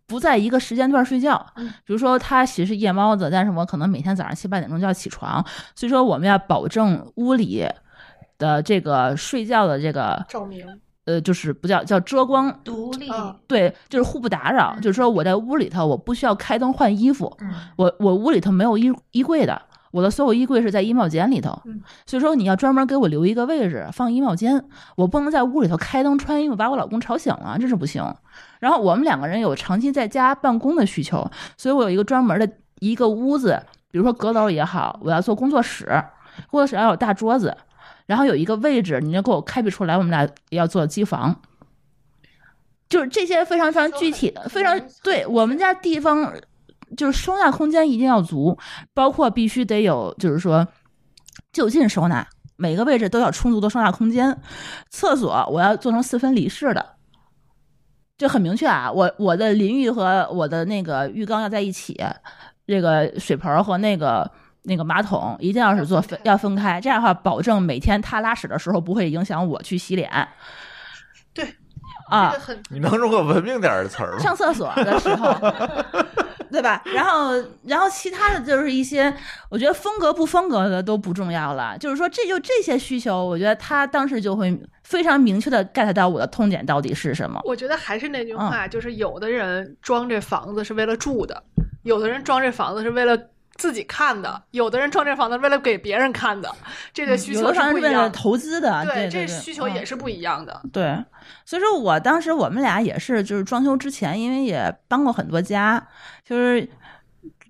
Speaker 2: 不在一个时间段睡觉，
Speaker 3: 嗯
Speaker 2: 比如说他其实是夜猫子，但是我可能每天早上七八点钟就要起床，所以说我们要保证屋里的这个睡觉的这个，
Speaker 3: 照明，
Speaker 2: 呃，就是不叫叫遮光，
Speaker 5: 独立，
Speaker 3: 嗯
Speaker 2: 对，就是互不打扰，就是说我在屋里头我不需要开灯换衣服，
Speaker 5: 嗯，
Speaker 2: 我我屋里头没有衣衣柜的，我的所有衣柜是在衣帽间里头，
Speaker 3: 嗯
Speaker 2: 所以说你要专门给我留一个位置放衣帽间，我不能在屋里头开灯穿衣服把我老公吵醒了，这是不行。然后我们两个人有长期在家办公的需求，所以我有一个专门的一个屋子，比如说阁楼也好，我要做工作室，工作室要有大桌子，然后有一个位置，你就给我开辟出来，我们俩要做机房。就是这些非常非常具体的，非常对我们家地方，就是收纳空间一定要足，包括必须得有，就是说就近收纳，每个位置都要充足的收纳空间。厕所我要做成四分离式的，这很明确啊。我我的淋浴和我的那个浴缸要在一起，这个水盆儿和那个那个马桶一定要是做分要分开，这样的话保证每天他拉屎的时候不会影响我去洗脸。
Speaker 3: 对
Speaker 2: 啊
Speaker 3: 这个，很
Speaker 1: 你能用个文明点儿的词儿吗？
Speaker 2: 上厕所的时 候，对吧？然后，然后其他的就是一些，我觉得风格不风格的都不重要了。就是说，这就这些需求，我觉得他当时就会非常明确的 get 到我的痛点到底是什么。
Speaker 3: 我觉得还是那句话，
Speaker 2: 嗯
Speaker 3: 就是有的人装这房子是为了住的，有的人装这房子是为了自己看的，有的人装这房子是为了给别人看的，这个需
Speaker 2: 嗯有的
Speaker 3: 求
Speaker 2: 时候
Speaker 3: 是
Speaker 2: 是
Speaker 3: 不一
Speaker 2: 为了
Speaker 3: 样的。
Speaker 2: 投资的，对
Speaker 3: 这
Speaker 2: 对，
Speaker 3: 需求
Speaker 2: 嗯
Speaker 3: 也是不一样的。
Speaker 2: 对，所以说我当时我们俩也是，就是装修之前，因为也搬过很多家，就是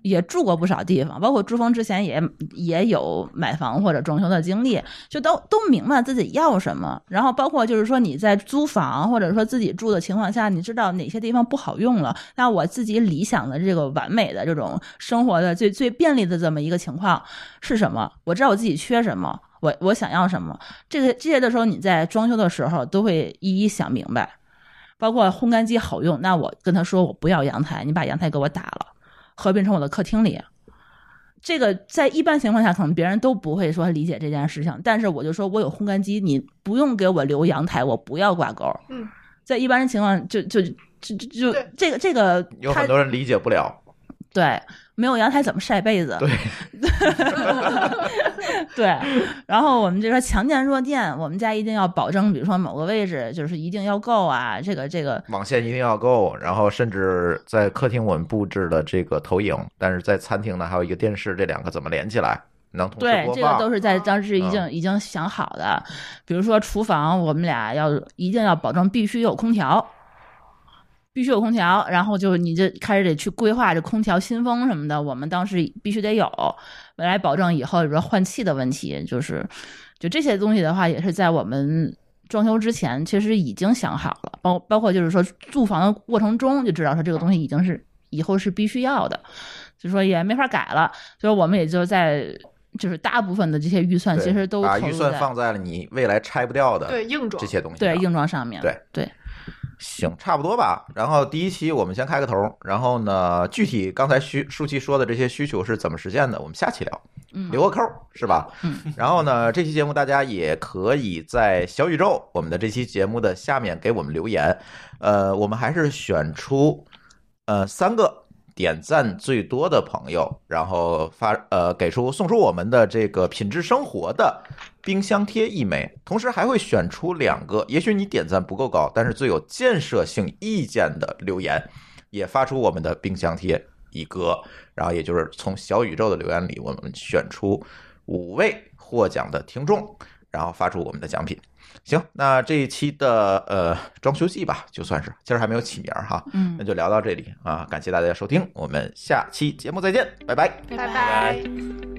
Speaker 2: 也住过不少地方，包括珠峰之前也也有买房或者装修的经历，就都都明白自己要什么。然后包括就是说你在租房或者说自己住的情况下，你知道哪些地方不好用了。那我自己理想的这个完美的这种生活的最最便利的这么一个情况是什么？我知道我自己缺什么，我我想要什么。这个这些的时候，你在装修的时候都会一一想明白。包括烘干机好用，那我跟他说我不要阳台，你把阳台给我打了，合并成我的客厅里。这个在一般情况下，可能别人都不会说理解这件事情，但是我就说我有烘干机，你不用给我留阳台，我不要挂钩。
Speaker 3: 嗯，
Speaker 2: 在一般情况就就就就就
Speaker 3: 对
Speaker 2: 这个这个
Speaker 1: 有
Speaker 2: 他
Speaker 1: 很多人理解不了。
Speaker 2: 对没有阳台怎么晒被子？
Speaker 1: 对，
Speaker 2: 对，然后我们就说强健弱电，我们家一定要保证，比如说某个位置就是一定要够啊，这个这个
Speaker 1: 网线一定要够，然后甚至在客厅我们布置了这个投影，但是在餐厅呢还有一个电视，这两个怎么连起来？能同时
Speaker 2: 对，
Speaker 1: 播
Speaker 2: 这个
Speaker 1: 放？
Speaker 2: 都是在当时已经、已经想好的。比如说厨房，我们俩要一定要保证必须有空调，必须有空调，然后就你就开始得去规划这空调新风什么的，我们当时必须得有，来保证以后比如说换气的问题，就是就这些东西的话，也是在我们。装修之前其实已经想好了，包包括就是说住房的过程中就知道说这个东西已经是以后是必须要的，就说也没法改了，所以我们也就在就是大部分的这些预算
Speaker 1: 对
Speaker 2: 其实都
Speaker 1: 把
Speaker 2: 投
Speaker 1: 预
Speaker 2: 入
Speaker 1: 算
Speaker 2: 在
Speaker 1: 放在了你未来拆不掉的
Speaker 3: 对硬装
Speaker 1: 这些东西
Speaker 2: 对
Speaker 1: 上。
Speaker 2: 硬装上面，
Speaker 1: 对
Speaker 2: 对，
Speaker 1: 行，差不多吧。然后第一期我们先开个头，然后呢，具体刚才需舒淇说的这些需求是怎么实现的，我们下期聊，
Speaker 2: 嗯
Speaker 1: 留个扣儿是吧？
Speaker 2: 嗯，
Speaker 1: 然后呢，这期节目大家也可以在小宇宙我们的这期节目的下面给我们留言，呃，我们还是选出呃三个点赞最多的朋友，然后发呃给出送出我们的这个品质生活的冰箱贴一枚，同时还会选出两个，也许你点赞不够高，但是最有建设性意见的留言，也发出我们的冰箱贴一个，然后也就是从小宇宙的留言里，我们选出五位获奖的听众，然后发出我们的奖品。行，那这一期的呃装修季吧，就算是今儿还没有起名儿哈，
Speaker 2: 嗯
Speaker 1: 那，就聊到这里啊，感谢大家的收听，我们下期节目再见，拜拜。
Speaker 3: 拜
Speaker 4: 拜
Speaker 3: 拜